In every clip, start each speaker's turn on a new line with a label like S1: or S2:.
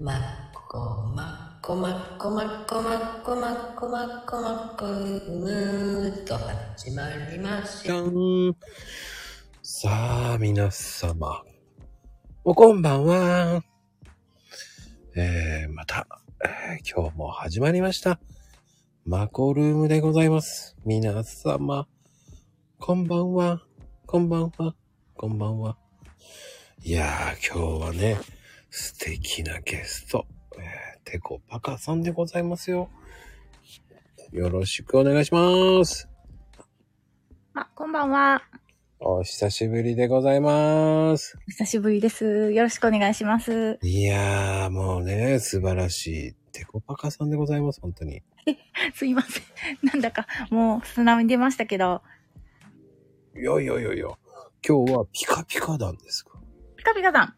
S1: まっこまっこまっこまっこまっこまっこまっこまっこむーっと始まりまし
S2: じゃ
S1: た。
S2: ん。さあ、皆様。おこんばんは。えー、また、えー今日も始まりました。マコルームでございます。皆様。こんばんは。こんばんは。こんばんは。いやー、今日はね、素敵なゲスト、えー、てこぱかさんでございますよ。よろしくお願いします。
S3: あ、こんばんは。
S2: お久しぶりでございます。
S3: お久しぶりです。よろしくお願いします。
S2: いやー、もうね、素晴らしい。テコパカさんでございます、本当に。
S3: すいません。 なんだか、もう、素直に出ましたけど、
S2: いやいやいやいや、今日はピカピカなんですか。
S3: ピカピカさん。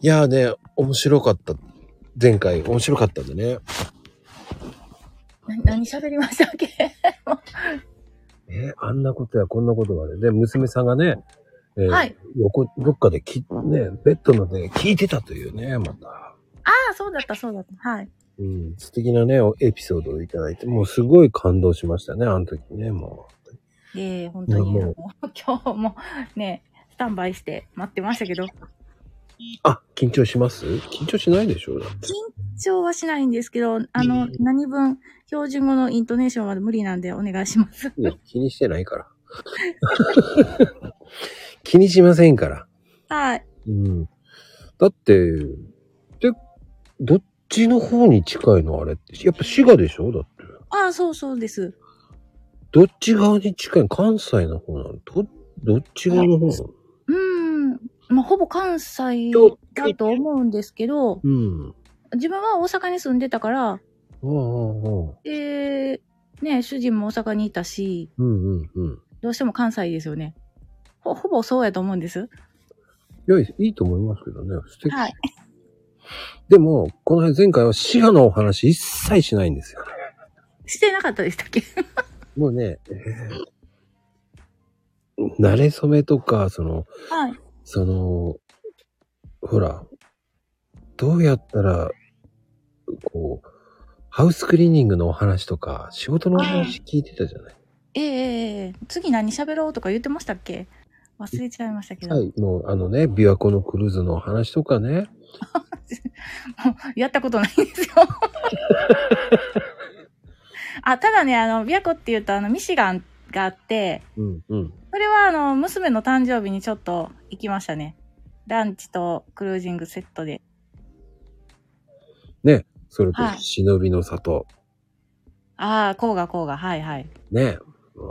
S2: いやーね、面白かった。前回面白かったんでね。
S3: な何喋りましたっけ
S2: えあんなことやこんなことがね。で、娘さんがね、えー
S3: はい
S2: 横、どっかでき、ね、ベッドので聞いてたというね、また。
S3: ああ、そうだった、そうだった。はい。
S2: うん、素敵なね、エピソードをいただいて、もうすごい感動しましたね、あの時ね、もう。
S3: えー、本当に、
S2: いや
S3: も
S2: もう
S3: う 今日もね、スタンバイして待ってましたけど、緊
S2: あ、緊張します緊張しないでしょだって
S3: 張はしないんですけど、あの、何分、標準語のイントネーションは無理なんでお願いします。
S2: いや気にしてないから。 気にしませんから。
S3: はい。
S2: うん。だって、で、どっちの方に近いのあれって。やっぱ滋賀でしょだって。
S3: ああ、そうそうです。
S2: どっち側に近い関西の方なのど、どっち側の方なの
S3: うーん。まあ、ほぼ関西
S2: ど
S3: だと思うんですけど、
S2: うん。
S3: 自分は大阪に住んでたから、
S2: ああ、ああ、ああ。
S3: で、ね、主人も大阪にいたし、
S2: うんうんうん。
S3: どうしても関西ですよね。ほほぼそうやと思うんです。
S2: いや、いいと思いますけどね。素敵。
S3: はい。
S2: でも、この辺前回は滋賀のお話一切しないんですよ。
S3: してなかったでしたっけ
S2: もうね、えー、慣れ初めとか、その、
S3: はい。
S2: その、ほら、どうやったら、こう、ハウスクリーニングのお話とか、仕事のお話聞いてたじゃない。
S3: ええええ次何喋ろうとか言ってましたっけ忘れちゃいましたけど。
S2: はい、もうあのね、琵琶湖のクルーズのお話とかね。
S3: もうやったことないんです よ。あ、ただね、あの、琵琶湖っていうと、あの、ミシガンがあって、
S2: うん、うん。
S3: それはあの、娘の誕生日にちょっと行きましたね。ランチとクルージングセットで。
S2: ね、それと
S3: は、い
S2: 忍びの里。
S3: ああ、こうがこうが、はいはい。
S2: ね。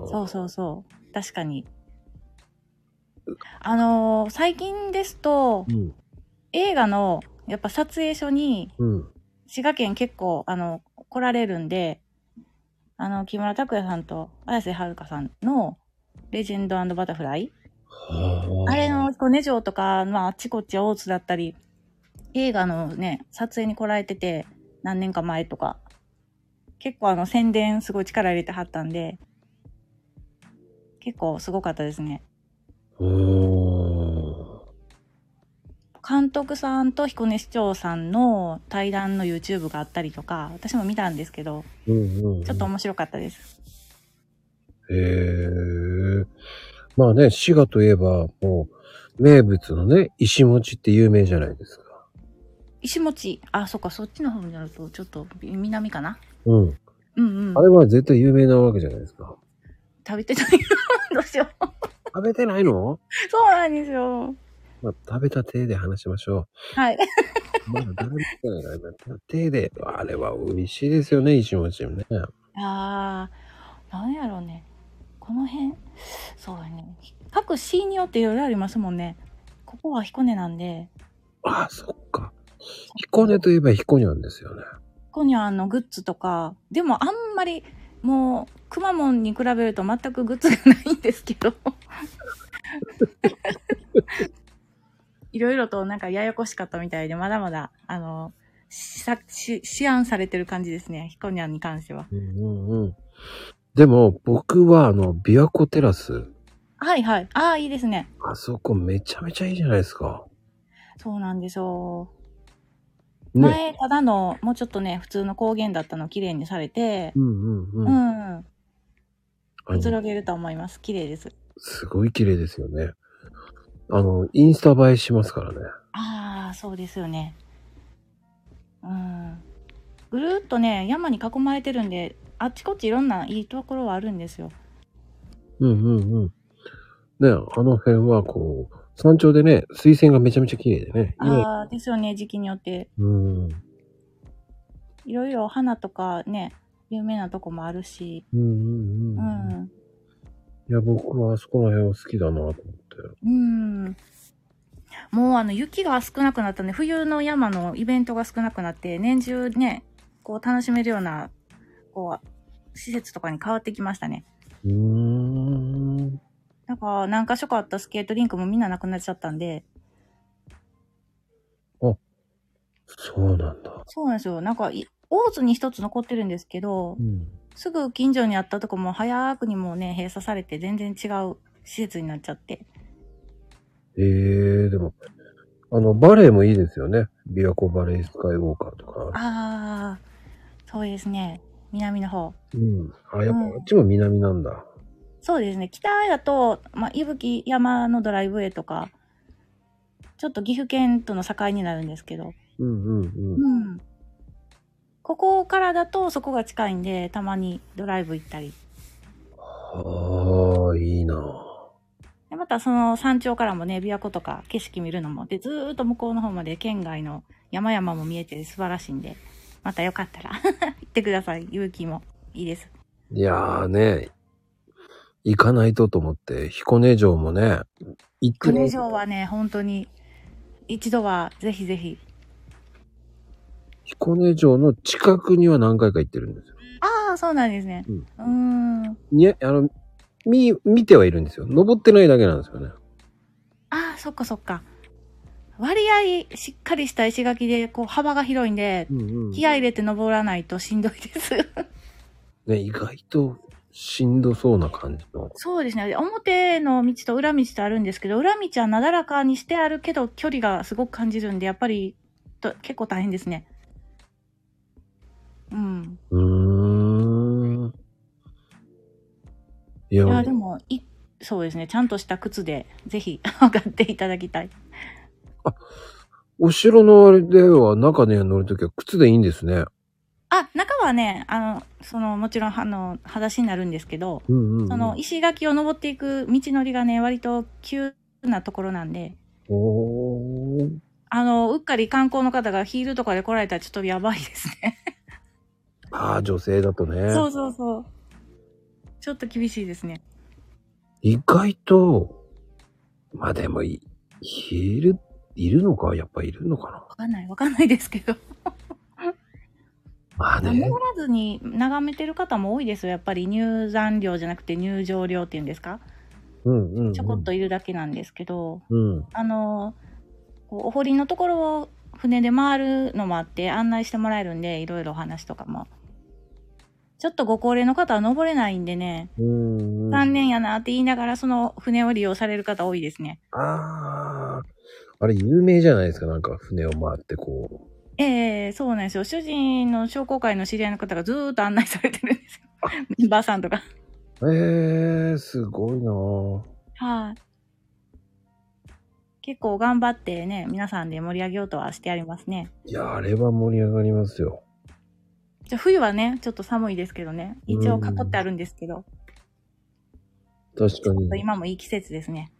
S3: そうそうそう。確かに。あのー最近ですと、
S2: うん、
S3: 映画の、やっぱ撮影所に、
S2: うん。
S3: 滋賀県結構、あの、来られるんで、あの、木村拓哉さんと綾瀬はるかさんの、レジェンドバタフライ
S2: は
S3: あれ、の、彦根城とか、まあ、あっちこっち大津だったり、映画のね、撮影に来られてて、何年か前とか、結構あの、宣伝すごい力入れてはったんで、結構すごかったですね。
S2: お
S3: 監督さんと彦根市長さんの対談の YouTube があったりとか、私も見たんですけど、
S2: ーうん、うん。
S3: ちょっと面白かったです。
S2: へえ。まあね、滋賀といえば、もう、名物のね、石餅って有名じゃないですか。
S3: 石餅、あ、そっか、そっちの方になると、ちょっと南かな
S2: うん。
S3: うんうん
S2: あ。れは絶対有名なわけじゃないですか。
S3: 食べてない。 どうしよう。
S2: 食べてないの、
S3: そうなんですよ。
S2: まあ、食べた手で話しましょ
S3: はい。
S2: う。まだ誰も食べてないから、食べた手で。あれは美味しいですよね、石餅ね。
S3: あー、なんやろうね。この辺、そうやね。各市によっていろいろありますもんね。ここは彦根なんで、
S2: ああ、そっか。彦根といえば彦根なんですよね。
S3: ここにはあのグッズとか、でもあんまり、もう、くまモンに比べると全くグッズがないんですけど。いろいろとなんかややこしかったみたいで、まだまだ、あの、しさし思案されてる感じですね。彦根に関しては。
S2: うんうんうん。でも、僕は、あの、琵琶湖テラス。
S3: はいはい。ああ、いいですね。
S2: あそこめちゃめちゃいいじゃないですか。
S3: そうなんですよ。
S2: ね。
S3: 前、ただの、もうちょっとね、普通の高原だったの綺麗にされて
S2: う、んうん
S3: う
S2: うん。
S3: ん、
S2: あ
S3: くつ
S2: の、
S3: ろげると思います。綺麗です。
S2: すごい綺麗ですよね。あの、インスタ映えしますからね。
S3: ああ、そうですよね。うん。ぐるっとね、山に囲まれてるんで、あっちこっちいろんないいところはあるんですよ。
S2: うんうんうん。ね、あの辺はこう、山頂でね、水仙がめちゃめちゃ綺麗でね。今、
S3: ああ、ですよね、時期によって。
S2: うん。うん
S3: いろいろ花とかね、有名なとこもあるし。
S2: うん
S3: う
S2: うん。い
S3: ん。
S2: や、僕はあそこら辺は好きだなと思って。
S3: うん。もうあの雪が少なくなったんで、冬の山のイベントが少なくなって、年中ね、こう楽しめるような、こう、施設とかに変わってきましたね。
S2: うーん。
S3: なんか、何箇所かあったスケートリンクもみんななくなっちゃったんで、
S2: そうなんだ。
S3: そうなんですよ。なんかい、大津に一つ残ってるんですけど
S2: う、ん。
S3: すぐ近所にあったとこも早くにもうね、閉鎖されて全然違う施設になっちゃって。
S2: ええでも、あの、バレエもいいですよね。琵琶湖バレエスカイウォーカーとか。
S3: あー、そうですね。南の方。
S2: うん。あ、やっぱ
S3: う
S2: あ
S3: ん
S2: っちも南なんだ。
S3: そうですね。北だと、まあ、伊吹山のドライブウェイとか、ちょっと岐阜県との境になるんですけど、
S2: うんうんうん。
S3: うん。ここからだとそこが近いんで、たまにドライブ行ったり。
S2: ああ、いいなぁ
S3: でまたその山頂からもね、琵琶湖とか景色見るのも、で、ずーっと向こうの方まで県外の山々も見えて素晴らしいんで、またよかったら 行ってください。勇気もいいです。
S2: いやーね、行かないとと思って、彦根城もね、行って
S3: 久
S2: ない
S3: 米城はね、本当に一度はぜひぜひ。
S2: 彦根城の近くには何回か行ってるんですよ。
S3: ああ、そうなんですね。うーん。
S2: にあの、見、見てはいるんですよ。登ってないだけなんですよね。
S3: ああ、そっかそっか。割合しっかりした石垣で、こう幅が広いんで、
S2: うんうん。
S3: 気合い入れて登らないとしんどい です。
S2: ね、意外としんどそうな感じの。
S3: そうですね。表の道と裏道とあるんですけど、裏道はなだらかにしてあるけど、距離がすごく感じるんで、やっぱりと結構大変ですね。うん。
S2: うーん。いや、
S3: いや、でも、い、そうですね。ちゃんとした靴で、ぜひ、 上がっていただきたい。
S2: お城のあれでは中で乗るときは靴でいいんですね。
S3: あ、中はね、あの、その、もちろん、あの、裸足になるんですけど、
S2: うんうん、うん。
S3: その、石垣を登っていく道のりがね、割と急なところなんで、
S2: おー
S3: あの、うっかり観光の方がヒールとかで来られたらちょっとやばいですね。
S2: ああ、女性だとね。
S3: そうそうそう。ちょっと厳しいですね。
S2: 意外と、まあでもい、いる、いるのかやっぱいるのかな
S3: わかんない、わかんないですけど。
S2: まあ
S3: 登
S2: ね。
S3: らずに眺めてる方も多いですよ。やっぱり入山料じゃなくて入場料っていうんですか
S2: うんうん、うん。
S3: ちょこっといるだけなんですけど、
S2: うん。
S3: あの、こうお堀のところを船で回るのもあって案内してもらえるんで、いろいろお話とかも。ちょっとご高齢の方は登れないんでね、
S2: うん、うん。
S3: 残念やなって言いながら、その船を利用される方多いですね。
S2: ああ。あれ、有名じゃないですか。なんか、船を回ってこう。
S3: ええそうなんですよ。主人の商工会の知り合いの方がずーっと案内されてるんですよ。メンバーさんとか。
S2: ええー、すごいなぁ
S3: はい、結構頑張ってね、皆さんで盛り上げようとはしてありますね。
S2: いや、あれは盛り上がりますよ。
S3: じゃあ冬はね、ちょっと寒いですけどね。一応囲ってあるんですけど、
S2: 確かに。
S3: 今もいい季節ですね。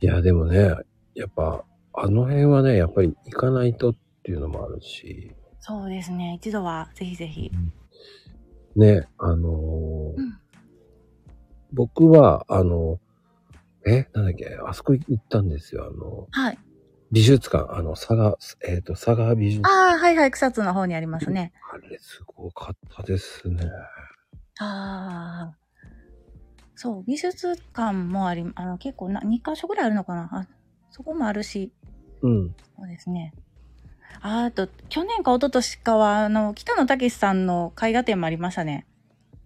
S2: いや、でもね、やっぱ、あの辺はね、やっぱり行かないとっていうのもあるし、
S3: そうですね。一度はぜひぜひ。
S2: ね、あのー
S3: うん
S2: 僕は、あのえ、なんだっけ、あそこ行ったんですよ、あの、
S3: はい。
S2: 美術館、あの、佐賀、えっ、と、佐賀美術館。
S3: ああ、はいはい、草津の方にありますね。
S2: あれ、すごかったですね。
S3: ああ。そう、美術館もあり、あの、結構な、2箇所ぐらいあるのかな。あ、そこもあるし、
S2: うん。
S3: そうですね。ああと、去年か一昨年かは、あの、北野武さんの絵画展もありましたね。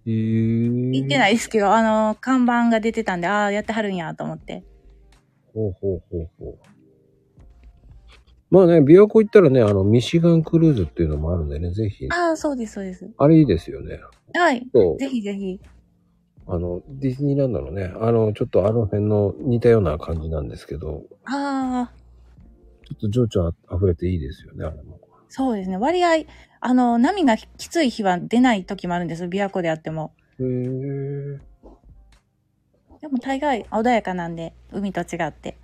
S2: えー、。
S3: 行ってないいですけど、あの、看板が出てたんで、ああ、やってはるんやと思って。
S2: ほうほうほうほう。まあね、琵琶湖行ったらね、あの、ミシガンクルーズっていうのもあるんでね、ぜひ。
S3: ああ、そうです、そうです。
S2: あれいいですよね。
S3: はい。
S2: そう。
S3: ぜひぜひ。
S2: あの、ディズニーランドのね、あの、ちょっとあの辺の似たような感じなんですけど、
S3: ああ、
S2: ちょっと情緒あ溢れていいですよね、あれも。
S3: そうですね。割合、あの、波がきつい日は出ない時もあるんですよ。琵琶湖であっても。
S2: へえ。
S3: でも大概穏やかなんで、海と違って。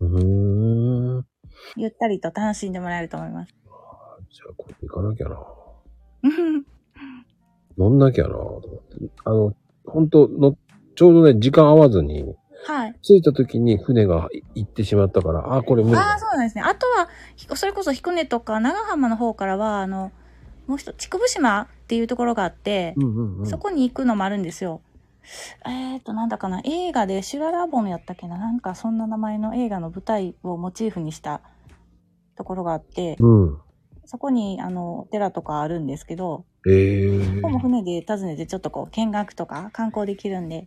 S2: うーん。
S3: ゆったりと楽しんでもらえると思います。
S2: じゃあ、これ行かなきゃな。乗んなきゃなと思って。あの、本当の、ちょうどね、時間合わずに、
S3: はい。
S2: 着いた時に船が行ってしまったから、あ、これ無理
S3: ああ、
S2: だ。
S3: そうなんですね。あとは、ひそれこそ彦根とか長浜の方からは、あの、もう一つ、筑部島っていうところがあって、
S2: うんうんうん。
S3: そこに行くのもあるんですよ。えーと、なんだかな、映画でシュララボンやったっけな、なんかそんな名前の映画の舞台をモチーフにしたところがあって、
S2: うん。
S3: そこに、あの、お寺とかあるんですけど、
S2: ええ
S3: ここも船で訪ねてちょっとこう、見学とか観光できるんで、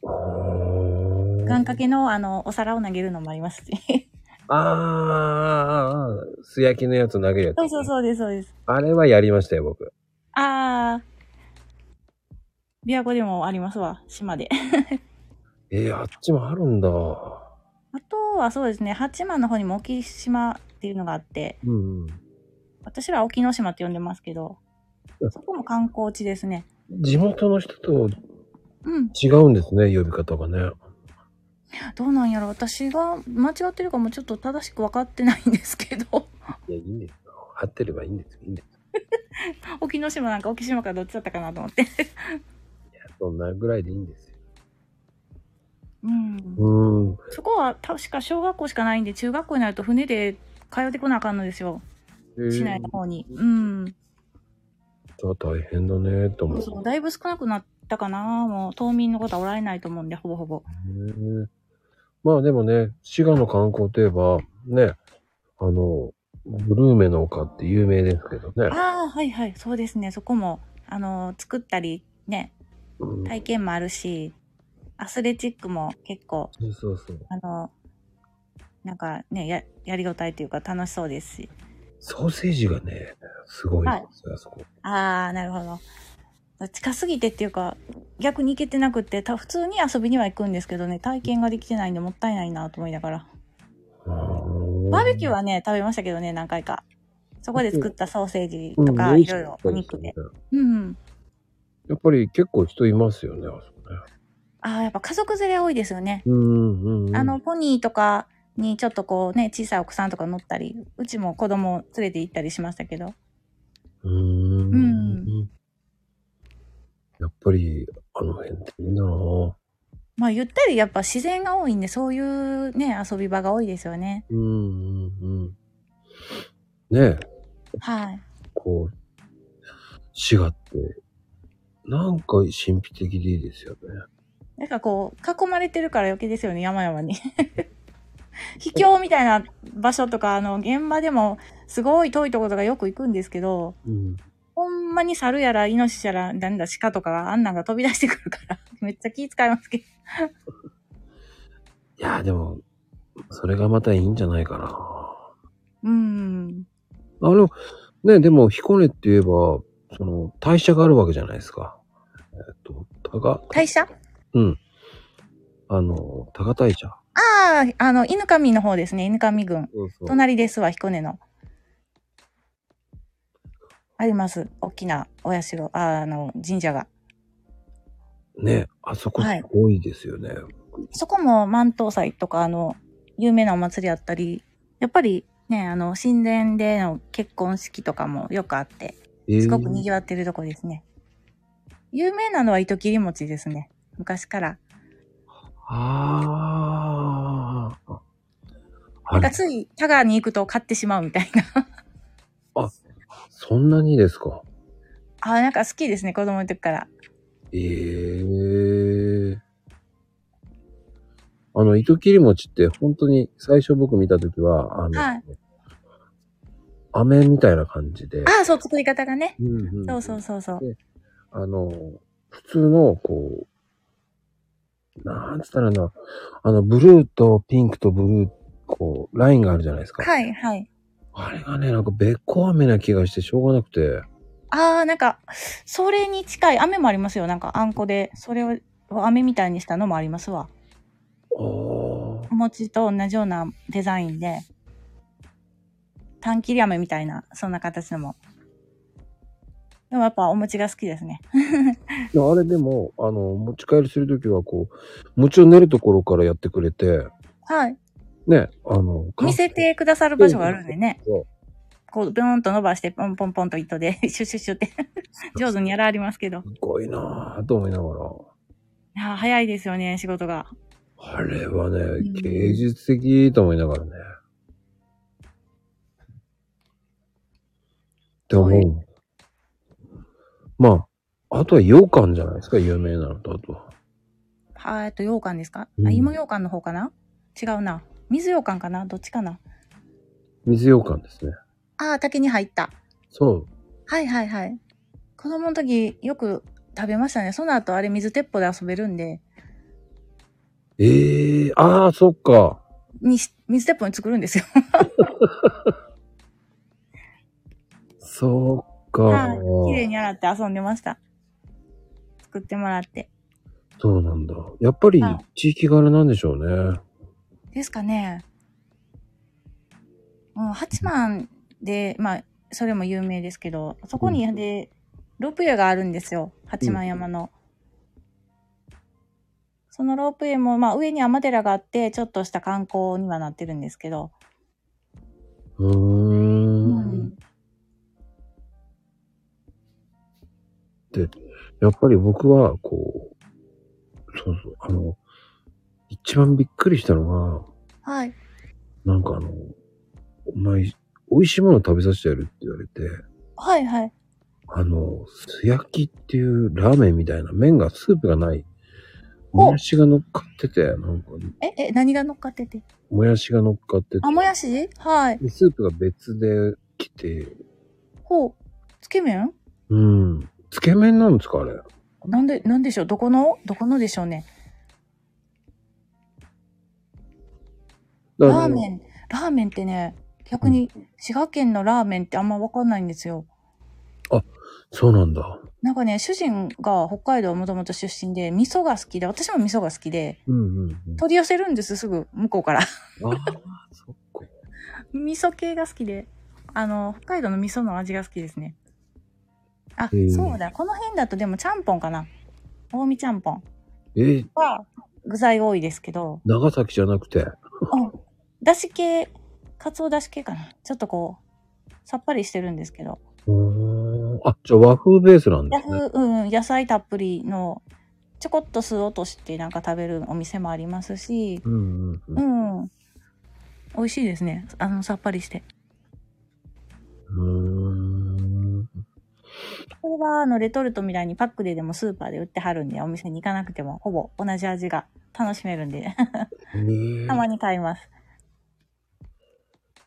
S3: 願掛けの、あの、お皿を投げるのもありますし。
S2: あーあー、あー素焼きのやつ投げるやつ。
S3: そうそうそうです、そうです。
S2: あれはやりましたよ、僕。
S3: あー。琵琶湖でもありますわ、島で。
S2: えー、あっちもあるんだ。
S3: あとはそうですね、八幡の方にも沖島っていうのがあって、
S2: うん、うん。
S3: 私らは沖ノ島って呼んでますけど、そこも観光地ですね。
S2: 地元の人と
S3: うん。
S2: 違うんですね、呼び方がね。
S3: どうなんやろ私が間違ってるかもちょっと正しく分かってないんですけど、
S2: いや、いいんですよ。合ってればいいんですよ、いいんですよ。
S3: 沖ノ島なんか沖島かどっちだったかなと思って。
S2: そんなぐらいでいいんですよ。
S3: うん。
S2: うーん。
S3: そこは確か小学校しかないんで、中学校になると船で通ってこなあかんのですよ。市内の方に。うん。
S2: あ大変だね、と思う。
S3: そうだいぶ少なくなったかなもう島民の方はおられないと思うんでほぼほぼ
S2: へえまあでもね、滋賀の観光といえば、ね、あの、ブルーメの丘って有名ですけどね。
S3: ああはいはいそうですねそこもあのー作ったりね
S2: うん
S3: 体験もあるしアスレチックも結構
S2: そうそうそう。
S3: あのーなんかねややりごたえというか楽しそうですし
S2: ソーセージがね、すごいんですよ、あそこ。
S3: ああなるほど近すぎてっていうか逆に行けてなくってた普通に遊びには行くんですけどね体験ができてないんでもったいないなと思いながらバーベキュー
S2: は
S3: はね食べましたけどね何回かそこで作ったソーセージ
S2: うん
S3: とか
S2: 美味
S3: い
S2: し
S3: ろい
S2: か
S3: ろ
S2: った
S3: お
S2: です
S3: 肉
S2: よね
S3: でうん。
S2: やっぱり結構人いますよね、あそこね。
S3: ああ、やっぱ家族連れ多いですよね。
S2: うんうんうん。
S3: あの、、ポニーとかにちょっとこうね、小さいお子さんとか乗ったり、うちも子供連れて行ったりしましたけど。
S2: うーん。
S3: うん
S2: やっぱり、あの辺っていいんだなぁ。
S3: まあ、ゆったりやっぱ自然が多いんで、そういうね、遊び場が多いですよね。
S2: うんうんうん。ねえ、
S3: はい。
S2: こう、滋賀って、なんか神秘的でいいですよね。
S3: なんかこう、囲まれてるから余計ですよね、山々に。 秘境みたいな場所とか、あの、現場でもすごい遠いところとかよく行くんですけど、
S2: うん。
S3: ほんまに猿やら、イノシシやら、なんだ、鹿とかがあんなんが飛び出してくるから、 めっちゃ気遣いますけど。
S2: いや、でも、それがまたいいんじゃないかな
S3: うん。
S2: ぁ。あの、ね、でも、彦根って言えば、その、代謝があるわけじゃないですか。えっと、高、
S3: 代謝
S2: うん。あの、高代謝。
S3: ああ、あの、犬神の方ですね。犬神郡。
S2: そうそ
S3: 隣ですわ、彦根の。あります。大きなお社、あーあの、神社が。
S2: ね、あそこ
S3: はい
S2: 多いですよね。
S3: そこも万灯祭とか、あの、有名なお祭りあったり、やっぱりね、あの、神殿での結婚式とかもよくあって、
S2: えー
S3: すごく賑わってるとこですね。有名なのは糸切り餅ですね。昔から。
S2: ああ。あ
S3: が
S2: れ、
S3: つい、タガに行くと買ってしまうみたいな。
S2: そんなにですか
S3: ああ、なんか好きですね、子供の時から。
S2: ええあの、糸切り餅って本当に最初僕見たときは、あの、
S3: はい
S2: 飴みたいな感じで、
S3: ああ、そう、作り方がね。
S2: うんうん
S3: そうそうそうそう。
S2: あの、普通の、こう、なんつったらいいんだろうあの、ブルーとピンクとブルー、こう、ラインがあるじゃないですか。
S3: はい、はい。
S2: あれがね、なんかべっこ飴な気がしてしょうがなくて。
S3: あー、なんか、それに近い、雨もありますよ。なんか、あんこで、それを、飴みたいにしたのもありますわ。
S2: おー
S3: お餅と同じようなデザインで、短切り飴みたいな、そんな形のも。でもやっぱお餅が好きですね。
S2: いやあれでも、あの、持ち帰りするときは、こう、餅を練るところからやってくれて、
S3: はい。
S2: ね、あの、
S3: 見せてくださる場所があるんでね。
S2: そう
S3: こう、ビョーンと伸ばして、ポンポンポンと糸で、シュシュシュって、 上手にやらありますけど。
S2: すごいなぁと思いなが
S3: いやー早いですよね、仕事が。
S2: ら。あれはね
S3: ん、
S2: 芸術的と思いながらね。って思。
S3: はいう
S2: まあ、あとは羊羹じゃないですか、有名なのと、あとは。
S3: はえっと、羊羹ですか、
S2: うん
S3: あ、芋羊羹の方かな違うな。水羊羹かなどっちかな
S2: 水羊羹ですね。
S3: ああ、竹に入った。
S2: そう。
S3: はいはいはい。子供の時よく食べましたね。その後あれ水鉄砲で遊べるんで、
S2: ええああ、そっか。
S3: にし水鉄砲に作るんですよ。
S2: そっか。
S3: はい。 綺麗に洗って遊んでました。作ってもらって。
S2: そうなんだ。やっぱり
S3: はい
S2: 地域柄なんでしょうね。
S3: ですかね。うん、八幡で、まあ、それも有名ですけど、そこに、で、ロープウェイがあるんですよ。八幡山の。そのロープウェイも、まあ、上に天寺があって、ちょっとした観光にはなってるんですけど、
S2: うーん。やっぱり僕は、こう、そうそう、あの、一番びっくりしたの
S3: はい。
S2: が、なんかあの、お前、美味しいもの食べさせてやるって言われて、
S3: はいはい。
S2: あの、素焼きっていうラーメンみたいな、麺が、スープがない、
S3: お
S2: もやしが乗っかってて、なんか、
S3: え、え、何が乗っかってて。
S2: もやしが乗っかってて
S3: あ、、もやしはい。
S2: でスープが別で来て、
S3: ほう。つけ麺
S2: うん。つけ麺なんですかあれ。
S3: なんで、なんでしょうどこのどこのでしょうね。ラーメ
S2: ン。
S3: ン、ラーメンってね、逆に滋賀県のラーメンってあんまわかんないんですよ。
S2: そうなんだ。
S3: なんかね、主人が北海道もともと出身で、味噌が好きで、私も味噌が好きで、
S2: うんうん、うん。
S3: 取り寄せるんです、すぐ、向こうから。
S2: ああ、そっか。
S3: 味噌系が好きで、あの、北海道の味噌の味が好きですね。あ、
S2: うん
S3: そうだ、この辺だとでもちゃんぽんかな。近江ちゃんぽん
S2: えー
S3: は、具材多いですけど、
S2: 長崎じゃなくて。
S3: だし系、かつおだし系かな。ちょっとこう、さっぱりしてるんですけど。
S2: うーんあ、じゃあ和風ベースなんで
S3: ヤ
S2: すね。
S3: フー、うん、野菜たっぷりの、ちょこっと酢落としてなんか食べるお店もありますし、
S2: うんうんう
S3: うん。美味しいですね。あの、さっぱりして。
S2: ん。うーん。
S3: これは、あの、レトルトみたいにパックででもスーパーで売ってはるんで、お店に行かなくても、ほぼ同じ味が楽しめるんで、
S2: ねえ
S3: たまに買います。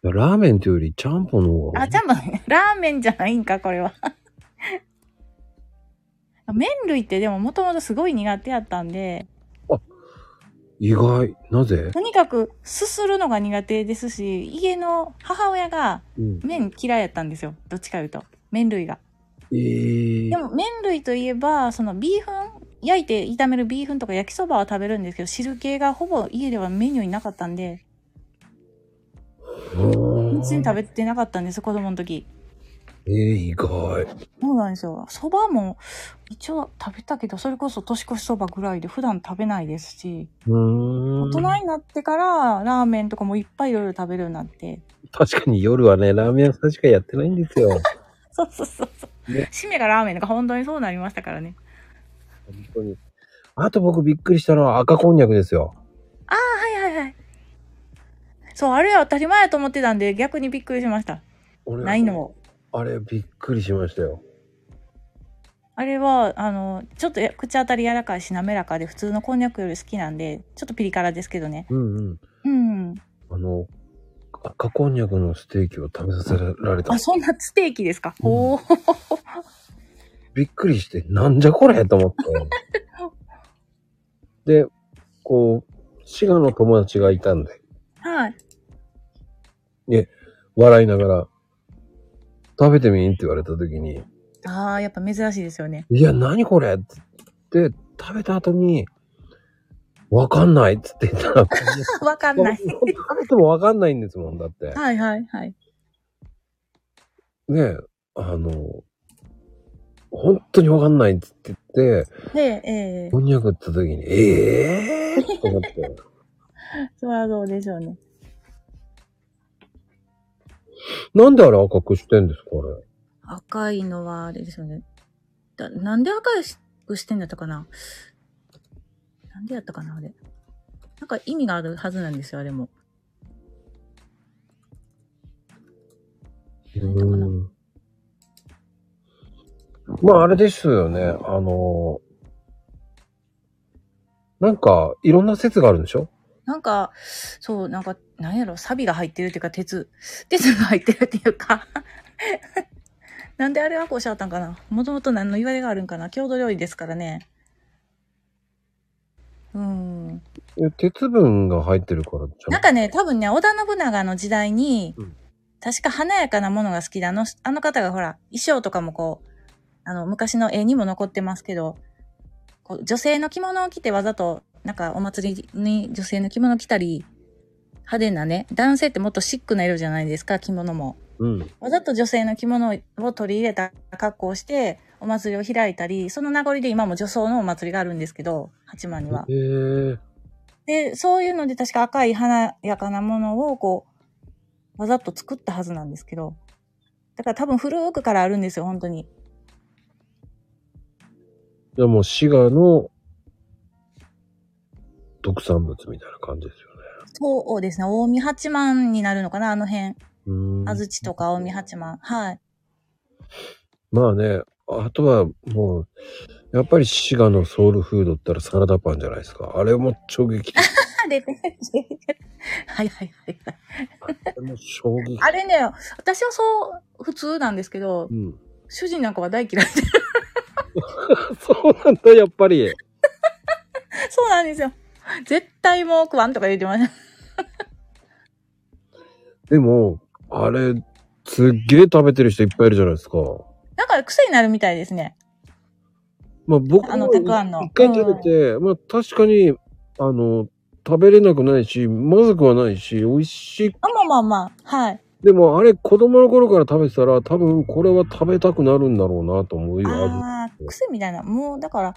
S2: いやラーメンというよりちゃんぽんの方が
S3: あ、ちゃんぽん、ラーメンじゃないんか、これは。 麺類ってでももともとすごい苦手やったんで、
S2: 意外。なぜ
S3: とにかくすするのが苦手ですし、家の母親が
S2: うん。
S3: 麺嫌いやったんですよどっちかいうと麺類が
S2: えー
S3: でも麺類といえばそのビーフン焼いて炒めるビーフンとか焼きそばは食べるんですけど汁系がほぼ家ではメニューになかったんで
S2: うーん
S3: 別に食べてなかったんです子供の時
S2: えー、意外。
S3: そうなんですよそばも一応食べたけどそれこそ年越しそばぐらいで普段食べないですし
S2: うー
S3: 大
S2: ん。
S3: 人になってからラーメンとかもいっぱいいろいろ食べるようになって
S2: 確かに夜はね、ラーメン屋さんしかやってないんですよ。
S3: そうそうそうそう、
S2: ね
S3: 締めがラーメンとか本当にそうなりましたからね
S2: 本当に。あと僕びっくりしたのは赤こんにゃくですよ。
S3: はいはいはい。そう、あれは当たり前やと思ってたんで、逆にびっくりしました。
S2: 俺
S3: ないのを。
S2: あれびっくりしましたよ。
S3: あれは、あの、ちょっとや口当たり柔らかいし、滑らかで、普通のこんにゃくより好きなんで、ちょっとピリ辛ですけどね。
S2: うんうん。
S3: うん。
S2: あの、赤こんにゃくのステーキを食べさせられた
S3: あ、。そんなステーキですか。ほう。
S2: びっくりして、なんじゃこれと思って。で、こう、滋賀の友達がいたんで、
S3: はい。
S2: 笑いながら、食べてみんって言われた時に、
S3: ああ、やっぱ珍しいですよね。
S2: いや、何これって、食べた後に、わかんないっつって言ったら、
S3: わかんな い。
S2: 食べてもわかんないんですもん、だって。
S3: はいはいはい。
S2: ねえ、あの、本当にわかんないっつって言って、
S3: で、ええ
S2: こんにゃくって言った時に、ええー、と思って。
S3: そりゃそうでしょうね。
S2: なんであれ赤くしてんですか、あれ。
S3: 赤いのはあれですよね。だなんで赤くしてんだったかななんでやったかなあれ。なんか意味があるはずなんですよ、あれも。
S2: うん。まあ、あれですよね。あの、なんか、いろんな説があるんでしょ
S3: なんか、そう、なんか、なんやろ、サビが入ってるっていうか、鉄、鉄が入ってるっていうか。 なんであれはこうしちゃったんかなもともと何の言われがあるんかな郷土料理ですからね。うん。
S2: え鉄分が入ってるからじゃ
S3: なん
S2: ん。
S3: かね、多分ね、織田信長の時代に、
S2: うん
S3: 確か華やかなものが好きで、あの、あの方がほら、衣装とかもこう、あの、昔の絵にも残ってますけど、こう女性の着物を着てわざと、なんかお祭りに女性の着物を着たり、派手なね、男性ってもっとシックな色じゃないですか、着物も。
S2: うん。
S3: わざと女性の着物を取り入れた格好をして、お祭りを開いたり、その名残で今も女装のお祭りがあるんですけど、八幡には。
S2: ええー。
S3: で、そういうので確か赤い華やかなものをこう、わざと作ったはずなんですけど。だから多分古くからあるんですよ、本当に。
S2: じゃあもう滋賀の特産物みたいな感じですよね。
S3: そうですね、大見八幡になるのかな、あの辺。
S2: うーん
S3: 安土とか大見八幡。はい。
S2: まあね、あとはもう、やっぱり滋賀のソウルフードったらサラダパンじゃないですか。あれも衝 撃。
S3: あ出てるはいはいはいはい。
S2: あれも衝撃。
S3: あれね、私はそう、普通なんですけど
S2: う、ん。
S3: 主人なんかは大嫌いで。
S2: そうなんだ、やっぱり。
S3: そうなんですよ。絶対もう食わんとか言ってました。
S2: でも、あれ、すっげえ食べてる人いっぱいいるじゃないですか。
S3: なんか癖になるみたいですね。
S2: まあ僕
S3: あの、
S2: も
S3: たくあんの。
S2: 一回食べて、まあ確かに、あの、食べれなくないし、まずくはないし、美味しい
S3: あ、まあまあまあ。はい。
S2: でもあれ子供の頃から食べてたら多分これは食べたくなるんだろうなと思うよ。味
S3: ああ、癖みたいな。もう、だから、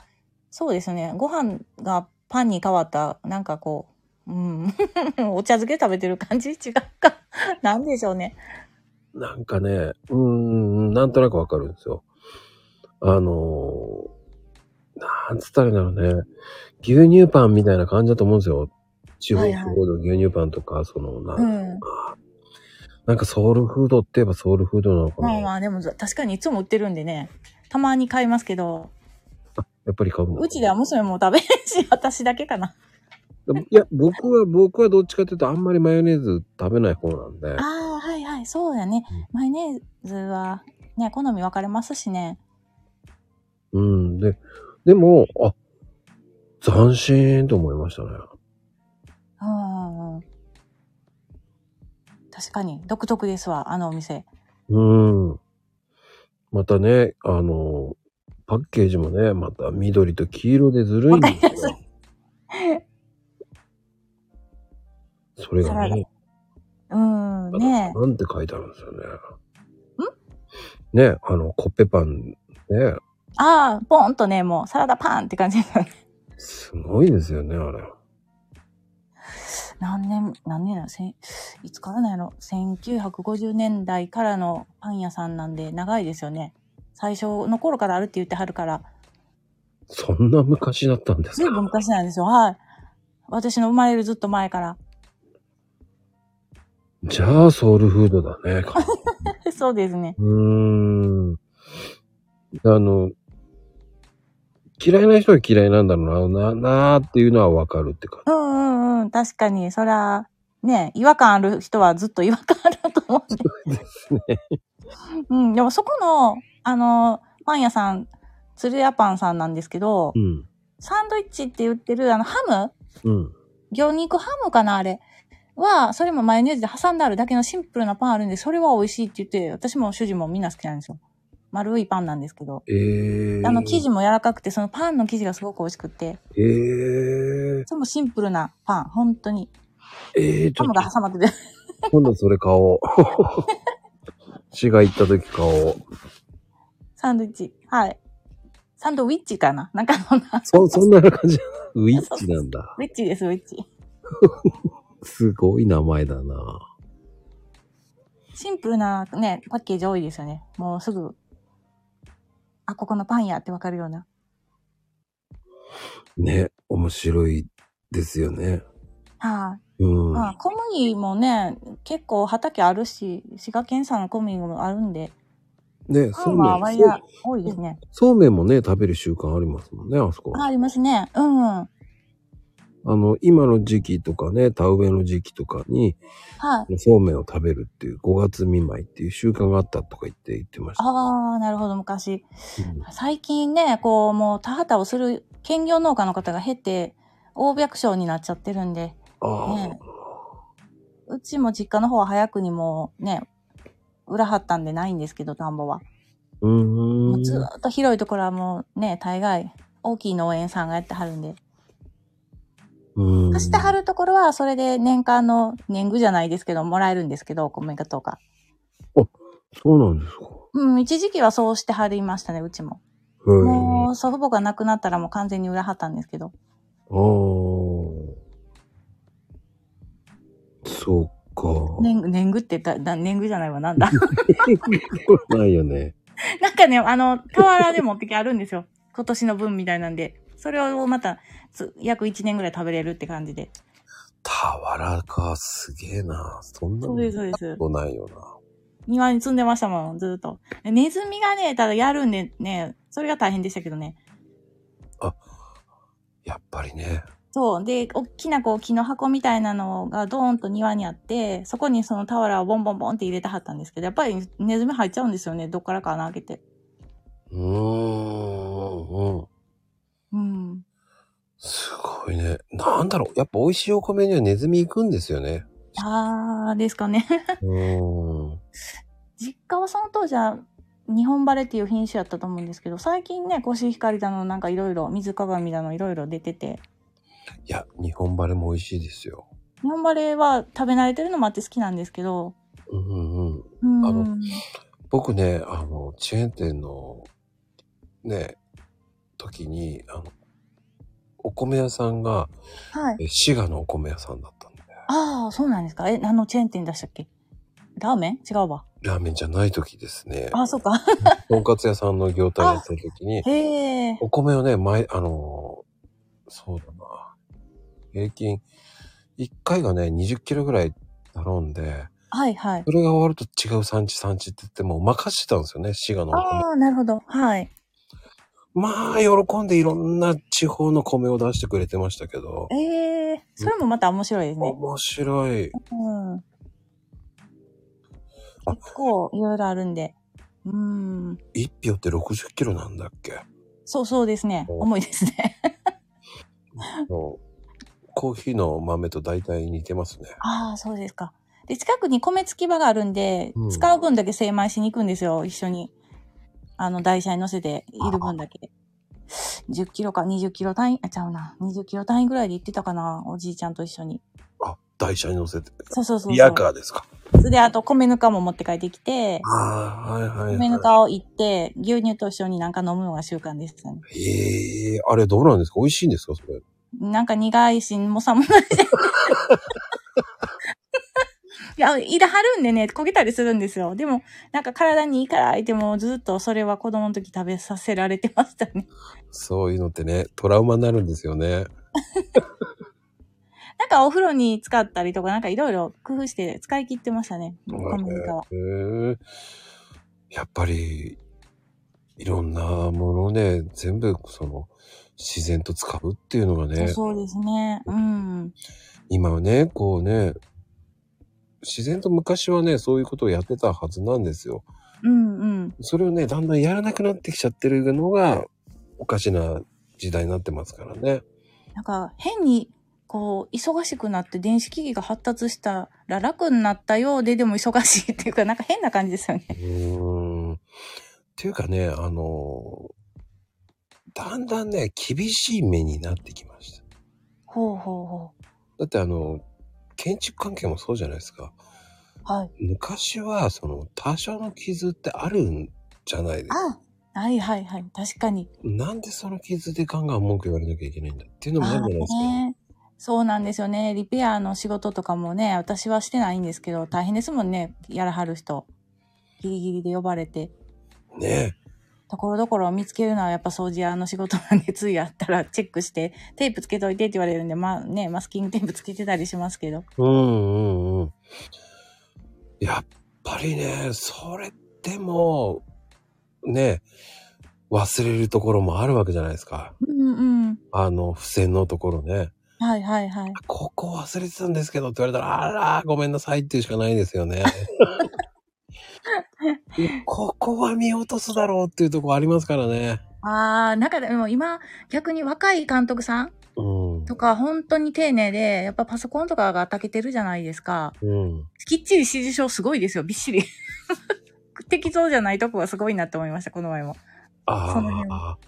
S3: そうですね。ご飯がパンに変わった、なんかこう、うん、 お茶漬け食べてる感じ 違うか。なんでしょうね。
S2: なんかね、うーん、なんとなくわかるんですよ。あのー、なんつったらいいんだろうね。牛乳パンみたいな感じだと思うんですよ。地方
S3: は
S2: 地
S3: いはい
S2: 方の牛乳パンとか、そのな、
S3: うん。
S2: なんかソウルフードって言えばソウルフードなのかな。
S3: まあまあ、でも確かにいつも売ってるんでね。たまに買いますけど、
S2: やっぱり買うの
S3: うちでは娘も食べへんし、 私だけかな。
S2: いや、僕は、僕はどっちかっていうとあんまりマヨネーズ食べない方なんで。
S3: ああ、はいはい、そうやね。マヨネーズは、ね、好み分かれますしね。
S2: うん。で、でも、あ、斬新と思いましたね。
S3: うん。確かに、独特ですわ、あのお店。
S2: うん。またね、あの、パッケージもね、また緑と黄色でずるいんですよ。それがね、
S3: うん、ねえ。
S2: なんて書いてあるんですよね。ね、あの、コッペパン、ね、
S3: ああ、ポンとね、もうサラダパンって感じ。
S2: すごいですよね、あれ。
S3: 何年、何年なのせんいつからなんやろ ?1950 年代からのパン屋さんなんで長いですよね。最初の頃からあるって言ってはるから、
S2: そんな昔だったんです
S3: ずいぶん
S2: か
S3: 昔なんですよ。はい。私の生まれるずっと前から。
S2: じゃあ、ソウルフードだね。
S3: そうですね。
S2: うーん。あの、嫌いな人は嫌いなんだろうな、な、なーっていうのはわかるって感
S3: うんうんうん。確かに、そら、ね、違和感ある人はずっと違和感あると思うんで。
S2: じですね。
S3: うん。でもそこの、あの、パン屋さん、鶴屋パンさんなんですけど、
S2: うん。
S3: サンドイッチって言ってる、あの、ハム
S2: うん。
S3: 魚肉ハムかなあれ。は、それもマヨネーズで挟んであるだけのシンプルなパンあるんで、それは美味しいって言って、私も主人もみんな好きなんですよ。丸いパンなんですけど。
S2: えー。
S3: あの生地も柔らかくて、そのパンの生地がすごく美味しくって、
S2: えー。
S3: それもシンプルなパン、本当に。
S2: えー、ち
S3: ハ
S2: ょっ
S3: ムが挟まってて。
S2: と、今度それ買おう。 市が行った時買おう。
S3: サンドイッチ。はい。サンドウィッチかななんかそんな。
S2: そ、そんな感じ。ウィッチなんだ。
S3: ウィッチです、ウィッチ。
S2: すごい名前だな。
S3: シンプルなね、パッケージ多いですよね。もうすぐ、あ、ここのパンやってわかるような。
S2: ね、面白いですよね。
S3: はい、
S2: うん。
S3: まあ、小麦もね、結構畑あるし、滋賀県産の小麦もあるんで、
S2: ね、
S3: パ
S2: そ
S3: ン
S2: う
S3: は
S2: めん
S3: 割
S2: そう
S3: 合多いですね。
S2: そうめんもね、食べる習慣ありますもんね、あそこ。
S3: あありますね。うん。は
S2: あの、今の時期とかね、田植えの時期とかに、
S3: い。
S2: そうめんを食べるっていう、5月見舞いっていう習慣があったとか言って言ってました。
S3: ああ、なるほど、昔。
S2: うん
S3: 最近ね、こう、もう田畑をする兼業農家の方が減って、大百姓になっちゃってるんで、
S2: ああ、
S3: ねうちも実家の方は早くにもうね、裏張ったんでないんですけど、田んぼは。
S2: う
S3: も
S2: ー。
S3: うんずーっと広いところはもうね、大概、大きい農園さんがやってはるんで。
S2: うん。
S3: 貸してはるところは、それで年間の年貢じゃないですけど、もらえるんですけど、お米かとか。
S2: そうなんですか。
S3: うん、一時期はそうしてはりましたね、うちも。
S2: へえ。
S3: もう祖父母が亡くなったらもう完全に裏張ったんですけど。
S2: ああ。そうか。
S3: 年貢、年貢ってだ、だ年貢じゃないわ、なん だ。
S2: ないよね。
S3: なんかね、あの、俵で持ってきあるんですよ。今年の分みたいなんで。それをまた、つ約1年ぐらい食べれるって感じで。
S2: 俵か、すげえな。そんな
S3: そう
S2: の
S3: です、
S2: 見
S3: そうです
S2: た。ことないよな。
S3: 庭に積んでましたもん、ずーっと。ネズミがね、ただやるんでね、それが大変でしたけどね。
S2: やっぱりね。
S3: そう。で、大きなこう木の箱みたいなのがドーンと庭にあって、そこにその俵をボンボンボンって入れてはったんですけど、やっぱりネズミ入っちゃうんですよね、どっからか穴開けて。
S2: うーん、うん。
S3: うん。
S2: すごいね。なんだろう。やっぱ美味しいお米にはネズミ行くんですよね。
S3: あー、ですかね。
S2: うーん。
S3: 実家はその当時は、日本バレっていう品種やったと思うんですけど、最近ね、コシヒカリだの、なんかいろいろ、水鏡だの、いろいろ出てて、
S2: いや、日本バレも美味しいですよ。
S3: 日本バレは食べ慣れてるのもあって好きなんですけど、
S2: うんうんうん。
S3: うん。
S2: あの僕ね、あの、チェーン店の、ね、時に、あの、お米屋さんが、
S3: はい。
S2: え滋賀のお米屋さんだったんで、
S3: ああ、そうなんですか。え、何のチェーン店出したっけラーメン違うわ。
S2: ラーメンじゃない時ですね、
S3: ああ、そうか。
S2: とんかつ屋さんの業態やってる時に、
S3: へえ。
S2: お米をね、前、あの、そうだな、平均、1回がね、20キロぐらい頼んで、
S3: はいはい。
S2: それが終わると違う産地産地って言ってもう任してたんですよね、滋賀のお米。
S3: ああ、なるほど。はい。
S2: まあ、喜んでいろんな地方の米を出してくれてましたけど、
S3: ええそれもまた面白いですね。
S2: 面白い。
S3: うん。結構いろいろあるんで。うん。
S2: 一票って60キロなんだっけ
S3: そうそうですね。
S2: お
S3: 重いですね。
S2: のコーヒーの豆と大体似てますね。
S3: ああ、そうですか。で、近くに米付き場があるんで、
S2: うん
S3: 使う分だけ精米しに行くんですよ、一緒に。あの、台車に乗せて、いる分だけ。10キロか20キロ単位、あ、ちゃうな。20キロ単位ぐらいで行ってたかな、おじいちゃんと一緒に。
S2: あ、台車に乗せて。
S3: そうそうそうそう。
S2: リアカーですか。
S3: で、あと米ぬかも持って帰ってきて、
S2: ああ、はいはい、
S3: 米ぬ
S2: は
S3: かをいって、牛乳と一緒になんか飲むのが習慣ですね。
S2: い。ええあれどうなんですか美味しいんですかそれ。
S3: なんか苦いし、もさもないし。 いや、いらはるんでね、焦げたりするんですよ。でも、なんか体にいいから、相手もずっとそれは子供の時食べさせられてましたね。
S2: そういうのってね、トラウマになるんですよね。
S3: なんかお風呂に使ったりとか、なんかいろいろ工夫して使い切ってましたね。米ぬかは。
S2: へえやっぱり、いろんなものをね、全部その、自然と使うっていうのがね、
S3: そうですね。うん。
S2: 今はね、こうね、自然と昔はね、そういうことをやってたはずなんですよ。
S3: うんうん。
S2: それをね、だんだんやらなくなってきちゃってるのが、おかしな時代になってますからね。
S3: なんか変にこう、忙しくなって電子機器が発達したら楽になったようで、でも忙しいっていうか、なんか変な感じですよね。
S2: うーん。っていうかね、あの、だんだんね、厳しい目になってきました。
S3: ほうほうほ
S2: だってあの、建築関係もそうじゃないですか。
S3: う。はい。
S2: 昔は、その、多少の傷ってあるんじゃないですか。
S3: あはいはいはい。確かに。
S2: なんでその傷でガンガン文句言われなきゃいけないんだっていうのもあるじゃないですか。
S3: あーねそうなんですよね。リペアの仕事とかもね、私はしてないんですけど、大変ですもんね。やらはる人。ギリギリで呼ばれて。
S2: ね
S3: ところどころ見つけるのはやっぱ掃除屋の仕事なんで、ついやったらチェックして、テープつけといてって言われるんで、まあね、マスキングテープつけてたりしますけど。
S2: うんうんうん。やっぱりね、それでも、ね忘れるところもあるわけじゃないですか。
S3: うんうん。
S2: あの、付箋のところね。
S3: はいはいはい。
S2: ここ忘れてたんですけどって言われたら、あら、ごめんなさいっていうしかないですよね。 ここは見落とすだろうっていうところありますからね。
S3: ああ、なんかでも今、逆に若い監督さん
S2: うん。
S3: とか本当に丁寧で、やっぱパソコンとかがたけてるじゃないですか。
S2: うん。
S3: きっちり指示書すごいですよ、びっしり。 適当じゃないとこがすごいなって思いました、この前も。その辺
S2: ああ、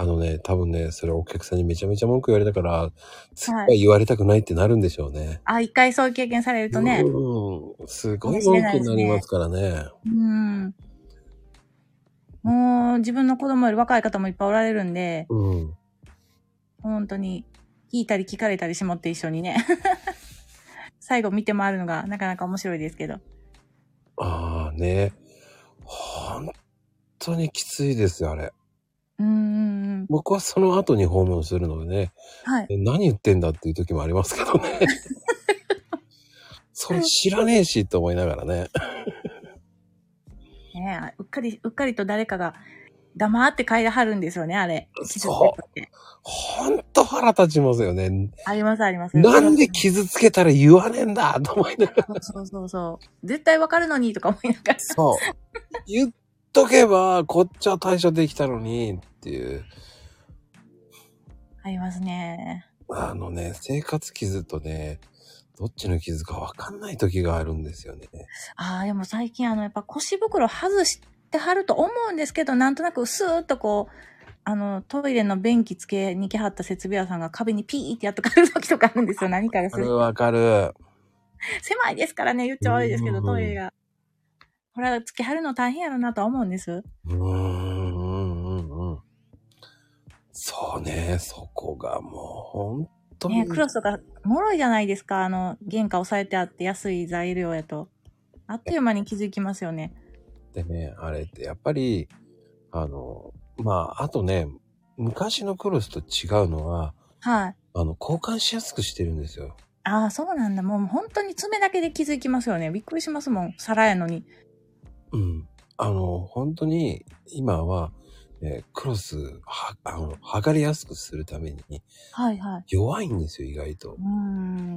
S2: あのね、多分ね、それお客さんにめちゃめちゃ文句言われたから、次
S3: は
S2: はい言われたくないってなるんでしょうね。
S3: あ、一回そういう経験されるとね。
S2: うん。すごい文句になりますからね。
S3: うん。もう自分の子供より若い方もいっぱいおられるんで、
S2: うん。
S3: 本当に聞いたり聞かれたりしもって一緒にね。 最後見て回るのがなかなか面白いですけど。
S2: ああね。本当にきついですよ、あれ。
S3: うんうんうん。
S2: 僕はその後に訪問するのでね、
S3: はい。
S2: え何言ってんだっていう時もありますけどね。 それ知らねえしと思いながらね。
S3: ねえうっかり、うっかりと誰かが黙って帰りはるんですよね、あれ。傷つけとって
S2: ほんと腹立ちますよね。
S3: ありますあります。
S2: なんで傷つけたら言わねえんだと思いながら。
S3: そうそうそうそう。絶対わかるのにとか思いながら。
S2: そう。言っとけば、こっちは対処できたのにっていう。
S3: ありますね。
S2: あのね、生活傷とね、どっちの傷かわかんない時があるんですよね。
S3: ああ、でも最近あの、やっぱ腰袋外してはると思うんですけど、なんとなくスーッとこう、あの、トイレの便器つけに来はった設備屋さんが壁にピーってやっとかる時とかあるんですよ、何からす
S2: わかる
S3: る。
S2: わかる。
S3: 狭いですからね、言っちゃ悪いですけど、
S2: うんうんうん
S3: トイレが。ほら、つけはるの大変やろなとは思うんです。
S2: うーんうんうんうんそうね、そこがもう本当に。
S3: ね、クロスとか、脆いじゃないですか、あの、原価抑えてあって安い材料やと。あっという間に気づきますよね。
S2: でね、あれってやっぱり、あの、まあ、あとね、昔のクロスと違うのは、
S3: はい。
S2: あの、交換しやすくしてるんですよ。
S3: ああ、そうなんだ。もう本当に爪だけで気づきますよね。びっくりしますもん。皿やのに。
S2: うん。あの、本当に今は、ね、クロスは、あの、剥がれやすくするために
S3: はいはい。
S2: 弱いんですよ、意外と
S3: う。ー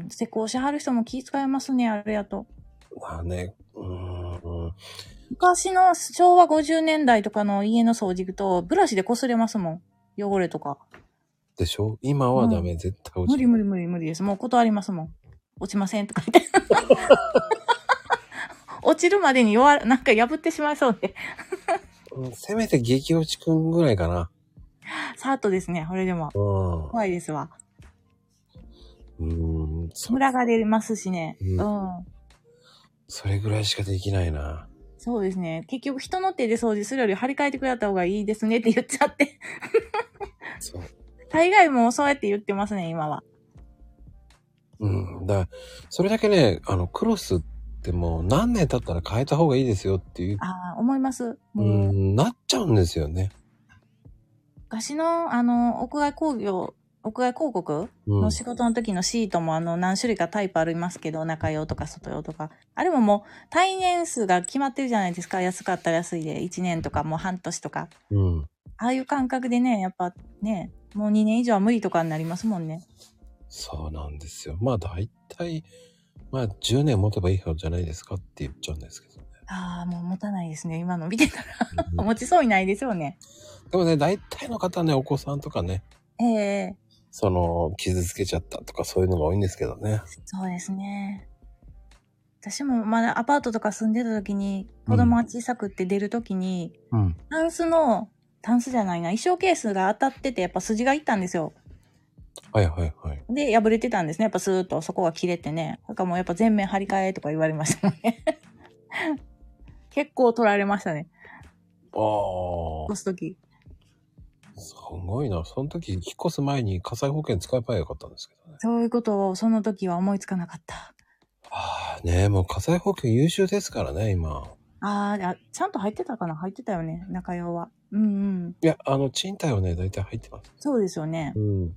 S3: ん。施工しはる人も気遣いますね、あれやと。
S2: まあね、うーん、うん
S3: 昔の昭和50年代とかの家の掃除行くと、ブラシで擦れますもん。汚れとか。
S2: でしょ今はダメ、絶対落
S3: 無
S2: ち
S3: 理
S2: る。
S3: 無理無理無理です。もう断りますもん。落ちませんとか言って。 落ちるまでに弱、なんか破ってしまいそうで。
S2: うんせめて激落ちくんぐらいかな。
S3: さーっとですね、これでも。
S2: うん。
S3: 怖いですわ。
S2: うん。そ
S3: ムラが出ますしね。
S2: う
S3: うん
S2: それぐらいしかできないな。
S3: そうですね。結局人の手で掃除するより張り替えてくれた方がいいですねって言っちゃって。
S2: そう。
S3: 大概もうそうやって言ってますね、今は。
S2: うん。だからそれだけね、あの、クロスってもう何年経ったら変えた方がいいですよっていう、
S3: ああ、思います。
S2: う、
S3: もうん
S2: なっちゃうんですよね。
S3: 昔の、あの、屋外工業、屋外広告
S2: う
S3: の
S2: ん。
S3: 仕事の時のシートも、あの、何種類かタイプありますけど、中用とか外用とか。あれももう、対年数が決まってるじゃないですか。安かったら安いで、1年とかもう半年とか。
S2: うん。
S3: ああいう感覚でね、やっぱね、もう2年以上は無理とかになりますもんね。
S2: そうなんですよ。まあ大体、まあ10年持てばいい方じゃないですかって言っちゃうんですけどね。
S3: ああ、もう持たないですね。今の見てたら。
S2: うん
S3: 持ちそうにないですよね。
S2: でもね、大体の方ね、お子さんとかね、
S3: ええ
S2: その、傷つけちゃったとかそういうのが多いんですけどね。
S3: そうですね。私もまだアパートとか住んでた時に、子供が小さくって出る時に、
S2: うん。
S3: タンスの、タンスじゃないな、衣装ケースが当たってて、やっぱ筋がいったんですよ。
S2: はいはいはい。
S3: で、破れてたんですね。やっぱスーッとそこが切れてね。なんかもうやっぱ全面張り替えとか言われましたもんね。 結構取られましたね。
S2: あ
S3: 押す時
S2: あ、すごいな。その時、引っ越す前に火災保険使えばよかったんですけどね。
S3: そういうことをその時は思いつかなかった。
S2: ああ、ねえもう火災保険優秀ですからね、今。
S3: あーあ、ちゃんと入ってたかな入ってたよね、中用は。うんうん。
S2: いや、あの、賃貸はね、大体入ってます。
S3: そうですよね。
S2: うん。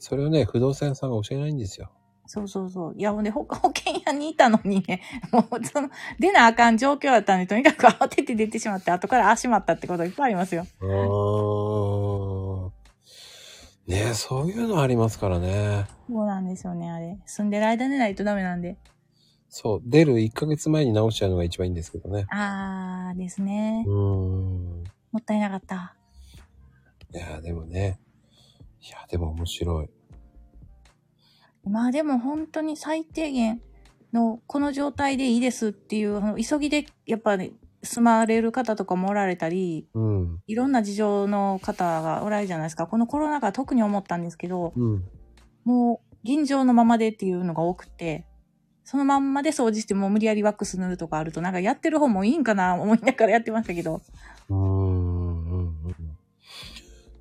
S2: それをね、不動産屋さんが教えないんですよ。
S3: そうそうそう。いや、ほんで、 ほ保険屋にいたのにね、もう、その、出なあかん状況だったんで、とにかく慌てて出てしまって、後から足まったってこといっぱいありますよ。
S2: うーん。ねえそういうのありますからね。
S3: そうなんですよね、あれ。住んでる間でないとダメなんで。
S2: そう、出る1ヶ月前に直しちゃうのが一番いいんですけどね。
S3: あーですね
S2: う。ーん。
S3: もったいなかった。
S2: いやー、でもね。いや、でも面白い。
S3: まあでも本当に最低限の、この状態でいいですっていう、あの急ぎで、やっぱね、住まれる方とかもおられたり、
S2: うん。
S3: いろんな事情の方がおられるじゃないですか。このコロナ禍特に思ったんですけど、
S2: うん。
S3: もう、現状のままでっていうのが多くて、そのまんまで掃除してもう無理やりワックス塗るとかあると、なんかやってる方もいいんかな思いながらやってましたけど。
S2: うーんうんうん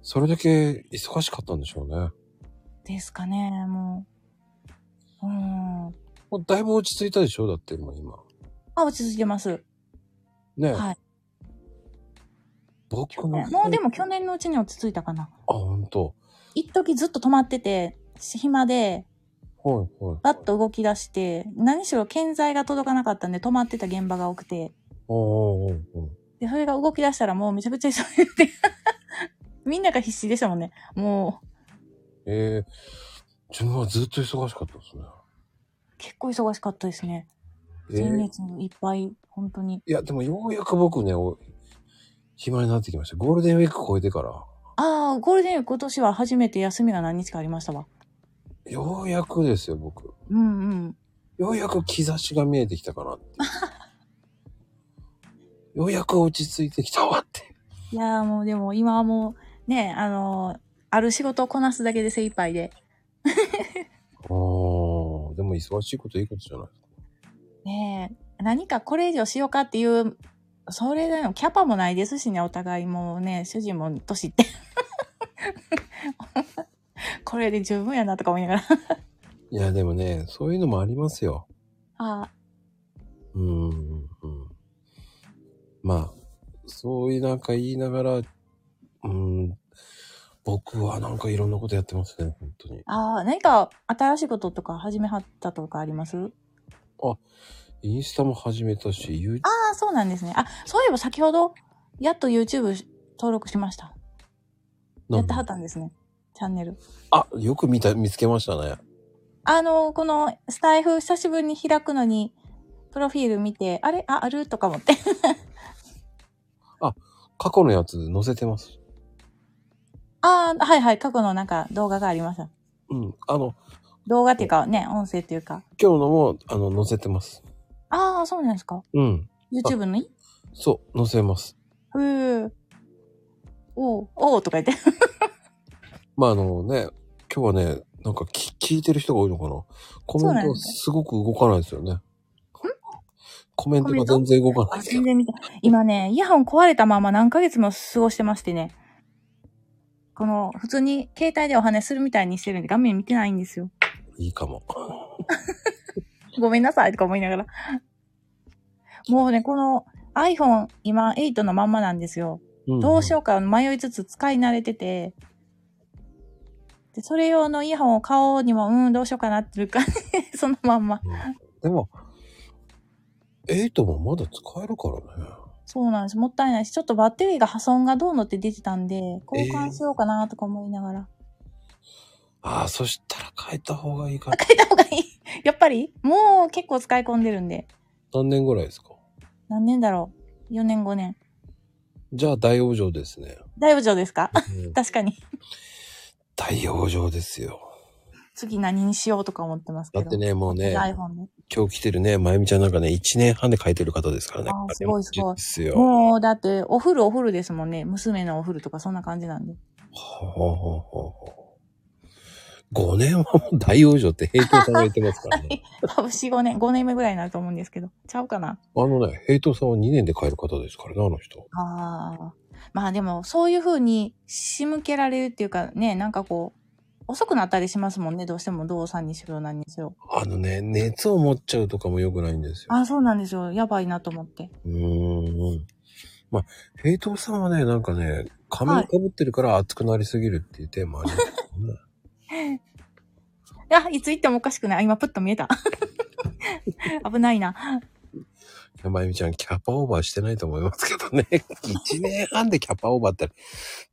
S2: それだけ忙しかったんでしょうね。
S3: ですかね、もう。うーん。
S2: もうだいぶ落ち着いたでしょだってもう今。
S3: あ、落ち着いてます。
S2: ね。
S3: はい
S2: 僕も。
S3: もうでも去年のうちに落ち着いたかな。
S2: あ、ほんと。
S3: 一時ずっと止まってて、暇で、
S2: はいはい。
S3: バッと動き出して、何しろ建材が届かなかったんで止まってた現場が多くて、
S2: おーおーおーおー
S3: で、それが動き出したらもうめちゃくちゃ急いで、 みんなが必死でしたもんね。もう、
S2: ええ自分はずっと忙しかったですね。
S3: 結構忙しかったですね。
S2: え
S3: 先
S2: ー
S3: 月もいっぱい、本当に。
S2: いや、でもようやく僕ね、お暇になってきました。ゴールデンウィーク超えてから。
S3: ああ、ゴールデンウィーク今年は初めて休みが何日かありましたわ。
S2: ようやくですよ、僕。
S3: うんうん。
S2: ようやく兆しが見えてきたかな っていう。ようやく落ち着いてきたわって。
S3: いやーもうでも今はもう、ね、あのーある仕事をこなすだけで精一杯で。
S2: ああ、でも忙しいこといいことじゃないですか。
S3: ねえ、何かこれ以上しようかっていう、それでのキャパもないですしね、お互いもうね、主人も年って。 これで十分やなとか思いながら。
S2: いや、でもね、そういうのもありますよ。
S3: あ
S2: うんうん、うん。まあ、そういうなんか言いながら、うん、僕はなんかいろんなことやってますね、本当に。
S3: あー、何か新しいこととか始めはったとかあります
S2: インスタも始めたし、YouTube
S3: ああ、そうなんですね。あ、そういえば先ほど、やっと YouTube 登録しました。やってはったんですね。チャンネル。
S2: あ、よく見た、見つけましたね。
S3: あの、このスタイフ久しぶりに開くのに、プロフィール見て、あれあ、あるとか思って。
S2: 過去のやつ載せてます。
S3: ああ、はいはい、過去のなんか動画がありました。
S2: うん。あの、
S3: 動画っていうかね、音声っていうか。
S2: 今日のも、あの、載せてます。
S3: ああ、そうなんですか。
S2: うん。
S3: YouTube のに
S2: そう、載せます。
S3: うー。おう、おうとか言って。
S2: まあ、あのね、今日はね、なんかき聞いてる人が多いのかな。コメン
S3: そうなん
S2: ト
S3: ですね
S2: すごく動かないですよね。コメントが全然動かない
S3: あ
S2: ですよ
S3: 全。然見て。今ね、イヤホン壊れたまま何ヶ月も過ごしてましてね。この、普通に携帯でお話しするみたいにしてるんで画面見てないんですよ。
S2: いいかも。
S3: ごめんなさいとか思いながら。もうね、この iPhone 今8のまんまなんですよ。どうしようか迷いつつ使い慣れてて。で、それ用のイヤホンを買おうにも、うん、どうしようかなっていうか、 そのまんま。
S2: うん。でも、エイトもまだ使えるからね。
S3: そうなんです。もったいないし、ちょっとバッテリーが破損がどうのって出てたんで、交換しようかなとか思いながら。
S2: ああ、そしたら変えた方がいい かな。
S3: 変えた方がいいやっぱりもう結構使い込んでるんで。
S2: 何年ぐらいですか
S3: 何年だろう ?4 年5年。
S2: じゃあ大往生ですね。
S3: 大丈夫ですか
S2: うん
S3: 確かに。
S2: 大養生ですよ。
S3: 次何にしようとか思ってますけ
S2: だ
S3: ど。
S2: ってね、もうね、
S3: iPhone で。
S2: 今日来てるね、まゆみちゃんなんかね、1年半で書いてる方ですからね。
S3: あーすごいすごい
S2: ですよ。
S3: もう、だって、お風呂お風呂ですもんね。娘のお風呂とかそんな感じなんで。
S2: ほうほうほうほう5年はもう大養生って平等さんが言ってますからね。
S3: 多分4、5年、5年目ぐらいになると思うんですけど。ちゃうかな。
S2: あのね、平等さんは2年で変える方ですからね、あの人。
S3: ああ。まあでも、そういう風に仕向けられるっていうかね、なんかこう、遅くなったりしますもんね。どうしても、動産にしろ何にしろ。
S2: あのね、熱を持っちゃうとかも良くないんですよ。
S3: ああ、そうなんですよ。やばいなと思って。
S2: うーん。まあ、平等さんはね、なんかね、髪をかぶってるから熱くなりすぎるっていうテーマありますよね。
S3: いや、いつ行ってもおかしくない。あ、今、プッと見えた。 危ないな。
S2: いやまゆみちゃん、キャパオーバーしてないと思いますけどね。1年半でキャパオーバーって、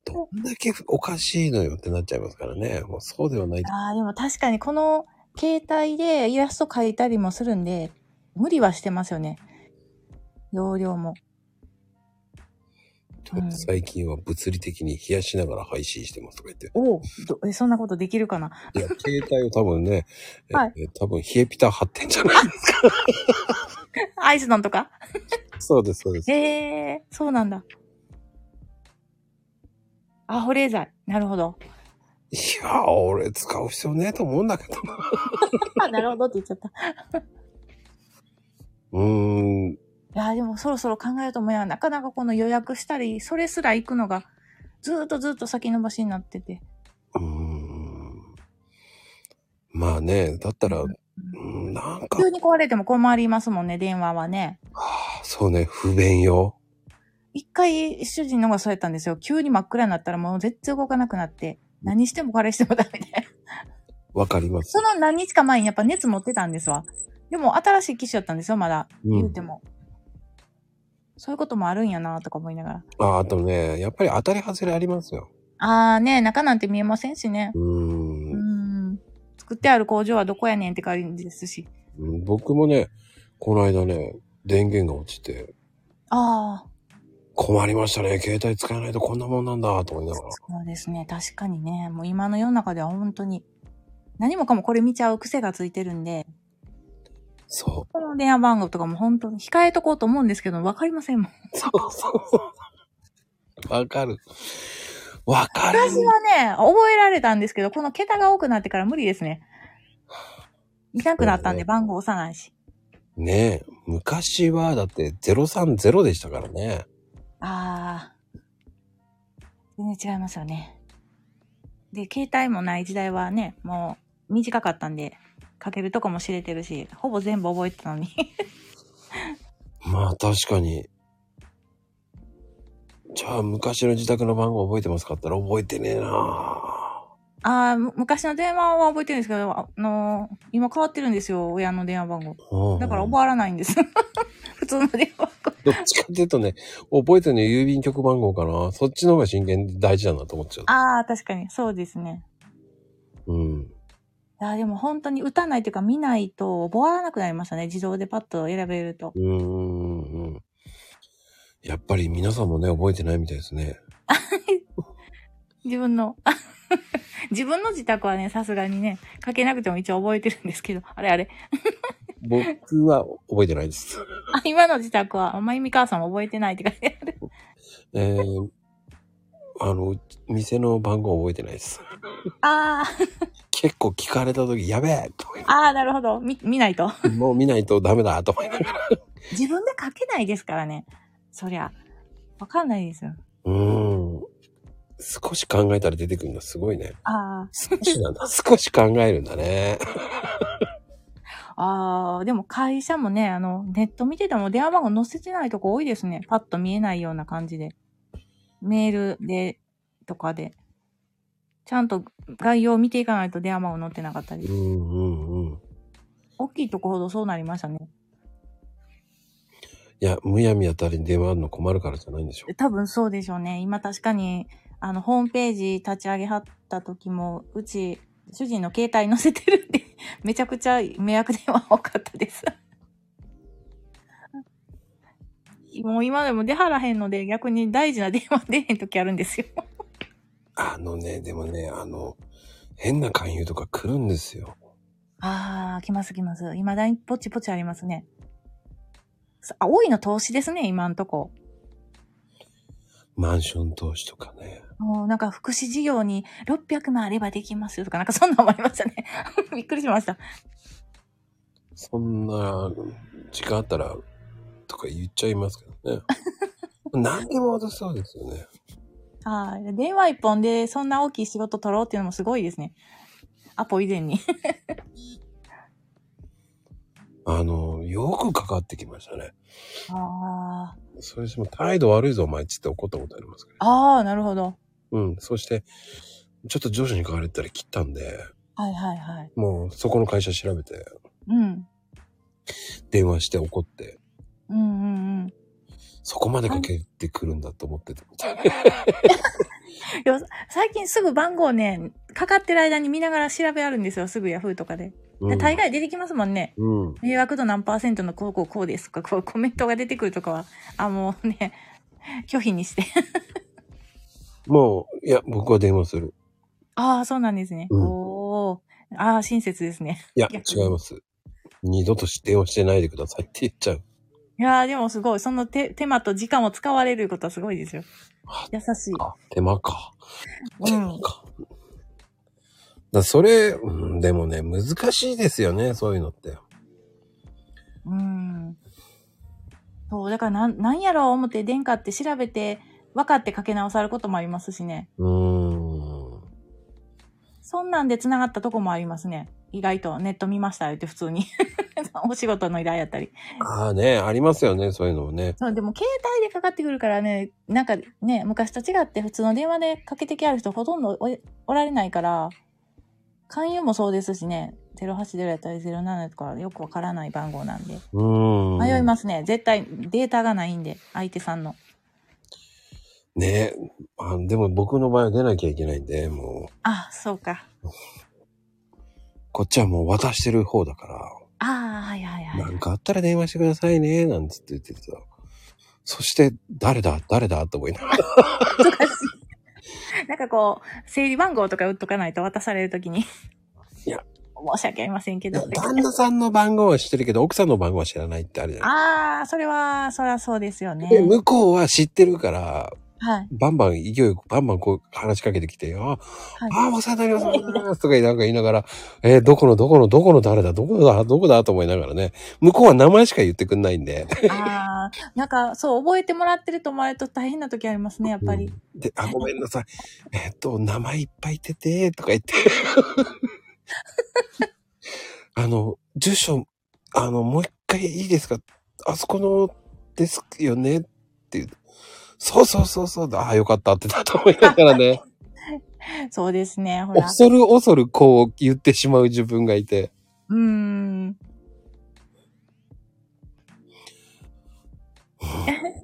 S2: どんだけおかしいのよってなっちゃいますからね。もうそうではない。
S3: ああ、でも確かにこの携帯でイラスト描いたりもするんで、無理はしてますよね。容量も。うん
S2: 最近は物理的に冷やしながら配信してますとか 言って。
S3: おうどえ、そんなことできるかない
S2: や、携帯を多分ね、え
S3: はい
S2: 多分冷えピタ貼ってんじゃ ないですか。
S3: アイスなんとか
S2: そうです、そうです。
S3: へえ、そうなんだ。あ、保冷剤。なるほど。
S2: いや、俺使う必要ねえと思うんだけどな。
S3: あ、なるほどって言っちゃった。いう
S2: ーん。
S3: や、でもそろそろ考えると思うやなかなかこの予約したり、それすら行くのが、ずーっとずーっと先延ばしになってて。
S2: うーんまあね、だったら、うんなんか
S3: 急、に壊れても困りますもんね、電話はね。
S2: はあそうね、不便よ。
S3: 一回主人の方がそうやったんですよ。急に真っ暗になったらもう絶対動かなくなって、何しても彼してもダメで。
S2: わかります
S3: そ。の何日か前にやっぱ熱持ってたんですわ。でも新しい機種だったんですよ、まだ。
S2: うん
S3: 言うても。そういうこともあるんやなとか思いながら。
S2: ああとね、やっぱり当たり外れありますよ。
S3: あーね、中なんて見えませんしね。
S2: う
S3: うー
S2: ーん。
S3: ん。作ってある工場はどこやねんって感じですし。
S2: 僕もね、この間ね、電源が落ちて、
S3: ああ、
S2: 困りましたね。携帯使えないとこんなもんなんだ、と思いながら。
S3: そうですね。確かにね。もう今の世の中では本当に、何もかもこれ見ちゃう癖がついてるんで、
S2: そ
S3: この電話番号とかも本当に控えとこうと思うんですけど、わかりませんもん。
S2: う。そうそうそう。わかる。わかる。
S3: 私はね、覚えられたんですけど、この桁が多くなってから無理ですね。いなくなった
S2: そうだ
S3: ん
S2: ね
S3: で番号押さないし。
S2: ねえ、昔はだって030でしたからね。
S3: あー。全然違いますよね。で、携帯もない時代はね、もう短かったんで、かけるとこも知れてるし、ほぼ全部覚えてたのに。
S2: まあ確かに。じゃあ昔の自宅の番号覚えてますかって言ったら覚えてねえなあ
S3: あーむ昔の電話は覚えてるんですけど、ああのー今変わってるんですよ、親の電話番号。
S2: うん
S3: だから覚わらないんです。 普通の電話番号。
S2: どっちかっていうとね、覚えてるのは郵便局番号かな。そっちの方が真剣で大事だなと思っちゃう。
S3: ああ、確かに、そうですね。
S2: うん。
S3: いや、でも本当に打たないというか見ないと覚わらなくなりましたね。自動でパッと選べると。
S2: うーんうん。やっぱり皆さんもね、覚えてないみたいですね。
S3: 自分の。 あ自分の自宅はね、さすがにね、かけなくても一応覚えてるんですけど、あれあれ。
S2: 僕は覚えてないです。
S3: あ今の自宅は、まゆみ母さんも覚えてないって感じ。
S2: えー、あの、店の番号覚えてないです。
S3: あ
S2: 結構聞かれた時、やべえと思い
S3: あ、ああ、なるほど。見、見ないと。
S2: もう見ないとダメだと思いながら。
S3: 自分でかけないですからね。そりゃ。わかんないですよ。
S2: うーん。少し考えたら出てくるんだ。すごいね。
S3: あ
S2: 少しなんだ。少し考えるんだね。
S3: あ、ああ、でも会社もね、あの、ネット見てても電話番号載せてないとこ多いですね。パッと見えないような感じで。メールで、とかで。ちゃんと概要を見ていかないと電話番号載ってなかった
S2: う
S3: り。
S2: んうんうん。
S3: 大きいとこほどそうなりましたね。
S2: いや、むやみやたりに出回るの困るからじゃないんでしょう。
S3: 多分そうでしょうね。今確かに、あの、ホームページ立ち上げはった時も、うち、主人の携帯載せてるんで、 めちゃくちゃ迷惑電話多かったです。 もう今でも出はらへんので、逆に大事な電話出へん時あるんですよ。
S2: あ、のね、でもね、あの、変な勧誘とか来るんですよ。
S3: ああ、来ます来ます。未だにポチポチありますね。さ青いの投資ですね、今んとこ。
S2: マンション投資とかね。
S3: もうなんか福祉事業に600万あればできますよとか、なんかそんな思いましたね。 びっくりしました。
S2: そんな、時間あったら、とか言っちゃいますけ どね。何でも脅そうですよね。
S3: ああ、電話一本でそんな大きい仕事取ろうっていうのもすごいですね。アポ以前に。
S2: あの、よくかかってきましたね。
S3: ああ。
S2: それしても態度悪いぞ、お前っつって怒ったことありますけど。
S3: ああ、なるほど。
S2: うん。そして、ちょっと上司に変われたら切ったんで、
S3: はいはいはい。
S2: もうそこの会社調べて、
S3: うん。
S2: 電話して怒って、
S3: うんうんうん。
S2: そこまでかけてくるんだと思ってて。
S3: でも最近すぐ番号ね、かかってる間に見ながら調べあるんですよ。すぐヤフーとかで。
S2: う
S3: で
S2: ん、
S3: 大概出てきますもんね。
S2: うん。
S3: 迷惑度何パーセントのこうこうこうですとか、こうコメントが出てくるとかは、あ、もうね、拒否にして。
S2: もう、いや、僕は電話する。
S3: ああ、そうなんですね。
S2: うん
S3: おお。ああ、親切ですね。
S2: いや、
S3: いや
S2: 違います。二度と電話してないでくださいって言っちゃう。
S3: いやーでもすごい。その手、手間と時間を使われることはすごいですよ。
S2: あ
S3: 優しい。
S2: あ、手間か。
S3: う
S2: 手
S3: ん
S2: 間。か。だそれ、うん、でもね、難しいですよね、そういうのって。
S3: うん。そう、だからなん、なんやろう思って、殿下って調べて、分かってかけ直されることもありますしね。
S2: うーん。
S3: そんなんで繋がったとこもありますね。意外とネット見ましたよって普通に。 お仕事の依頼やったり。
S2: ああね、ありますよね、そういうのもね。
S3: そう、でも携帯でかかってくるからね、なんかね、昔と違って普通の電話でかけてきある人ほとんどおおられないから、勧誘もそうですしね、080やったり07とかよくわからない番号なんで。
S2: うーん。
S3: 迷いますね。絶対データがないんで、相手さんの。
S2: ねあでも僕の場合は出なきゃいけないんで、もう、
S3: あ、そうか。
S2: こっちはもう渡してる方だか
S3: ああ、はいはい
S2: ら、な
S3: はい。
S2: んかあったら電話してくださいね、なんつって言ってた。そして、誰だ、誰だと思いながら。
S3: なんかこう、整理番号とか打っとかないと渡されるときに。
S2: いや。
S3: 申し訳ありませんけ
S2: いや
S3: ど。
S2: 旦那さんの番号は知ってるけど、奥さんの番号は知らないってあるじゃない
S3: ああ、それは、そりゃそうですよね。
S2: で向こうは知ってるから、
S3: はい。
S2: バンバン勢いよくバンバンこう話しかけてきて、あ、
S3: い
S2: あ、お世話になりますお世話になりますとかなんか言いながら、えーどこのどこのどこの誰だ、どこだ、どこだと思いながらね、向こうは名前しか言ってくんないんで。
S3: ああ、なんか、そう、覚えてもらってると思われると大変な時ありますね、やっぱり。
S2: うんで、あ、ごめんなさい。えーっと、名前いっぱい出て、とか言 って。あの、住所、あの、もう一回いいですかあそこのですよねっていう。そうそうそうそうだ。ああ、よかったってだと思いながらね。
S3: そうですね、ほら。
S2: 恐る恐るこう言ってしまう自分がいて。
S3: うーん。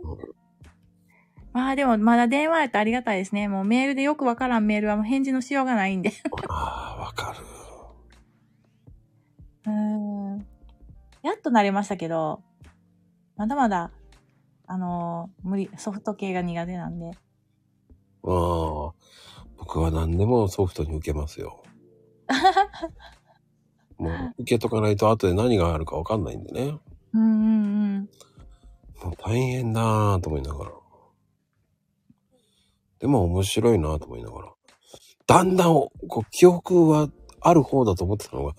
S3: まあでも、まだ電話やったらありがたいですね。もうメールでよくわからんメールはもう返事のしようがないんで。
S2: ああ、わかる。
S3: うーん。やっと慣れましたけど、まだまだ、あのー無理、ソフト系が苦手なんで。
S2: ああ、僕は何でもソフトに受けます よ。もう受けとかないと後で何があるかわかんないんでね。
S3: うんうんうん。
S2: もう大変だなぁと思いながら。でも面白いなぁと思いながら。だんだん、こう、記憶はある方だと思ってたのが、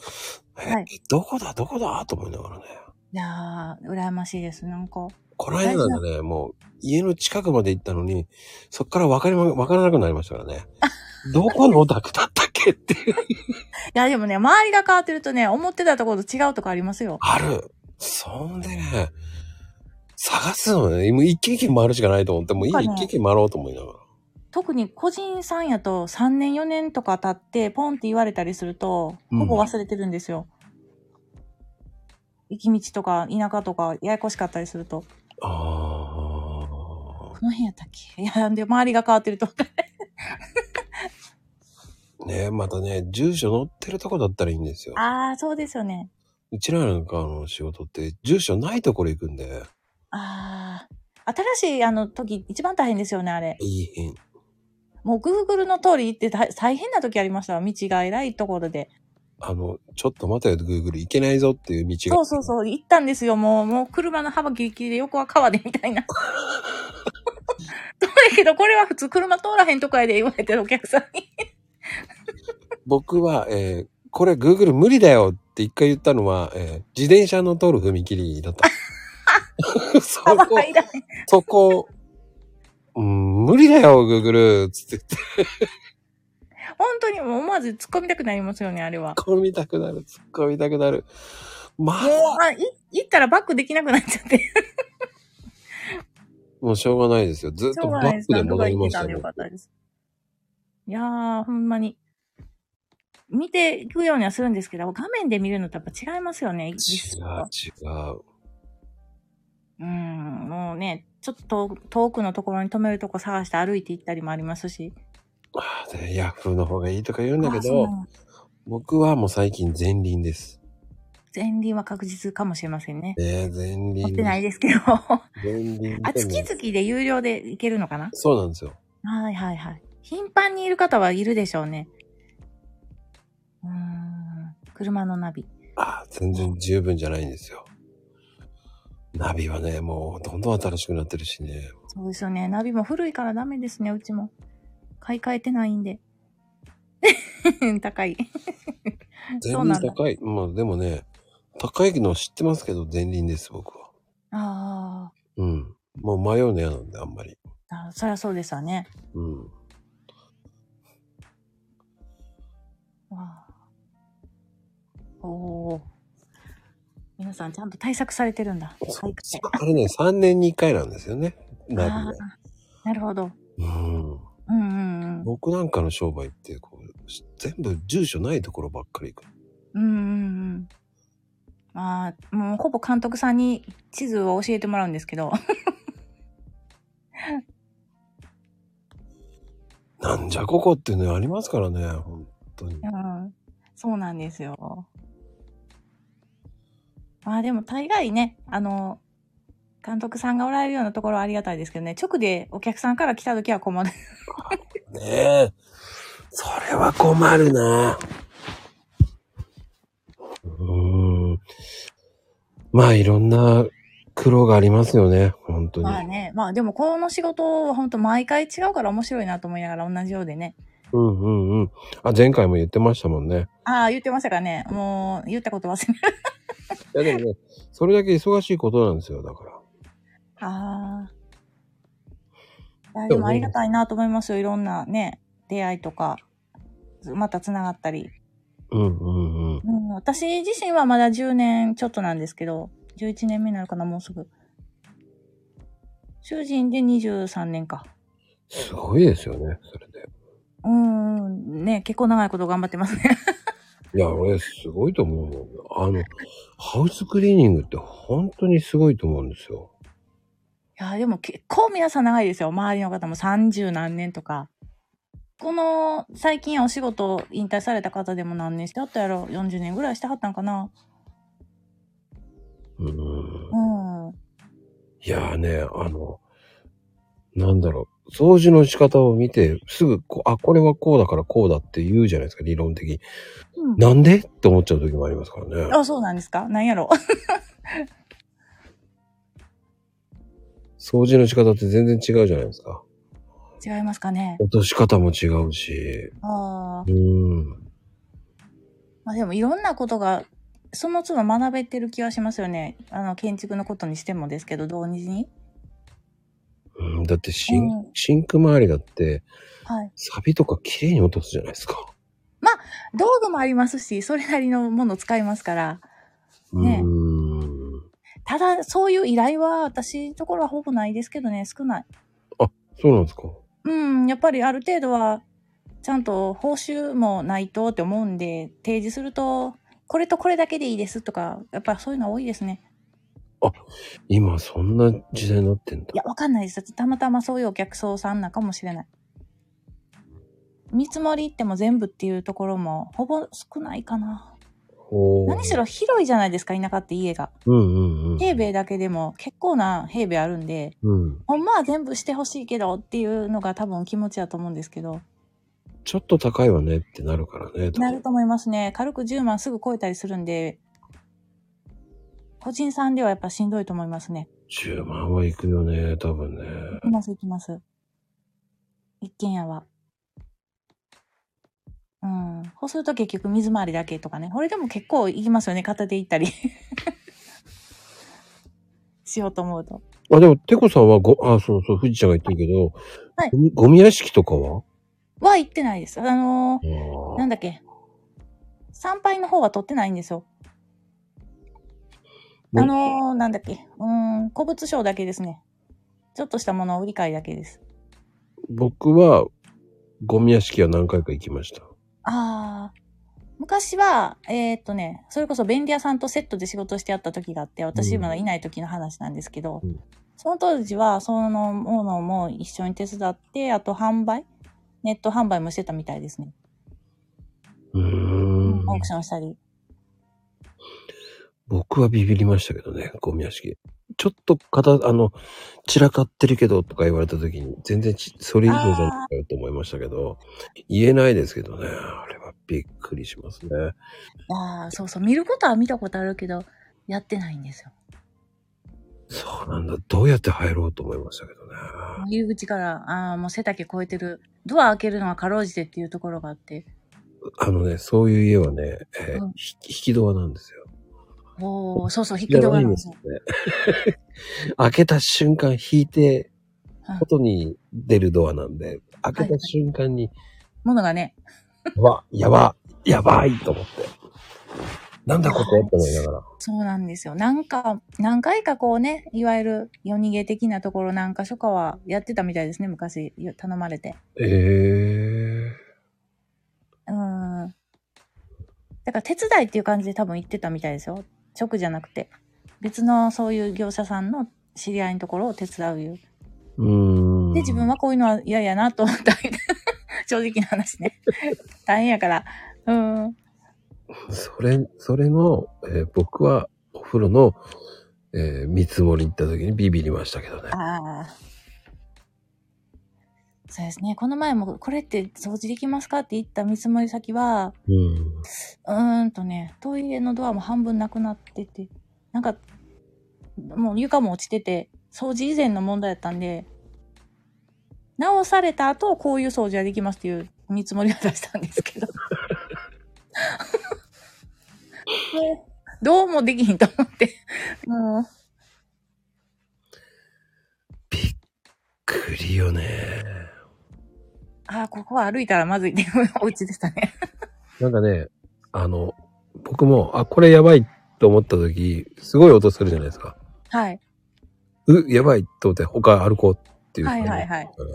S2: え
S3: はい
S2: どこだ、どこだと思いながらね。
S3: いやー、羨ましいです。なんか、
S2: この間なんかね、もう家の近くまで行ったのに、そっから分かりま、分からなくなりましたからね。どこのお宅だったっけっていう。
S3: いや、でもね、周りが変わってるとね、思ってたところと違うとこありますよ。
S2: ある。そんでね、探すのね、もう一軒一軒回るしかないと思って、もう家
S3: そう
S2: 一
S3: ね
S2: 軒一軒回ろうと思いながら。
S3: 特に個人さんやと3年4年とか経って、ポンって言われたりすると、
S2: うん
S3: ほぼ忘れてるんですよ。行き道とか、田舎とか、ややこしかったりすると。
S2: あ
S3: この辺やったっけいや、で、周りが変わってる と。
S2: あ。ねまたね、住所載ってるとこだったらいいんですよ。
S3: ああ、そうですよね。
S2: うちらなんかの仕事って、住所ないところ行くんで、
S3: ああ。新しい、あの、時、一番大変ですよね、あれ。
S2: いい変。
S3: もうグーグルの通り行って大大変な時ありましたわ。道が偉いところで。
S2: あの、ちょっと待てよ、グーグル行けないぞっていう道が。
S3: そうそうそう、行ったんですよ。もう、もう車の幅ギリギリで横は川でみたいな。そうやけど、これは普通車通らへんとこやで言われてるお客さんに。
S2: 僕は、えーこれ Google 無理だよって一回言ったのは、えー自転車の通る踏切だ った。そ
S3: 幅
S2: こ、
S3: 入らへん。
S2: そこ、うん、無理だよ、Google! つって突っ
S3: 本当にもう思わず突っ込みたくなりますよね、あれは。
S2: 込みたくなる、突っ込みたくなる。ま
S3: もう、あ、い行ったらバックできなくなっちゃって。
S2: もうしょうがないですよ。ずっ
S3: し
S2: と
S3: ょうが
S2: バ
S3: ないで
S2: ッ
S3: す。
S2: クで
S3: なんと
S2: 戻
S3: か
S2: り
S3: 行っ
S2: ま
S3: て
S2: したた
S3: んで
S2: ね
S3: よ。かったです。いやー、ほんまに。見ていくようにはするんですけど、画面で見るのとやっぱ違いますよね。
S2: 違う、違う。
S3: うん、もうね、ちょっと遠遠くのところに止めるとこ探して歩いて行ったりもありますし。
S2: あーでヤフーの方がいいとか言うんだけ
S3: あそう
S2: ど
S3: な、の
S2: 僕はもう最近前輪です。
S3: 前輪は確実かもしれませんね。
S2: ねえ、前
S3: 持っ
S2: 輪
S3: てない
S2: で
S3: で すけど。あ、
S2: す。前輪でも
S3: 月々で有料で行けるのかな
S2: そうなんですよ。
S3: はいはいはい。頻繁にいる方はいるでしょうね。うーん。車のナビ。
S2: ああ、全然十分じゃないんですよ。ナビはね、もうどんどん新しくなってるしね。
S3: そうですよね。ナビも古いからダメですね、うちも。買い替えてないんで。 高い。
S2: 前
S3: そうな
S2: 輪
S3: んだ
S2: 高い。まあでもね、高いのは知ってますけど、前輪です、僕は。
S3: あ
S2: うん。もう迷うの嫌なんで、あんまり。
S3: あ。そりゃそうですわね。
S2: うん。
S3: わあおお。皆さんちゃんと対策されてるんだ。買い替え。
S2: あれね、3年に1回なんですよね。
S3: あ
S2: ナ
S3: あ。なるほど。
S2: ビは。うん。
S3: うんうんうん。
S2: 僕なんかの商売って、こう、し全部住所ないところばっかり行く。
S3: うんうんうん。まあ、もうほぼ監督さんに地図を教えてもらうんですけど。
S2: なんじゃここっていうのありますからね、本当に
S3: う。ん。そうなんですよ。まあでも大概ね、あの、監督さんがおられるようなところはありがたいですけどね、直でお客さんから来た時は困る。
S2: ねえ。それは困るな。うーん。まあいろんな苦労がありますよね、本当に。
S3: まあね、まあでもこの仕事は本当毎回違うから面白いなと思いながら同じようでね。
S2: うんうんうん。あ、前回も言ってましたもんね。
S3: ああ、言ってましたかね。もう言ったこと忘れ ない。
S2: いやでもね、それだけ忙しいことなんですよ、だから。
S3: ああ。いやでもありがたいなと思いますよ。いろんなね、出会いとか、また繋がったり。
S2: うんうんうん。
S3: うん、私自身はまだ10年ちょっとなんですけど、11年目になるかな、もうすぐ。囚人で23年か。
S2: すごいですよね、それで。
S3: うーん、ね、結構長いこと頑張ってますね。
S2: いや、俺すごいと思うもん。あの、ハウスクリーニングって本当にすごいと思うんですよ。
S3: いや、でも結構皆さん長いですよ。周りの方も30何年とか。この、最近お仕事引退された方でも何年してはったやろ ?40 年ぐらいしてはったんかな
S2: うん
S3: う。ん。うん
S2: いやーね、あの、なんだろう、掃除の仕方を見て、すぐこう、あ、これはこうだからこうだって言うじゃないですか、理論的に。なんでって思っちゃう時もありますからね。
S3: あ、そうなんですかなんやろ
S2: 掃除の仕方って全然違うじゃないですか。
S3: 違いますかね
S2: 落とし方も違うし。
S3: ああ
S2: う。ーん。
S3: まあでもいろんなことが、その都度学べてる気はしますよね。あの、建築のことにしてもですけど、同時に。
S2: うん、だってシン、
S3: うん
S2: シンク周りだって、
S3: はい。
S2: サビとか綺麗に落とすじゃないですか。
S3: 道具もありますし、それなりのものを使いますから。ね
S2: うーん。
S3: ただ、そういう依頼は私のところはほぼないですけどね、少ない。
S2: そうなんですか。
S3: うん、やっぱりある程度は、ちゃんと報酬もないとって思うんで、提示すると、これとこれだけでいいですとか、やっぱそういうのは多いですね。
S2: 今そんな時代になってんだ
S3: い。や、わかんないです。たまたまそういうお客さんなんかもしれない。見積もりっても全部っていうところも、ほぼ少ないかな。
S2: うおー
S3: 何しろ広いじゃないですか、田舎って家が。
S2: うんうんうん。
S3: 平米だけでも結構な平米あるんで、
S2: うん。
S3: ほんまは全部してほしいけどっていうのが多分気持ちだと思うんですけど、
S2: ちょっと高いわねってなるからね。
S3: なると思いますね。軽く10万すぐ超えたりするんで、個人さんではやっぱしんどいと思いますね。
S2: 10万はいくよね、多分ね。
S3: いきます、いきます。一軒家は。うん。こうすると結局水回りだけとかね。これでも結構いきますよね。片手行ったり。しようと思うと。
S2: あ、でも、てこさんはご、あ、そうそう、藤ちゃんが言ってるけど、
S3: はい
S2: ゴミゴミ屋敷とかは
S3: は行ってないです。あの
S2: あ
S3: ー、
S2: ー
S3: なんだっけ。参拝の方は取ってないんですよ。あのー、なんだっけ。うーん、古物商だけですね。ちょっとしたものを売り買いだけです。
S2: 僕は、ゴミ屋敷は何回か行きました。
S3: ああ。昔は、えーっとね、それこそ便利屋さんとセットで仕事してあった時があって、私まだいない時の話なんですけど、
S2: うん
S3: その当時は、そのものも一緒に手伝って、あと販売ネット販売もしてたみたいですね。
S2: うーん。
S3: オークションしたり。
S2: 僕はビビりましたけどね、ゴミ屋敷。ちょっと片、あの、散らかってるけどとか言われた時に、全然ちそれ以上じゃないかよと思いましたけど、言えないですけどね、あれはびっくりしますね。
S3: ああ、そうそう。見ることは見たことあるけど、やってないんですよ。
S2: そうなんだ、どうやって入ろうと思いましたけどね。
S3: もう入り口から、ああ、もう背丈超えてる。ドア開けるのはかろうじてっていうところがあって。
S2: あのね、そういう家はね、えー
S3: うん
S2: ひ引きドアなんですよ。
S3: おおそうそう、引
S2: じ
S3: き
S2: ゃ
S3: 戸が
S2: な
S3: あ
S2: い
S3: る
S2: んで
S3: んですす
S2: よ
S3: よ。
S2: ね。開けた瞬間引いて
S3: うん、
S2: 外に出るドアなんで、開けた瞬間に、
S3: ものがね、
S2: わ、やば、やばいと思って。なんだこれって思いながら。
S3: そうなんですよ。なんか、何回かこうね、いわゆる夜逃げ的なところ何か所かはやってたみたいですね、昔よ頼まれて。
S2: ええ
S3: うーん。だから手伝いっていう感じで多分行ってたみたいですよ。直じゃなくて。別のそういう業者さんの知り合いのところを手伝ういう。
S2: うーん。
S3: で、自分はこういうのは嫌やなと思ったみたい な。正直な話 ね。大変やから。うーん。
S2: それ、それの、えー僕はお風呂の、えー見積もり行った時にビビりましたけどね。
S3: ああ。そうですね。この前も、これって掃除できますかって言った見積もり先は、
S2: うん。
S3: うーんとね、トイレのドアも半分なくなってて、なんか、もう床も落ちてて、掃除以前の問題やったんで、直された後、こういう掃除はできますっていう見積もりを出したんですけど。もうどうもできひんと思って。も
S2: びっくりよね。
S3: う、ああ、ここは歩いたらまずいっていうお家でしたね。
S2: なんかね、あの、僕も、あ、これやばいと思った時、すごい音するじゃないですか。
S3: はい。
S2: う、やばいと思って他歩こうっていう
S3: は
S2: 感
S3: い
S2: じだ
S3: は
S2: っ
S3: いはい。
S2: たね。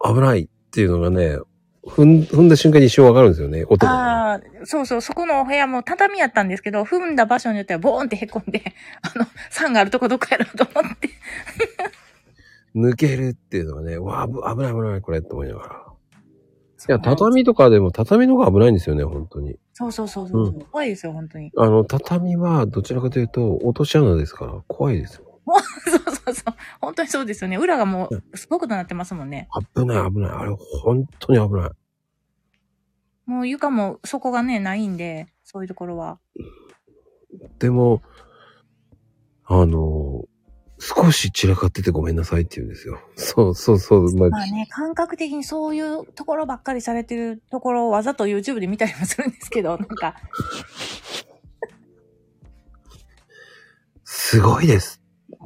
S2: あ、危ないっていうのがね、踏ん踏んだ瞬間に一瞬わかるんですよね、音がね。
S3: ああ、そうそう、そこのお部屋も畳やったんですけど、踏んだ場所によってはボーンって凹んで、 あの、酸があるとこどこやろうと思って。
S2: 抜けるっていうのがね、わあ、ぶ危ない危ないこれって思いながら。いや、畳とかでも畳の方が危ないんですよね、本当に。
S3: そうそうそうそう。
S2: う
S3: 怖いですよ、本当に。
S2: あの、畳はどちらかというと落とし穴ですから、怖いですよ。
S3: そうそうそう。本当にそうですよね。裏がもう、すごくとなってますもんね。
S2: 危ない危ない。あれ、本当に危ない。
S3: もう床も底がね、ないんで、そういうところは。
S2: でも、あの、少し散らかっててごめんなさいって言うんですよ。そうそうそう。ま
S3: ま
S2: あ
S3: あね、感覚的にそういうところばっかりされてるところをわざと YouTube で見たりもするんですけど、なんか、
S2: すごいです。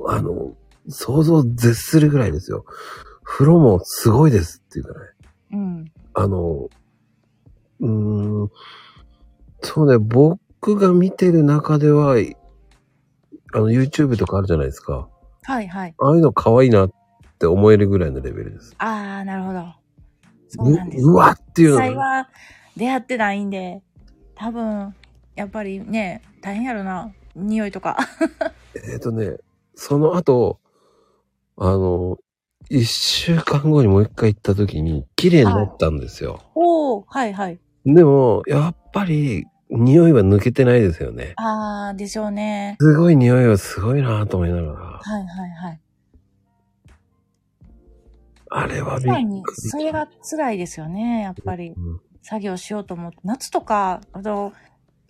S2: あの、想像を絶するぐらいですよ。風呂もすごいですっていうかね。
S3: うん。
S2: あの、うーん、そうね、僕が見てる中では、あの、YouTube とかあるじゃないですか。
S3: はいはい。
S2: ああいうの可愛いなって思えるぐらいのレベルです。
S3: あー、なるほど。そううなんです。
S2: うわっていう
S3: 実
S2: のが
S3: 際
S2: ね
S3: は出会ってないんで、多分、やっぱりね、大変やろな。匂いとか。
S2: えっ、とね、その後、あの、一週間後にもう一回行った時に、綺麗になったんですよ。
S3: おー、はいはい。
S2: でも、やっぱり、匂いは抜けてないですよね。
S3: ああ、でしょうね。
S2: すごい匂いはすごいなぁと思いながら。
S3: はいはいはい。
S2: あれはびっく
S3: さら
S2: り
S3: に、それが辛いですよね、やっぱり。
S2: うん
S3: 作業しようと思って。夏とか、あの、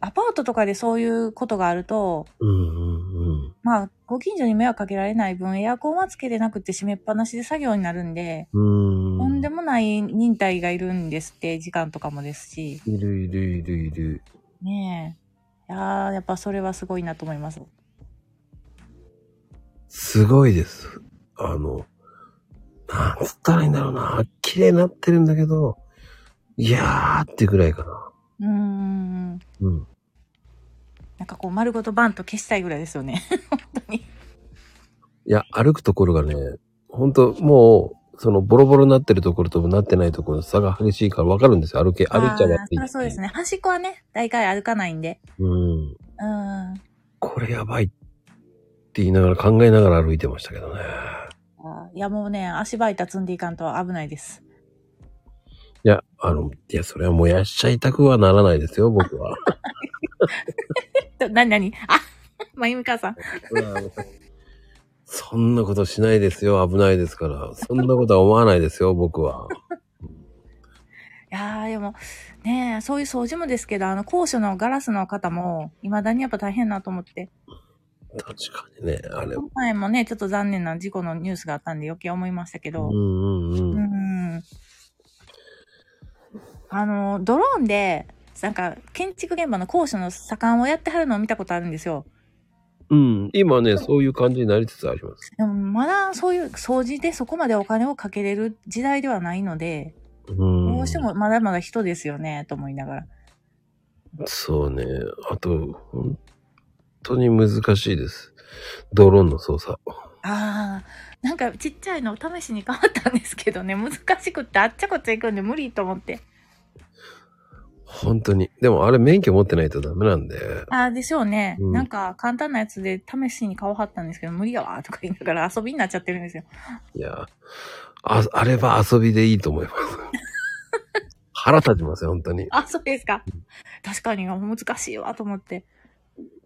S3: アパートとかでそういうことがあると、
S2: うんうんうん。
S3: まあ、ご近所に迷惑かけられない分、エアコンはつけてなくて閉めっぱなしで作業になるんで、
S2: うーん。
S3: とんでもない忍耐がいるんですって、時間とかもですし。
S2: いるいるいるいる。
S3: ねえ。いやーやっぱそれはすごいなと思います。
S2: すごいです。あの、なんつったらいいんだろうな。綺麗になってるんだけど、いやーってぐらいかな。
S3: うーん。
S2: うん。
S3: なんかこう、丸ごとバンと消したいぐらいですよね。本当に。
S2: いや、歩くところがね、ほんともう、そのボロボロになってるところとなってないところの差が激しいから分かるんですよ。歩け、歩いちゃ悪い
S3: あーそりゃそうです
S2: ね。
S3: ね。端っこはね、大概歩かないんで。
S2: うん。
S3: うーん。
S2: これやばいって言いながら考えながら歩いてましたけどね。
S3: あーいや、もうね、足場板積んでいかんと危ないです。
S2: いや、あの、いや、それは燃やしちゃいたくはならないですよ、僕は。
S3: となになにあまゆみかさん。
S2: そんなことしないですよ、危ないですから。そんなことは思わないですよ、僕は。
S3: いやーでも、ねえそういう掃除もですけど、あの、高所のガラスの方も、未だにやっぱ大変だと思って。
S2: 確かにね、あれ。う
S3: こ
S2: ん
S3: の前もね、ちょっと残念な事故のニュースがあったんで余計思いましたけど。
S2: うん
S3: う
S2: うん。
S3: ん。あの、ドローンで、なんか、建築現場の高所の左官をやってはるのを見たことあるんですよ。
S2: うん、今ね、そういう感じになりつつあります。
S3: でも、まだそういう掃除でそこまでお金をかけれる時代ではないので、
S2: うん。
S3: どうしてもまだまだ人ですよね、と思いながら。
S2: そうね。あと、本当に難しいです。ドローンの操作。
S3: ああ、なんかちっちゃいの試しに変わったんですけどね、 難しくってあっちゃこっちゃ行くんで無理と思って。
S2: 本当に。でもあれ免許持ってないとダメなんで。
S3: ああ、でしょうね。
S2: うん
S3: なんか簡単なやつで試しに顔張ったんですけど、無理やわ、とか言いながら遊びになっちゃってるんですよ。
S2: いや、あ、あれば遊びでいいと思います。腹立ちますよ、本当に。
S3: あ、そうですか。確かに難しいわ、と思って。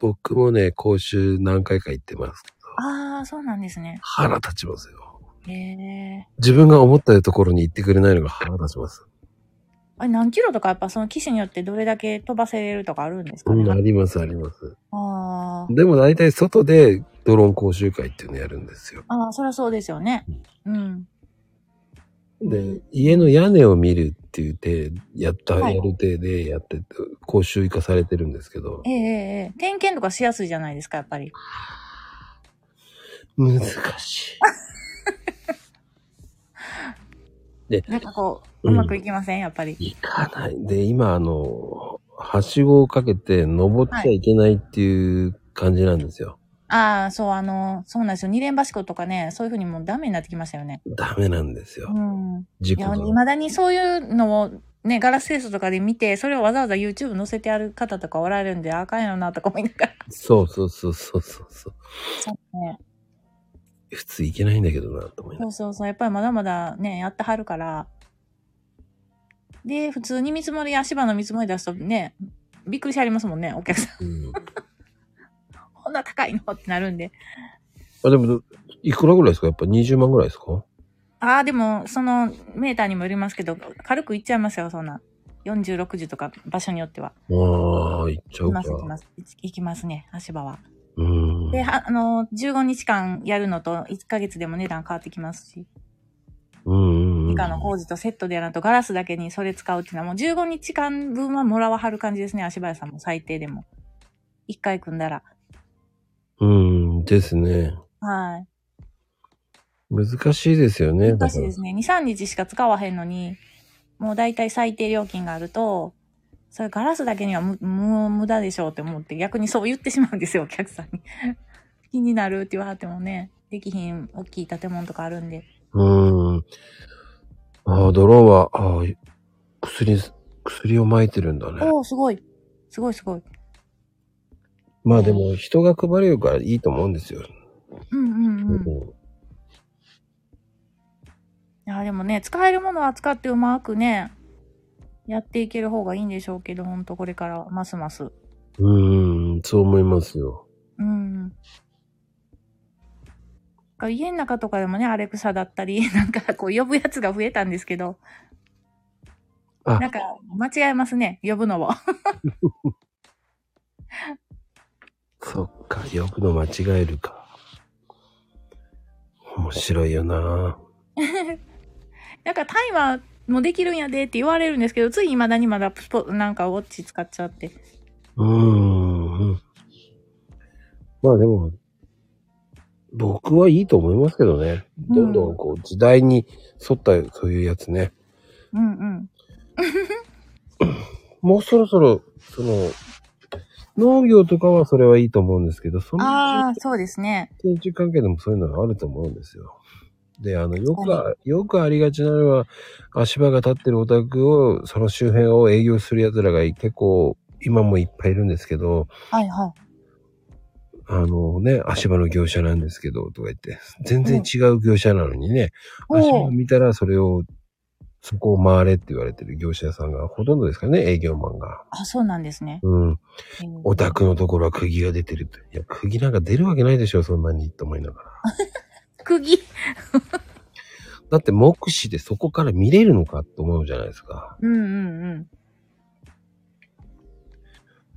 S2: 僕もね、講習何回か行ってます。
S3: ああ、そうなんですね。
S2: 腹立ちますよ。
S3: へえ。
S2: 自分が思ったところに行ってくれないのが腹立ちます。
S3: あれ何キロとかやっぱその機種によってどれだけ飛ばせれるとかあるんですか
S2: う
S3: ね、
S2: ん、あります、あります。
S3: あー
S2: でも大体外でドローン講習会っていうのやるんですよ。
S3: あー、そりゃそうですよね。うん。
S2: で、家の屋根を見るっていう手、やった、
S3: はい
S2: やる手でやってて、講習行かされてるんですけど
S3: え、えええええ点検とかしやすいじゃないですか、やっぱり。
S2: 難しい。
S3: なんかこう、
S2: う
S3: うんまくいきません、やっぱり。
S2: 行かない。で、今、あの、はしごをかけて登っちゃいけないっていう感じなんですよ。
S3: ああ、そう、あの、そうなんですよ。二連橋とかね、そういうふうにもうダメになってきましたよね。
S2: ダメなんです
S3: う
S2: よ。
S3: ん。
S2: 事
S3: い
S2: 故
S3: や、
S2: が。
S3: 未だにそういうのを、ね、ガラス清掃とかで見て、それをわざわざ YouTube 載せてある方とかおられるんで、あかんよな、とか思いながら。
S2: そうそうそうそうそうそう。
S3: そうね。
S2: 普通行けないんだけどなと思いな
S3: そ
S2: が
S3: うそうそう。やっぱりまだまだね、やってはるから。で、普通に見積もり、足場の見積もり出すとね、びっくりしはりますもんね、お客さん。
S2: ら。うん
S3: こんな高いのってなるんで。
S2: あ、でも、いくらぐらいですかやっぱ20万ぐらいですか
S3: ああ、でも、そのメーターにもよりますけど、軽くいっちゃいますよ、そんな。40、60とか場所によっては。
S2: ああ、行っちゃ
S3: いう
S2: か
S3: ます、。いきます。いきますね、足場は。
S2: うん。
S3: で、はあの、15日間やるのと1ヶ月でも値段変わってきますし、
S2: うんうん。
S3: 以下の工事とセットでやらんとガラスだけにそれ使うっていうのはもう15日間分はもらわはる感じですね、足場屋さんも最低でも。1回組んだら。
S2: うん、ですね。
S3: はい。
S2: 難しいですよね。
S3: 難しいですね。2、3日しか使わへんのに、もうだいたい最低料金があると、それガラスだけにはむ、む、無駄でしょうって思って、逆にそう言ってしまうんですよ、お客さんに。 気になるって言わはってもね、できひん大きい建物とかあるんで。
S2: だから。うん。ああ、ドローンは、ああ、薬、薬を撒いてるんだね。
S3: おおすごい。すごいすごい。
S2: まあでも、人が配れるからいいと思うんですよ。
S3: うんうんうん。い
S2: うん
S3: や、でもね、使えるものは使ってうまくね、やっていける方がいいんでしょうけど、ほんとこれからますます。
S2: うーん、そう思いますよ。
S3: うん。が家の中とかでもね、アレクサだったり、 なんかこう呼ぶやつが増えたんですけど、
S2: あ
S3: なんか間違えますね、呼ぶのを。
S2: そっか、よくの間違えるか。面白いよな
S3: なんかタイマーもできるんやでって言われるんですけど、つい未だにまだスポなんかウォッチ使っちゃって。
S2: うーん。まあでも、僕はいいと思いますけどね。どんどんこう時代に沿ったそういうやつね。
S3: うんうん。
S2: もうそろそろ、その、農業とかはそれはいいと思うんですけど、その
S3: ああ、そうですね。
S2: 建築関係でもそういうのがあると思うんですよ。で、あの、よくあ、よくありがちなのは、足場が立ってるお宅を、その周辺を営業する奴らが結構、今もいっぱいいるんですけど、
S3: はいは
S2: あのね、足場の業者なんですけど、とか言って、全然違う業者なのにね、
S3: うん
S2: 足場を見たらそれを、そこを回れって言われてる業者さんがほとんどですかね、営業マンが。
S3: あ、そうなんですね。
S2: うん。
S3: うん
S2: オタクのところは釘が出てるって。いや、釘なんか出るわけないでしょ、そんなに、と思いながら。
S3: 釘。
S2: だって目視でそこから見れるのかと思うじゃないですか。
S3: うんうんうん。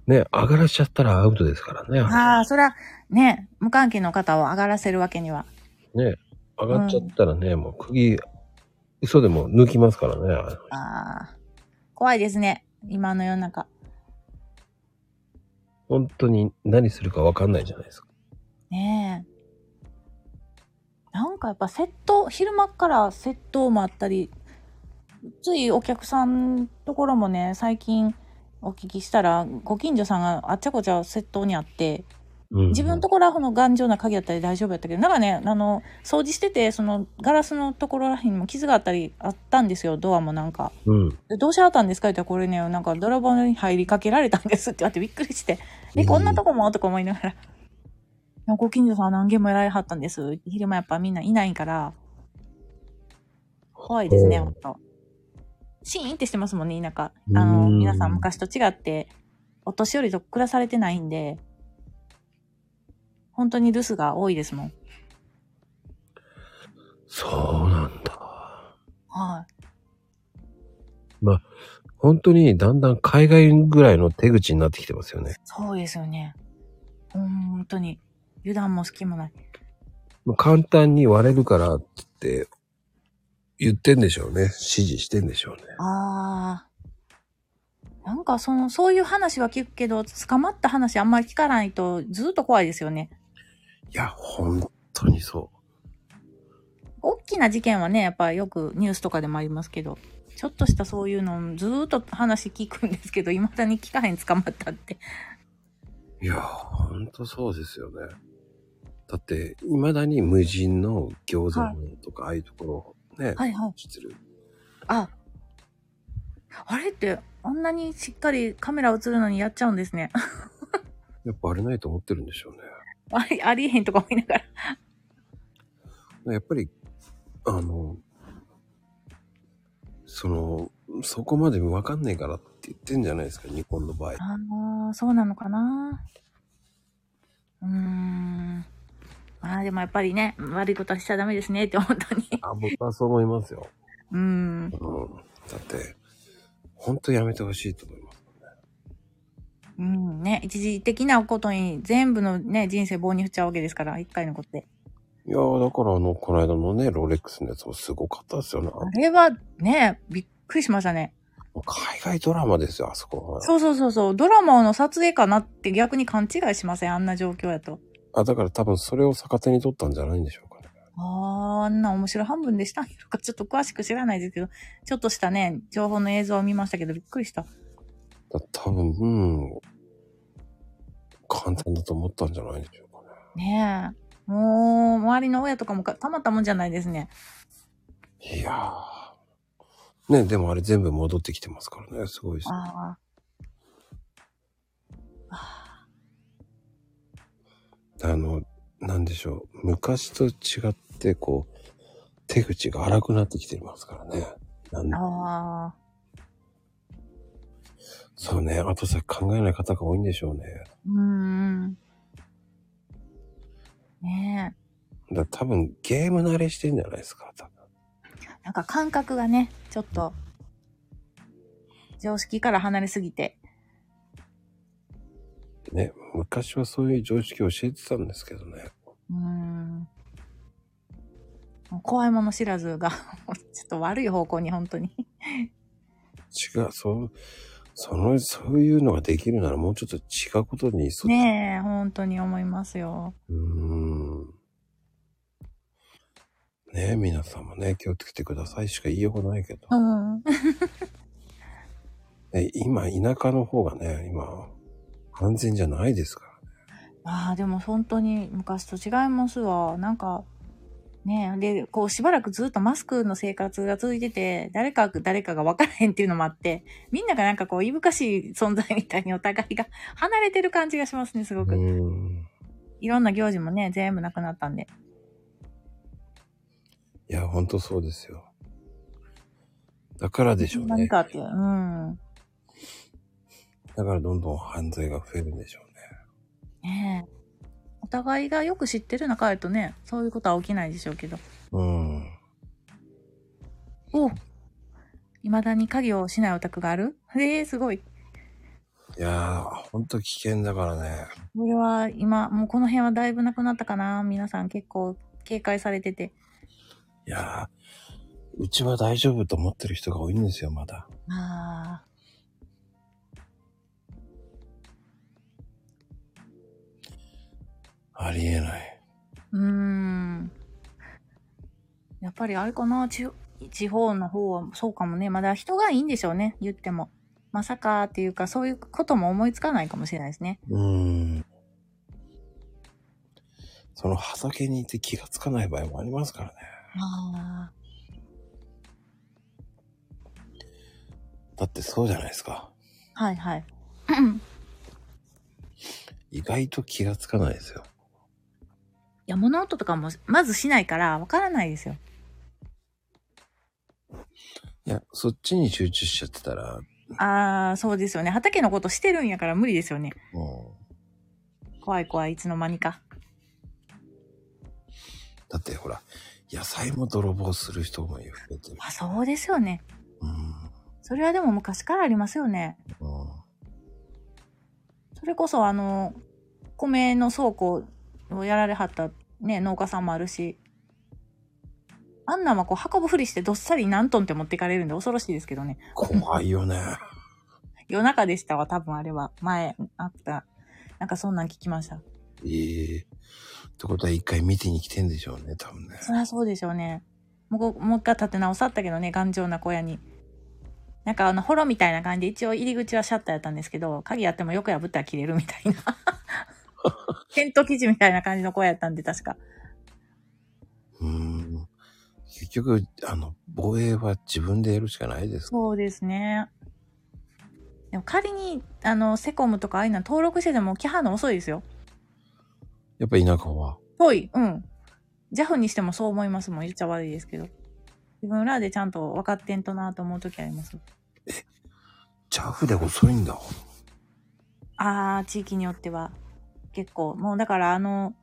S2: ね、上がらしちゃったらアウトですからね。
S3: ああ、そら、ね、無関係の方を上がらせるわけには。
S2: ね、上がっちゃったらね、もう釘、嘘でも抜きますからね。
S3: ああ、怖いですね。今の世の中。
S2: 本当に何するかわかんないじゃないですか。
S3: ねえ。なんかやっぱ窃盗、昼間から窃盗もあったり、ついお客さんところもね、最近お聞きしたら、ご近所さんがあっちゃこちゃ窃盗にあって、
S2: うん、
S3: 自分のところはこの頑丈な鍵だったり大丈夫やったけど、なんかね、あの、掃除してて、そのガラスのところらへんにも傷があったりあったんですよ、ドアもなんか。
S2: うん。
S3: でどうしはったんですかって言ったら、これね、なんか泥棒に入りかけられたんですって言われてびっくりして。
S2: う
S3: え、
S2: ん
S3: こんなとこもとか思いながら。ご近所さん何軒もやられはったんです。昼間やっぱみんないないから。怖いですね、
S2: うん
S3: ほんと。シーンってしてますもんね、田舎。
S2: うん
S3: あの、皆さん昔と違って、お年寄りと暮らされてないんで、本当に留守が多いですもん。
S2: そうなんだ。
S3: はい。
S2: 本当にだんだん海外ぐらいの手口になってきてますよね。
S3: そうですよね。本当に。油断も隙もない。
S2: もう簡単に割れるからって言ってんでしょうね。指示してんでしょうね。
S3: ああ。なんかその、そういう話は聞くけど、捕まった話あんまり聞かないとずっと怖いですよね。
S2: いや、本当にそ
S3: 大きな事件はね、やっぱよくニュースとかでもありますけど、ちょっとしたそういうのずっと話聞くんですけど、未だに聞かへん捕まったって。
S2: う。いや、本当そうですよね。だって、未だに無人の餃子屋とか、ああいうところをね、
S3: はいはい。
S2: 知ってる。
S3: あ。あれって、あんなにしっかりカメラ映るのにやっちゃうんですね。
S2: やっぱあれないと思ってるんでしょう
S3: あり、ありえへんとか思いながら。
S2: ね。やっぱり、あの、その、そこまでわかんないからって言ってんじゃないですか、日本の場合。
S3: ああ、そうなのかな。うーん。まあでもやっぱりね、悪いことはしちゃダメですねって本当に。
S2: あ、僕はそう思いますよ。
S3: うーん。
S2: うん。だって、本当やめてほしいと思います。
S3: うんね。一時的なことに全部のね、人生棒に振っちゃうわけですから、一回のことで。
S2: いやー、だからあの、この間のね、ロレックスのやつもすごかったですよね。あ
S3: あれはね、びっくりしましたね。
S2: の海外ドラマですよ、あそこは。
S3: そうそうそうそう。ドラマの撮影かなって逆に勘違いしませんあんな状況やと。
S2: あ、だから多分それを逆手に取ったんじゃないんでしょうかね。
S3: あーあんな面白半分でしたん やろか。ちょっと詳しく知らないですけど、ちょっとしたね、情報の映像を見ましたけど、びっくりした。
S2: だ多分、うん、簡単だと思ったんじゃないでしょうかね。
S3: ねえ。もう、周りの親とかもかたまったもんじゃないですね。
S2: いやー。ね、でもあれ全部戻ってきてますからね、すごいです。
S3: あ
S2: あの、なんでしょう。昔と違って、こう、手口が荒くなってきてますからね。なん
S3: あ。ああ。
S2: そうね。あとさ、考えない方が多いんでしょうね。
S3: うーん。ね
S2: だ多分ゲーム慣れしてんじゃないですか。多分
S3: え。なんか感覚がね、ちょっと、常識から離れすぎて。
S2: ね。昔はそういう常識を教えてたんですけどね。
S3: うーん。もう怖いもの知らずが、 ちょっと悪い方向に本当に。
S2: 違う、そう、その、そういうのができるならもうちょっと違うことにそ、
S3: ねえ、本当に思いますよ。
S2: うーん。ね皆さんもね、気をつけてくださいしか言いようがないけど。
S3: うん。
S2: ね、今、田舎の方がね、今、安全じゃないですから。
S3: ああ、でも本当に昔と違いますわ。なんか、ねえ、で、こうしばらくずっとマスクの生活が続いてて、誰か誰かが分からへんっていうのもあって、みんながなんかこう、いぶかしい存在みたいにお互いが 離れてる感じがしますね、すご
S2: う
S3: く。
S2: ーん。
S3: いろんな行事もね、全部なくなったんで。
S2: いや、ほんとそうですよ。だからでしょうね。
S3: 何か
S2: だ
S3: って、うん。
S2: からどんどん犯罪が増えるんでしょうね。
S3: ねえ。お互いがよく知ってる中やとね、そういうことは起きないでしょうけど。
S2: うん。
S3: お未だに鍵をしないお宅がある ええすごい。
S2: いやー、ほんと危険だからね。
S3: これは今、もうこの辺はだいぶなくなったかな。皆さん結構警戒されてて。
S2: いやー、うちは大丈夫と思ってる人が多いんですよ、まだ。
S3: ああ。
S2: ありえない。
S3: うーん。やっぱりあれかな。地地方の方はそうかもね。まだ人がいいんでしょうね。言っても。まさかっていうか、そういうことも思いつかないかもしれないですね。
S2: うーん。その畑にいて気がつかない場合もありますからね。
S3: ああ。
S2: だってそうじゃないですか。
S3: はい はい。
S2: 意外と気がつかないですよ。
S3: いや、物音とかも、まずしないから、わからないですよ。
S2: いや、そっちに集中しちゃってたら、
S3: ああ、そうですよね。畑のことしてるんやから無理ですよね。
S2: も
S3: 怖い怖い、いつの間にか。
S2: う、だってほら、野菜も泥棒する人も増えてる。
S3: あ、そうですよね。
S2: うん。
S3: それはでも昔からありますよね。
S2: うん
S3: それこそ、あの、米の倉庫をやられはった、ね、農家さんもあるし。あんなんはこう、運ぶふりしてどっさり何トンって持ってかれるんで恐ろしいですけどね。
S2: 怖いよね。
S3: 夜中でしたわ、多分あれは。前、あった。なんかそんなん聞きました。
S2: ええってことは一回見てに来てんでしょうね、多分ね。
S3: そりゃそうでしょうね。もう、もう一回立て直さったけどね、頑丈な小屋に。なんかあの、ホロみたいな感じで、一応入り口はシャッターやったんですけど、鍵やってもよく破ったら切れるみたいな。テント生地みたいな感じの小屋やったんで、確か。
S2: うん。結局、あの、防衛は自分でやるしかないです。
S3: そうですね。でも仮に、あの、セコムとかああいうの登録してても、キャハの遅いですよ。
S2: やっぱ田舎は。
S3: ぽい、うん。JAF にしてもそう思いますもん。言っちゃ悪いですけど。自分らでちゃんと分かってんとなと思う時あります。
S2: ジャフで遅いんだ。
S3: ああ、地域によっては。結構、もうだからあの、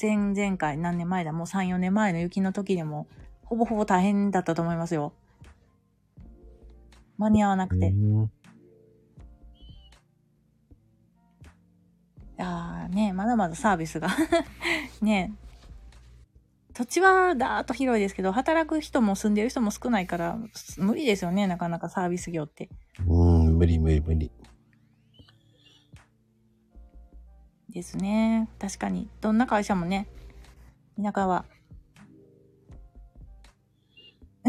S3: 前々回、何年前だ、もう3、4年前の雪の時でも、ほぼほぼ大変だったと思いますよ。間に合わなくて。
S2: うん
S3: ああ、ねまだまだサービスが。 ね土地はだーっと広いですけど、働く人も住んでる人も少ないから、無理ですよね、なかなかサービス業って。
S2: うん、無理無理無理。
S3: ですね。確かに。どんな会社もね、田舎は。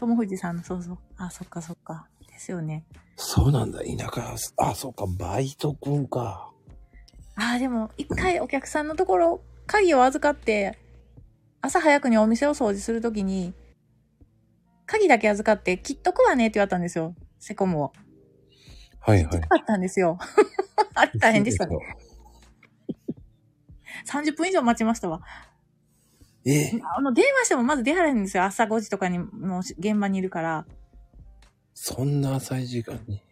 S3: 友藤さんの、そうそう。あ、そっかそっか。ですよね。
S2: そうなんだ、田舎。あ、そうか、バイト君か。
S3: ああ、でも、一回お客さんのところ、鍵を預かって、朝早くにお店を掃除するときに、鍵だけ預かって、切っとくわねって言われたんですよ。セコムを。
S2: はいはい
S3: よ。かったんですよ。 あれ大変でしたね。30分以上待ちましたわ。
S2: ええ
S3: あの、電話してもまず出はれへんんですよ。朝5時とかにもう現場にいるから。
S2: そんな浅い時間に。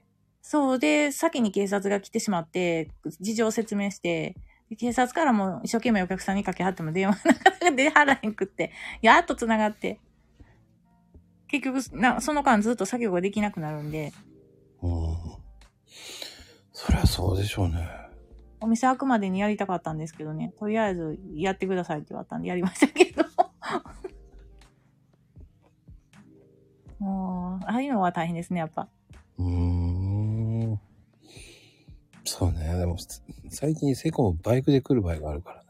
S3: そうで、先に警察が来てしまって、事情を説明して、で警察からも一生懸命お客さんにかけはっても電話なかなか出払えんくって、やっと繋がって。結局、なその間ずっと作業ができなくなるんで、
S2: うん。そりゃそうでしょうね。
S3: お店開くまでにやりたかったんですけどね、とりあえずやってくださいって言われたんでやりましたけど。 もう、ああいうのは大変ですね、やっぱ。
S2: うーん。そうね。でも、す最近セコもバイクで来る場合があるからね。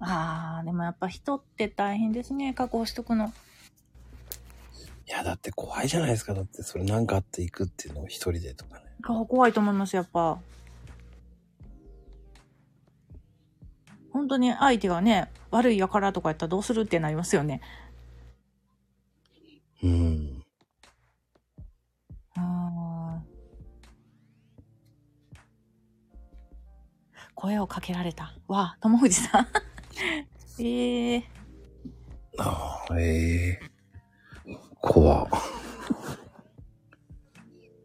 S3: ああ、でもやっぱ人って大変ですね、確保しとくの。
S2: いや、だって怖いじゃないですか。だって、それなんかあって行くっていうのを一人でとかね。
S3: 顔怖いと思います、やっぱ。本当に相手がね、悪いやからとかやったらどうするってなりますよね。
S2: うん。
S3: あー声をかけられた。わあ、友藤さん。 ええ
S2: ああ、ええ怖。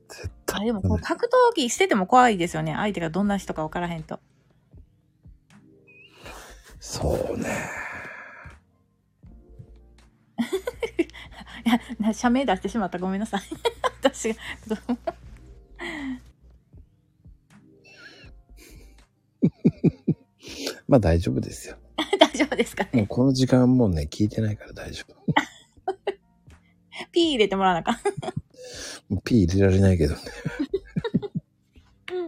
S2: 絶
S3: あ、
S2: 対。
S3: でもこう、格闘技してても怖いですよね。相手がどんな人か分からへんと。
S2: そうね。
S3: いや、な社名出してしまった。ごめんなさい。 私が。
S2: まあ大丈夫ですよ。
S3: 大丈夫ですか
S2: も
S3: ね
S2: う。この時間もうね、聞いてないから大丈夫。
S3: ピー入れてもらわなあかん。
S2: もうピー入れられないけどね。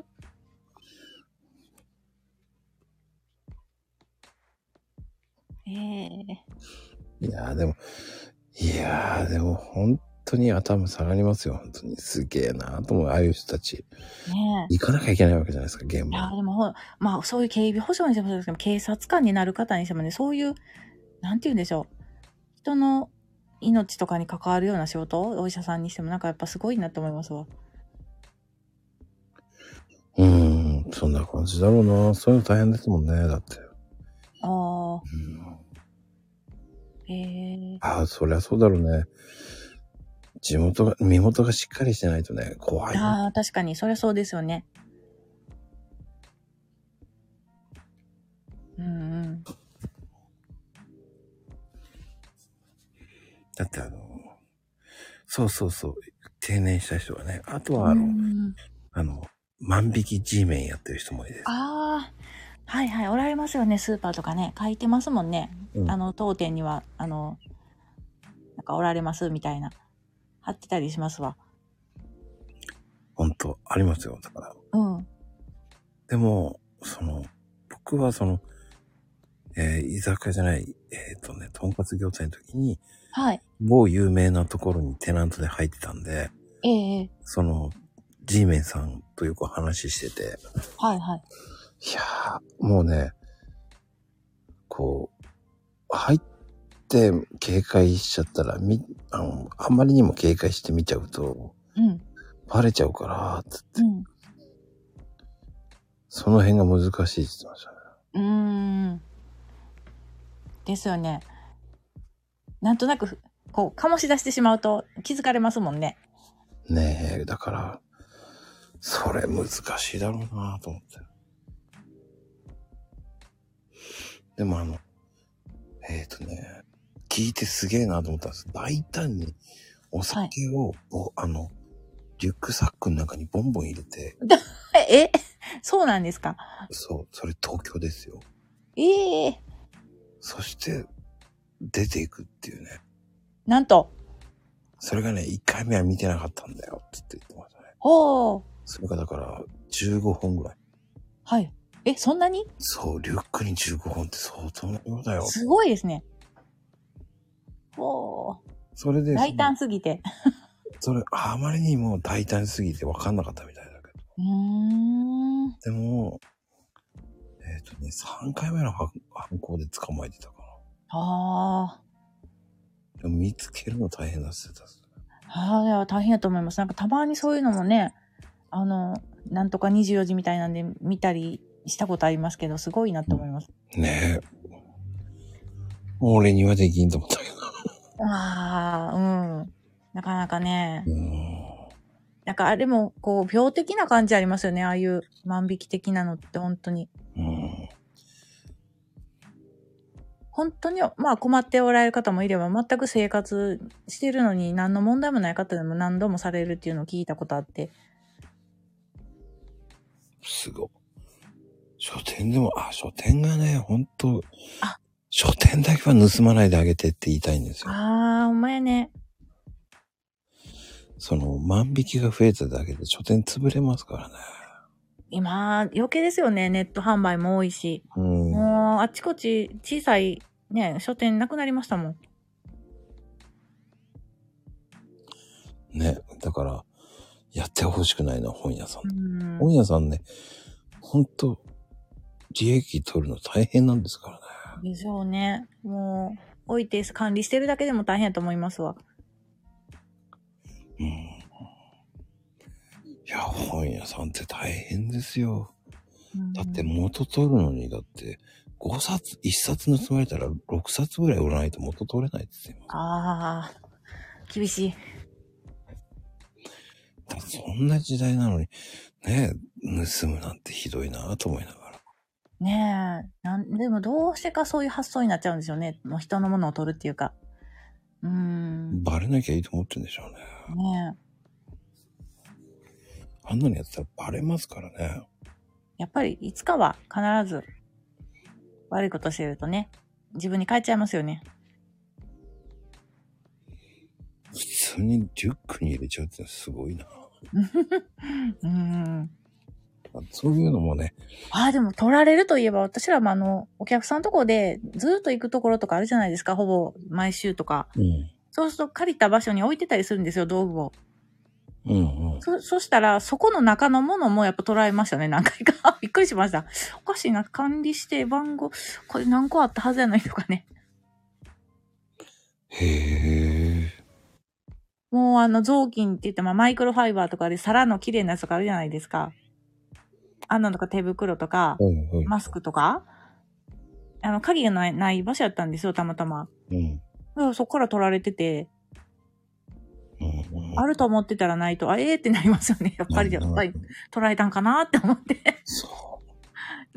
S3: ええ
S2: いやーでも、いやーでも本当に頭下がりますよ。本当にすげえなーと思う。ああいう人たち。
S3: ねえ。
S2: 行かなきゃいけないわけじゃないですか、現
S3: いや
S2: 場、に。
S3: でもほら、まあ、そういう警備保障にしてもそうですけど、警察官になる方にしてもね、そういう、なんて言うんでしょう。人の命とかに関わるような仕事お医者さんにしても、なんかやっぱすごいなって思いますわ。
S2: うーん、そんな感じだろうな。そういうの大変ですもんね、だって。
S3: ああ、
S2: うん、
S3: ええ
S2: ああ、そりゃそうだろうね。地元が、身元がしっかりしてないとね、怖いよ。
S3: ああ、確かに、そりゃそうですよね。うんうん。
S2: だってあの、そうそうそう、定年した人がね、あとはあの、
S3: うんうん
S2: あの、万引き G メンやってる人もいる。
S3: ああ、はいはい、おられますよね、スーパーとかね。書いてますもんね。
S2: うん
S3: あの、当店には、あの、なんかおられますみたいな。貼ってたりしますわ。
S2: 本当ありますよ。だから。
S3: うん。
S2: でも、その、僕はその、えー居酒屋じゃない、えっ、とね、とんかつ業態の時に、
S3: はい。
S2: 某有名なところにテナントで入ってたんで、
S3: ええええ
S2: その、G メンさんとよく話してて、
S3: はいは
S2: い
S3: い。
S2: やー、もうね、こう、入って警戒しちゃったら、み、あの、あまりにも警戒して見ちゃうと、
S3: うん。
S2: バレちゃうから、つって、
S3: うん。
S2: その辺が難しいって言ってましたね。
S3: うーん。ですよね。なんとなく、こう、醸し出してしまうと気づかれますもんね。
S2: ねえ、だから、それ難しいだろうなと思って。でもあの、えっ、とね、聞いてすげえなと思ったんです。大胆にお酒を、ぼあの、リュックサックの中にボンボン入れて、
S3: え、え、そうなんですか。
S2: そう、それ東京ですよ。
S3: ええ
S2: そして、出ていくっていうね。
S3: なんと。
S2: それがね、1回目は見てなかったんだよ、つって言ってましたね。
S3: ほう。
S2: それがだから、15本ぐらい。
S3: はい。え、そんなに
S2: そう、リュックに15本って相当な量だよ。
S3: すごいですね。おー、
S2: それで、
S3: 大胆すぎて。
S2: それ、あまりにも大胆すぎて分かんなかったみたいだけ
S3: うーん。
S2: ど。でも、えっ、とね、3回目の犯犯行で捕まえてたか
S3: あ
S2: な。
S3: ー
S2: でも見つけるの大変だって言ってたっす。
S3: あー、では大変やと思います。なんかたまにそういうのもね、あの、なんとか24時みたいなんで見たりしたことありますけど、すごいなって思います。
S2: ねえ。もう俺にはできんと思ったけど。
S3: ああ、うん。なかなかね
S2: う、ーん。
S3: なんかあれも、こう、病的な感じありますよね。ああいう万引き的なのって本当に。
S2: うん。
S3: 本当に、まあ困っておられる方もいれば、全く生活してるのに何の問題もない方でも何度もされるっていうのを聞いたことあって。
S2: すごい。書店でも、あ、書店がね、ほんと
S3: あ、
S2: 書店だけは盗まないであげてって言いたいんですよ。
S3: ああ、お前ね。
S2: その、万引きが増えただけで書店潰れますからね。
S3: 今、余計ですよね。ネット販売も多いし。
S2: うん。
S3: もう、あちこち小さい、ね、書店なくなりましたもん。
S2: ね。だから、やってほしくないな、本屋さん
S3: う。ん。
S2: 本屋さんね、ほんと、利益取るの大変なんですからね。
S3: でしょうね。もう、置いて管理してるだけでも大変だと思いますわ。
S2: うん。いや、本屋さんって大変ですよ。だって
S3: うん
S2: 元取るのに、だって、5冊、1冊盗まれたら6冊ぐらい売らないと元取れないですよ。
S3: ああ、厳しい。
S2: だってそんな時代なのに、ねえ、盗むなんてひどいなぁと思いながら。
S3: ねえ。なんでもどうしてかそういう発想になっちゃうんですよね。もう人のものを取るっていうか。うーん。ね
S2: バレなきゃいいと思ってんでしょうね。
S3: え。
S2: あんなのやってたらバレますからね。
S3: やっぱりいつかは必ず悪いことしてるとね、自分に返っちゃいますよね。
S2: 普通にリュックに入れちゃうってのはすごいな
S3: うーん。
S2: そういうのもね、
S3: ああ、でも取られるといえば私らもあの、お客さんのとこでずっと行くところとかあるじゃないですか。ほぼ毎週とか。
S2: うん。
S3: そうすると借りた場所に置いてたりするんですよ、道具を。
S2: うんうん。
S3: そ、そしたら、そこの中のものもやっぱ捉えましたね、何回か。 びっくりしました。おかしいな、管理して番号、これ何個あったはずやないとかね。
S2: へえ。
S3: もうあの、雑巾って言って、まあ、マイクロファイバーとかで皿の綺麗なやつとかあるじゃないですか。あんなのとか手袋とか、
S2: うんうん。
S3: マスクとか。あの、鍵がない、ない場所やったんですよ、たまたま。
S2: うん。
S3: だからそこから取られてて、
S2: うんうん、
S3: あると思ってたらないと、あ、ええってなりますよね。やっぱり、やっぱり、取られたんかなって思って。
S2: そ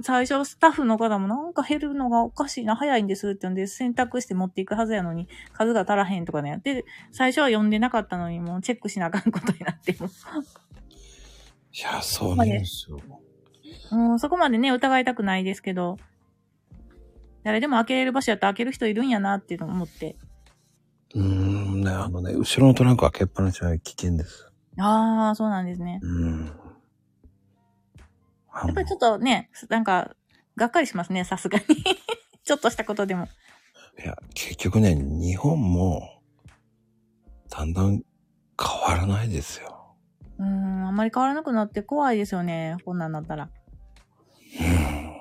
S3: 最初スタッフの方もなんか減るのがおかしいな、早いんですって言うんで、選択して持っていくはずやのに、数が足らへんとかね。で、最初は読んでなかったのに、もうチェックしなあかんことになっても
S2: う。いや、そうなんですよ。
S3: う、もうそこまでね、疑いたくないですけど、誰でも開けれる場所やったら開ける人いるんやなっていうのを思って。
S2: うーん、ね、あのね、後ろのトランク開けっぱなしは危険です。
S3: ああ、そうなんですね。
S2: うん。
S3: やっぱりちょ
S2: っ
S3: っとね、なんか、がっかりしますね、さすがに。 ちょっとしたことでも。
S2: と。いや、結局ね、日本も、だんだん変わらないですよ。
S3: うーん、あんまり変わらなくなって怖いですよね、こんなんなったら。
S2: うん。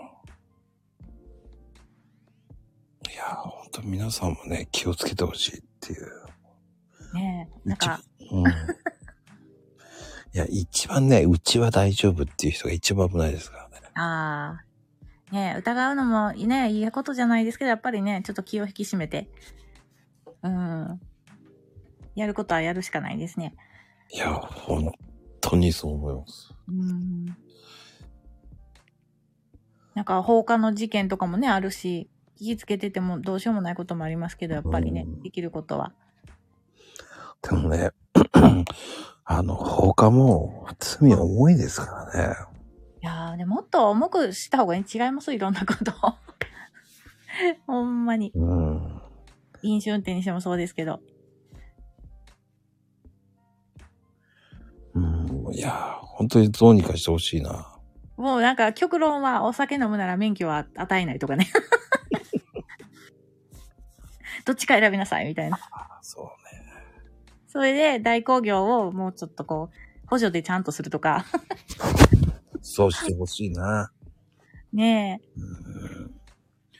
S2: いや、ほんと皆さんもね、気をつけてほしいっていう。
S3: ねえ。なんか、
S2: うん。いや、一番ね、うちは大丈夫っていう人が一番危ないですからね。
S3: ああ。ねえ疑うのもね、いいことじゃないですけど、やっぱりね、ちょっと気を引き締めて。うん。やることはやるしかないですね。
S2: いや、ほんとにそう思います。
S3: うん。なんか放火の事件とかもね、あるし、聞きつけててもどうしようもないこともありますけど、やっぱりね
S2: うん、
S3: できることは。
S2: でもね、 あの、放火も罪重いですからね。
S3: いやー、でもっと重くした方がいい違いますいろんなこと を。ほんまに。
S2: うん。
S3: 飲酒運転にしてもそうですけど。
S2: うん、いや、本当にどうにかしてほしいな。
S3: もうなんか極論はお酒飲むなら免許は与えないとかね。 どっちか選びなさいみたいな。
S2: あそうね。
S3: それで代行業をもうちょっとこう、補助でちゃんとするとか。
S2: そうしてほしいな。
S3: ね
S2: うん、い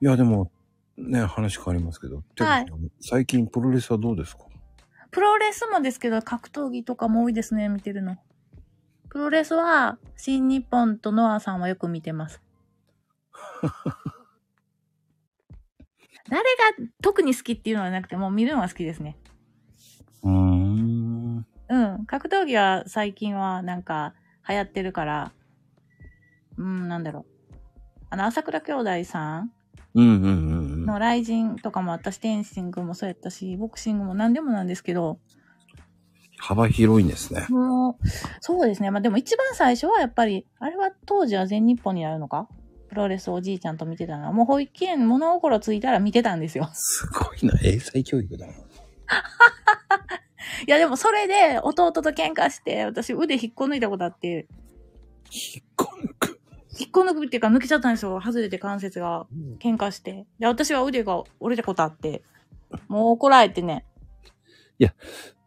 S2: や、でも、ね、話変わりますけど、
S3: はい
S2: てるちゃん最近プロレスはどうですか
S3: え。プロレスもですけど、格闘技とかも多いですね、見てるの。プロレスは、新日本とノアさんはよく見てます。誰が特に好きっていうのはなくて、もう見るのは好きですね。
S2: うーん。
S3: うん。うん。格闘技は最近はなんか流行ってるから、うん、なんだろう。あの、朝倉兄弟さん
S2: うんうんうんうん
S3: の。ライジンとかもあったし、テンシングもそうやったし、ボクシングも何でもなんですけど、
S2: 幅広いんですね。
S3: もう、そうですね。まあでも一番最初はやっぱり、あれは当時は全日本になるのかプロレスをおじいちゃんと見てたのは、もう保育園物心ついたら見てたんですよ。
S2: すごいな、英才教育だな。
S3: いやでもそれで弟と喧嘩して、私腕引っこ抜いたことあって、
S2: 引っこ抜く。
S3: 引っこ抜くっていうか抜けちゃったんですよ。外れて関節が喧嘩して。で、私は腕が折れたことあって、もう怒られてね。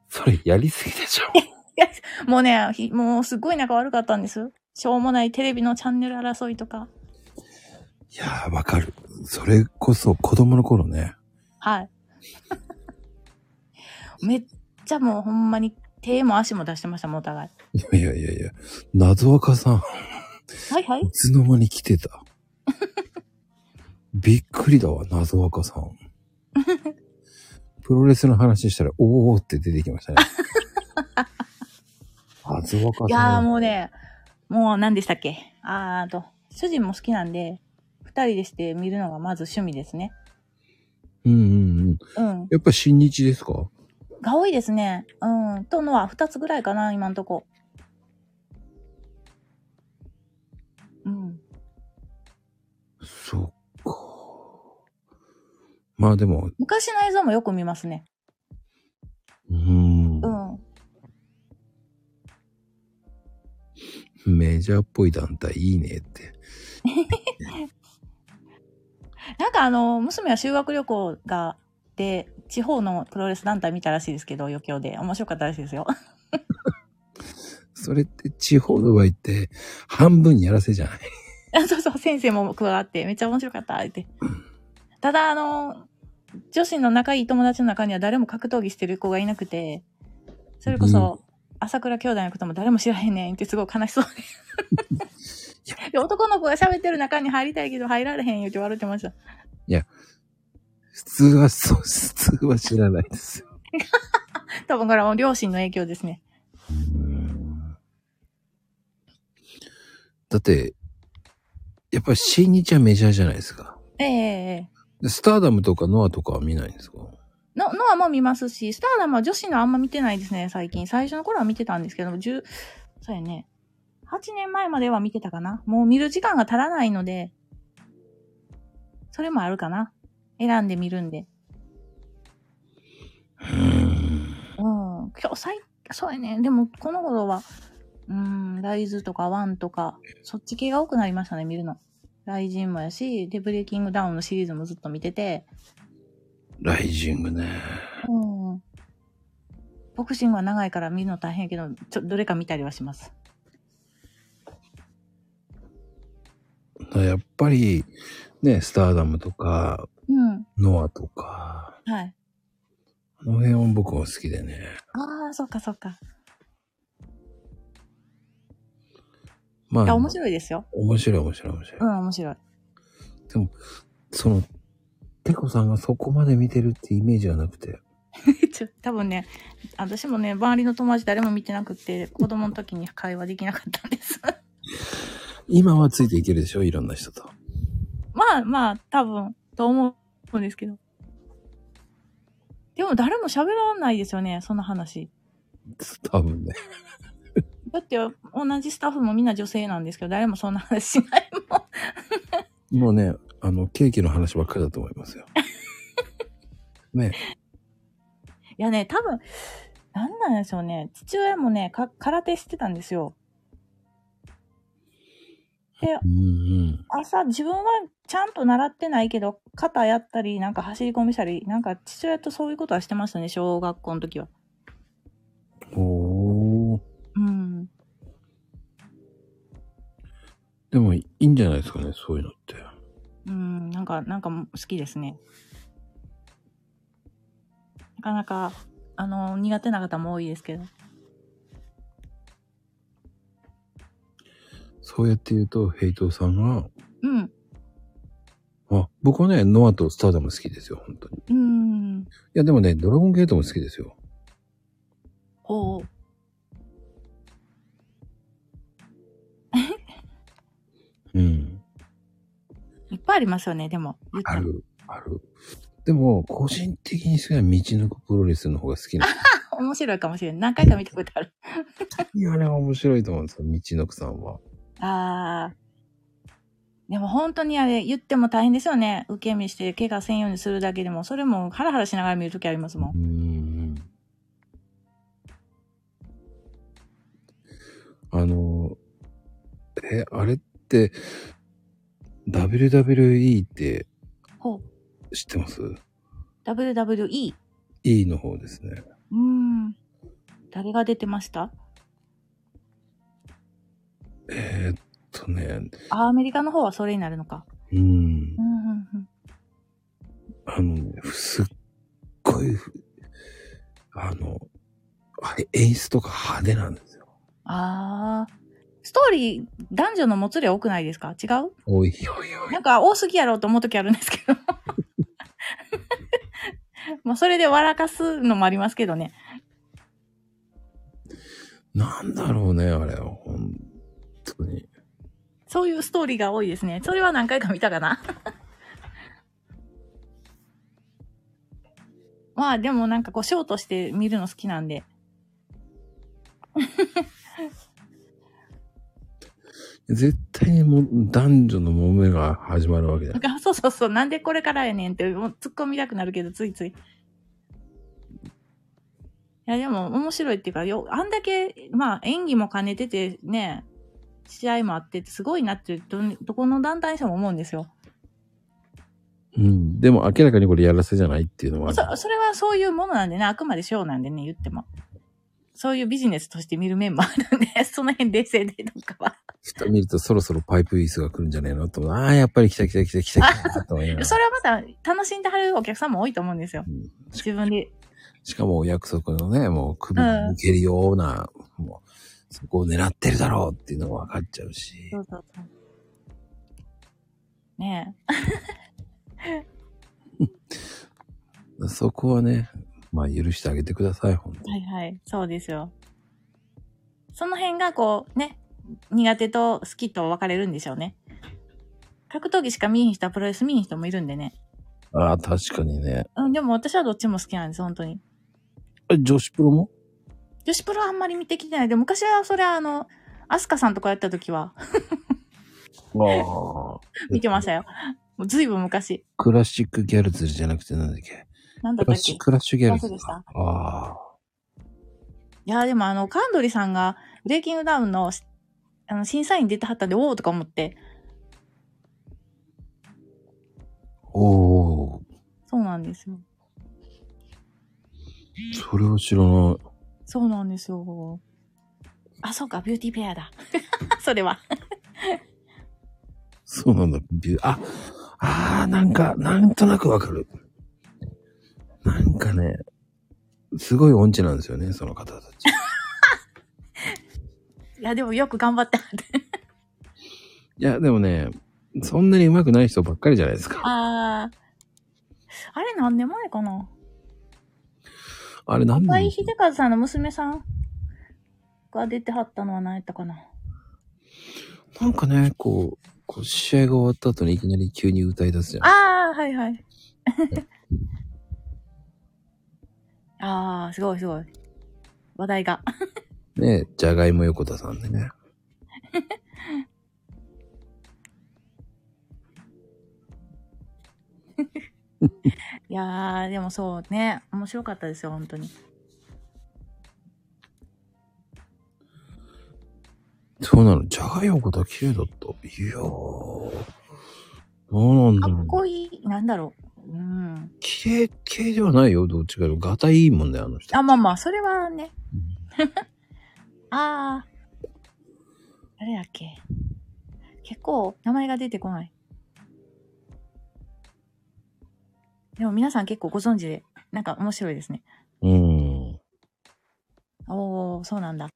S2: それやりすぎでしょ。
S3: もうね、ひもうすっごい仲悪かったんです。しょうもないテレビのチャンネル争いとか。
S2: いやー、わかる。それこそ子供の頃ね。
S3: はい。 めっちゃもうほんまに手も足も出してましたもん、お互い。
S2: いやいやいやいや、謎若さん、
S3: はいはい
S2: い。つの間に来て た。びっくりだわ、謎若さん。プロレスの話したら、おーって出てきました ね。謎若
S3: い
S2: さ
S3: やー
S2: ん。
S3: もうね、もう何でしたっけあーと、主人も好きなんで、二人でして見るのがまず趣味ですね。
S2: うんうんうん。
S3: うん。
S2: やっぱ新日ですか
S3: が多いですね。うん。とのは二つぐらいかな、今んとこ。うん。
S2: そっか。まあでも、
S3: 昔の映像もよく見ますね。
S2: うーん
S3: う、ん。
S2: メジャーっぽい団体いいねって。
S3: なんかあの、娘は修学旅行が、で、地方のプロレス団体見たらしいですけど、余興で。面白かったらしいですよ。
S2: それって地方の場合って、半分やらせじゃない
S3: あそうそう、先生も加わって、めっちゃ面白かった、って。ただ、あの、女子の仲いい友達の中には誰も格闘技してる子がいなくて、それこそ、朝倉兄弟のことも誰も知らへんねんってすごい悲しそう
S2: いや
S3: で。で男の子が喋ってる中に入りたいけど入られへん言うて笑ってました。
S2: 普通は、そう、普通は知らないですよ。
S3: 多分これはもう両親の影響ですね。
S2: だって、やっぱり新日はメジャーじゃないですか。
S3: えええええ
S2: でスターダムとかノアとかは見ないんですか
S3: えの、のはもう見ますし、スターダムは女子のあんま見てないですね、最近。最初の頃は見てたんですけど、10、そうやね。8年前までは見てたかな。もう見る時間が足らないので、それもあるかな。選んで見るんで。うん。今日最、そうやね。でも、この頃は、うん、ライズとかワンとか、そっち系が多くなりましたね、見るの。ライジンもやし、で、ブレイキングダウンのシリーズもずっと見てて、
S2: ライジングね。
S3: うん。ボクシングは長いから見るの大変やけど、ちょ、どれか見たりはします。
S2: だからやっぱり、ね、スターダムとか、
S3: うん。
S2: ノアとか、
S3: はい。
S2: あの辺は僕は好きでね。
S3: ああ、そっかそっか。
S2: まあ、
S3: いや、面白いですよ。
S2: 面白い面白い面白い。
S3: うん、面白い。
S2: その、てこさんがそこまで見てるってイメージはなくて。
S3: ちょ多分ね、私もね、周りの友達誰も見てなくて、子供の時に会話できなかったんです。
S2: 今はついていけるでしょいろんな人と。
S3: まあまあ、多分、と思うんですけど。でも誰も喋らないですよね、その話。
S2: 多分ね。
S3: だって、同じスタッフもみんな女性なんですけど、誰もそんな話しないもん。
S2: もうね、あの、ケーキの話ばっかりだと思いますよ。ね、
S3: いやね、多分、なんなんでしょうね。父親もね、か空手してたんですよ。で、
S2: うんうん。
S3: 朝、自分はちゃんと習ってないけど、肩やったり、なんか走り込みしたり、なんか父親とそういうことはしてましたね、小学校の時は。
S2: おー。
S3: うん。
S2: でもいいんじゃないですかね、そういうのって。
S3: うん、なんか、なんか好きですね。なかなか、あの、苦手な方も多いですけど。
S2: そうやって言うと、ヘイトさんが、
S3: うん。
S2: あ、僕はね、ノアとスターダム好きですよ、本当に。い
S3: うん。
S2: や、でもね、ドラゴンゲートも好きですよ。
S3: ほう。ありますよね、でも。言った
S2: あ
S3: ら
S2: る、ある。でも、個人的にそれは道のくプロレスの方が好きなの。
S3: 面白いかもしれない。何回か見たことある。
S2: いや、あれは面白いと思うんですよ、道のくさんは。
S3: ああ。でも本当にあれ、言っても大変ですよね。受け身して怪我せんようにするだけでも、それもハラハラしながら見るときありますも
S2: う
S3: ん。
S2: んうん。あの、え、あれって、WWE って
S3: ほう。
S2: 知ってます
S3: WWE。
S2: ?E の方ですね。
S3: うーん。誰が出てました
S2: えーっとね、
S3: あアメリカの方はそれになるのか。
S2: うん
S3: う。んうんうん。
S2: あのね、すっごいふ、あの、あれ演出とか派手なんですよ。
S3: ああ。ストーリー、男女のもつれ多くないですか違う
S2: おいおいおい
S3: なんか多すぎやろうと思うときあるんですけど。 まあそれで笑かすのもありますけどね。
S2: なんだろうね、あれは。本当に。
S3: そういうストーリーが多いですね。それは何回か見たかな。 まあでもなんかこうショーとして見るの好きなんで。
S2: 絶対にも男女の揉めが始まるわけだ
S3: なん。かそう そうそう、なんでこれからやねんってもう突っ込みたくなるけど、ついつい。いやでも面白いっていうか、よあんだけ、まあ演技も兼ねててね、試合もあってすごいなってどん、どこの団体にしても思うんですよ。
S2: うん。でも明らかにこれやらせじゃないっていうのはある。
S3: そ、それはそういうものなんでね、あくまでショーなんでね、言っても。そういうビジネスとして見るメンバーなんで、 その辺冷静でとかは。
S2: 人見るとそろそろパイプ椅子が来るんじゃねえのと思う。ああ、やっぱり来た来た来た来た来たと思いながら
S3: それはまた楽しんではるお客さんも多いと思うんですよ。
S2: うん
S3: 自分で。
S2: しかもお約束のね、もう首抜けるような、もう、そこを狙ってるだろうっていうのが分かっちゃうし
S3: そ。うそうそう。ね
S2: そこはね、まあ許してあげてください、本
S3: え。はいはい。そうですよ。その辺がこう、ね、苦手と好きと分かれるんでしょうね。格闘技しか見えへん人はプロレス見えへん人もいるんでね。
S2: 当に。ああ、確かにね。
S3: うん、でも私はどっちも好きなんです、本当に。
S2: え女子プロも
S3: 女子プロはあんまり見てきてないで昔はそれはあのアスカさんとかやった時は
S2: ああ。
S3: 見てましたよもうずいぶん昔
S2: クラシックギャルズじゃなくてなんだっけ
S3: なんだ
S2: ク
S3: っ
S2: ラッ
S3: たっけ
S2: シ
S3: い
S2: ュ、クラッシュギャルズ
S3: クラッシュ
S2: か。ああ。
S3: やでもあのカンドリさんがブレイキングダウンのしあの審査員出てはったんでおおとか思って
S2: おお。
S3: そうなんですよ
S2: それは知らない。
S3: そうなんですよあそうかビューティーペアだ それは
S2: そうなんだ。ビュあ、あー、なんか、なんとなくわかる。なんかね、すごい音痴なんですよね、その方たち。
S3: いやでもよく頑張ってはって
S2: いや、でもね、そんなに上手くない人ばっかりじゃないですか。
S3: あーあれ何年前かな
S2: あれなん
S3: 深
S2: だ
S3: 井秀和さんの娘さんが出てはったのは何やったかな
S2: なんかね、こう、こう試合が終わった後にいきなり急に歌い出すじゃん。
S3: ああ、はいはい。 ああ、すごいすごい。話題が。
S2: ねじゃがいも横田さんでね。
S3: いやー、でもそうね、面白かったですよ、本当に。
S2: そうなの、じゃがいも横田綺麗だった。いやー。どうなんだ
S3: か
S2: ろ
S3: っ
S2: う。
S3: こいい、なんだろう。うん。
S2: 綺麗系ではないよ、どっちかというと。ガタいいもんだよ、あの人。
S3: あ、まあまあ、それは ね。ああ。あれだっけ。結構、名前が出てこない。でも皆さん結構ご存知で、なんか面白いですね。
S2: うん。
S3: おー、そうなんだ。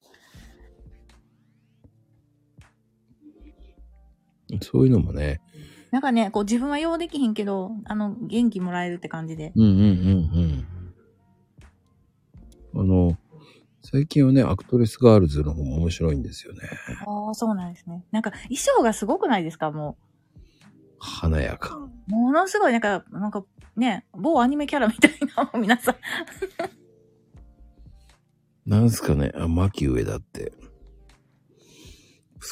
S2: そういうのもね。
S3: なんかね、こう自分は用できひんけど、あの、元気もらえるって感じで。
S2: うんうんうんうん。あの、最近はね、アクトレスガールズの方も面白いんですよね。
S3: ああ、そうなんですね。なんか衣装がすごくないですかも
S2: 華やか。
S3: ものすごい、なんか、なんかね、某アニメキャラみたいな、 もう皆さん。
S2: なんすかね、あ、牧上だって。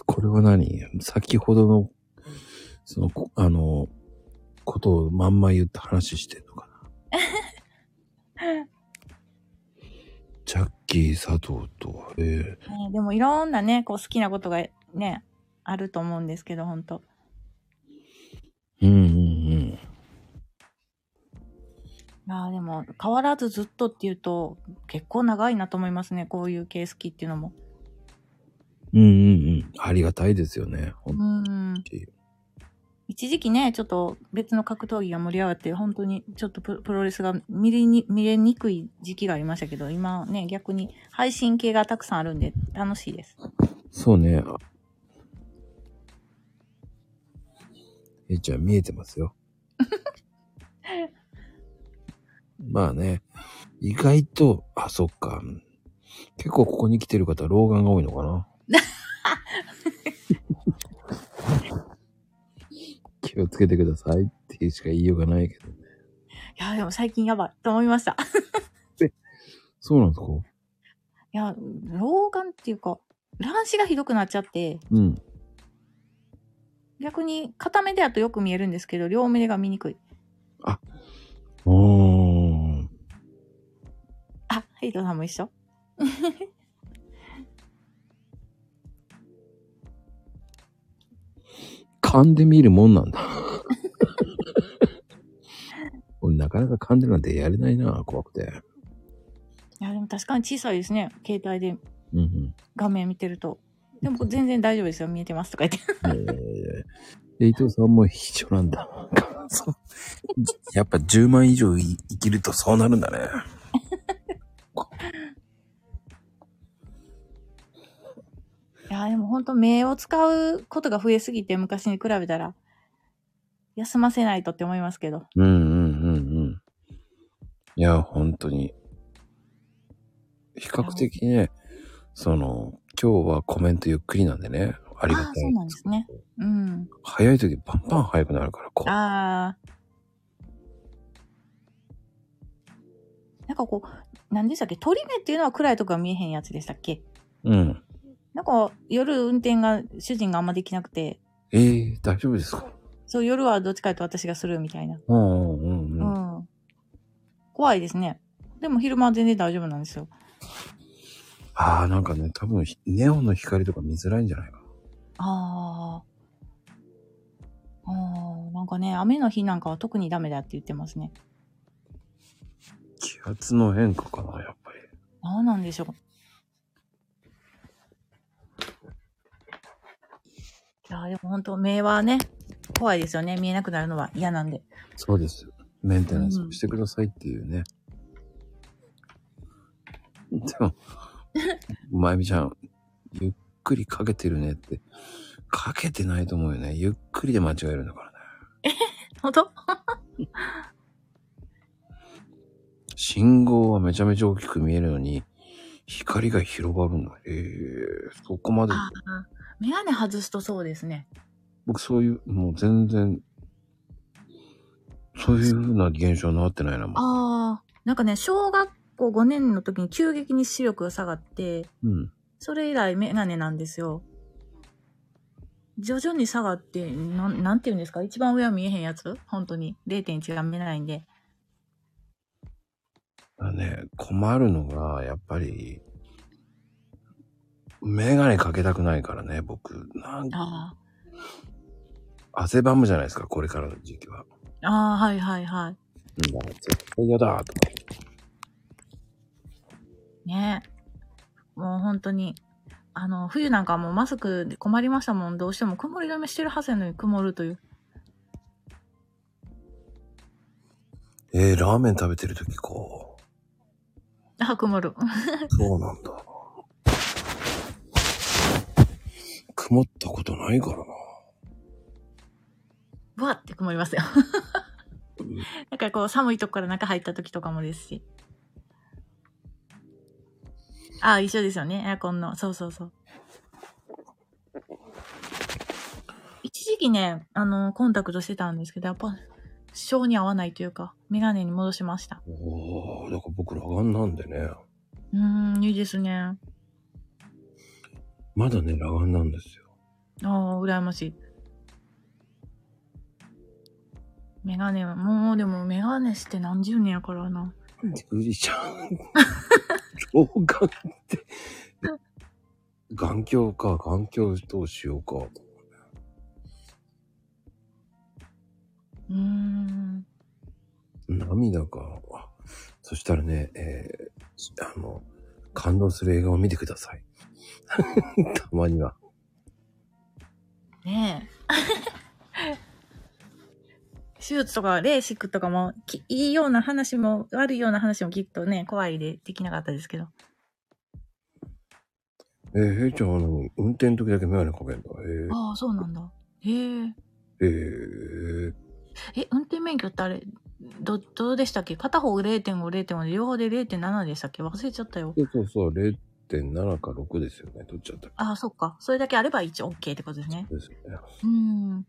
S2: これは何先ほどの、その、こあの、ことをまんま言った話してんのかなジャッキー佐藤と、え
S3: ねでもいろんなね、こう好きなことがね、あると思うんですけど、本当
S2: えうんうん
S3: ああ、でも、変わらずずっとっていうと、結構長いなと思いますね、こういう系好きっていうのも。
S2: うん。うんうんうん。ありがたいですよね。ほ
S3: うんん。一時期ね、ちょっと別の格闘技が盛り上がって、本当にちょっとププロレスが見れに見れにくい時期がありましたけど、今ね、逆に配信系がたくさんあるんで、楽しいです。
S2: そうね。あえいちゃん見えてますよ。まあね、意外と、あ、そっか。結構ここに来てる方、老眼が多いのかな。気をつけてくださいっていうしか言いようがないけど。
S3: いや、でも最近やばいと思いました。
S2: そうなんですか
S3: いや、老眼っていうか、乱視がひどくなっちゃって、
S2: うん。
S3: 逆に片目でやとよく見えるんですけど、両目が見にくい。
S2: おー。
S3: あ、ヘイトさんも一緒
S2: 噛んでみるもんなんだ。 俺なかなか噛んでるなんてやれないな、怖くて。
S3: いや、でも確かに小さいですね。携帯で
S2: うんうん
S3: 画面見てると。でも全然大丈夫ですよ。見えてますとか言って。
S2: えーで伊藤さんも一緒なんだ。 そうやっぱ10万以上い生きるとそうなるんだね。
S3: いや、でも本当目を使うことが増えすぎて、昔に比べたら、休ませないとって思いますけど。
S2: うんうんうんうん。いや、本当に。比較的ね、その、今日はコメントゆっくりなんでね、ありが
S3: ああ、
S2: た
S3: そう
S2: い。
S3: なんですね。うん。
S2: 早い時パンパン早くなるから、こう。
S3: ああ。なんかこう、何でしたっけ鳥目っていうのは暗いとこが見えへんやつでしたっけ
S2: うん。
S3: なんか夜運転が主人があんまできなくて、
S2: ええー、大丈夫ですか
S3: そう夜はどっちかというと私がするみたいな。
S2: うんうんうんうん。
S3: うん。怖いですね。でも昼間は全然大丈夫なんですよ。
S2: ああ、なんかね、多分ひ、ネオンの光とか見づらいんじゃないかな。
S3: ああ。ああ、なんかね、雨の日なんかは特にダメだって言ってますね。
S2: 気圧の変化かな、やっぱり。
S3: なんなんでしょう。いやー、でも本当、目はね、怖いですよね。見えなくなるのは嫌なんで。
S2: そうです。メンテナンスをしてくださいっていうね。でも、まゆみちゃん、ゆっくりかけてるねって。かけてないと思うよね。ゆっくりで間違えるんだからね。
S3: 本当
S2: 信号はめちゃめちゃ大きく見えるのに、光が広がるんだ。ええそこまで。
S3: ああ、眼鏡外すとそうですね。
S2: 僕そういう、もう全然、そういうふうな現象になってないな、もう。
S3: ああ、なんかね、小学校5年の時に急激に視力が下がって、
S2: うん。
S3: それ以来眼鏡なんですよ。徐々に下がって、なん、なんて言うんですか一番上は見えへんやつ本当に。0.1が見えないんで。
S2: あね、困るのが、やっぱり、メガネかけたくないからね、僕。なんか、
S3: あ
S2: 汗ばむじゃないですか、これからの時期は。
S3: あ、ああ、はいはいはい。
S2: うん、だから絶対嫌だ、とか。
S3: ねえ。もう本当に、あの、冬なんかもうマスクで困りましたもん。どうしても曇り止めしてるはずやのに曇るという。
S2: えー、ラーメン食べてる時か。そ
S3: あ、曇る。
S2: うなんだ。曇ったことないからな。
S3: ぶわって曇りますよ。なんかこう寒いとこから中入った時とかもですし。ああ、一緒ですよね。エアコンの。そうそうそう。一一時期ね、あの、コンタクトしてたんですけど、やっぱ、性に合わないというか、メガネに戻しました。
S2: おー、だから僕裸眼なんでね。
S3: うーん、いいですね。あ
S2: まだね、裸眼なんですよ。
S3: あ、羨ましい。メガネは、もうでもメガネして何十年やからな。
S2: うりちゃん。 老眼って。眼鏡か、眼鏡どうしようか。
S3: うーん。
S2: 涙か。あそしたらね、えーあの、感動する映画を見てください。 たまには。
S3: ねえ。 手術とかレーシックとかもきいいような話も悪いような話もきっとね怖いでできなかったですけど
S2: えー、へいちゃん、あの、運転の時だけメガネかけんだ。
S3: ああそうなんだへ
S2: え
S3: え
S2: ー、えー、
S3: え運転免許ってあれどどうでしたっけ片方0.50.5で両方で0.7でしたっけ忘れちゃったよ
S2: そうそうそう、0.7か6ですよね。どっちだったっ
S3: ああそっかそれだけあれば一応 OK ってことですね
S2: けですよね。
S3: うん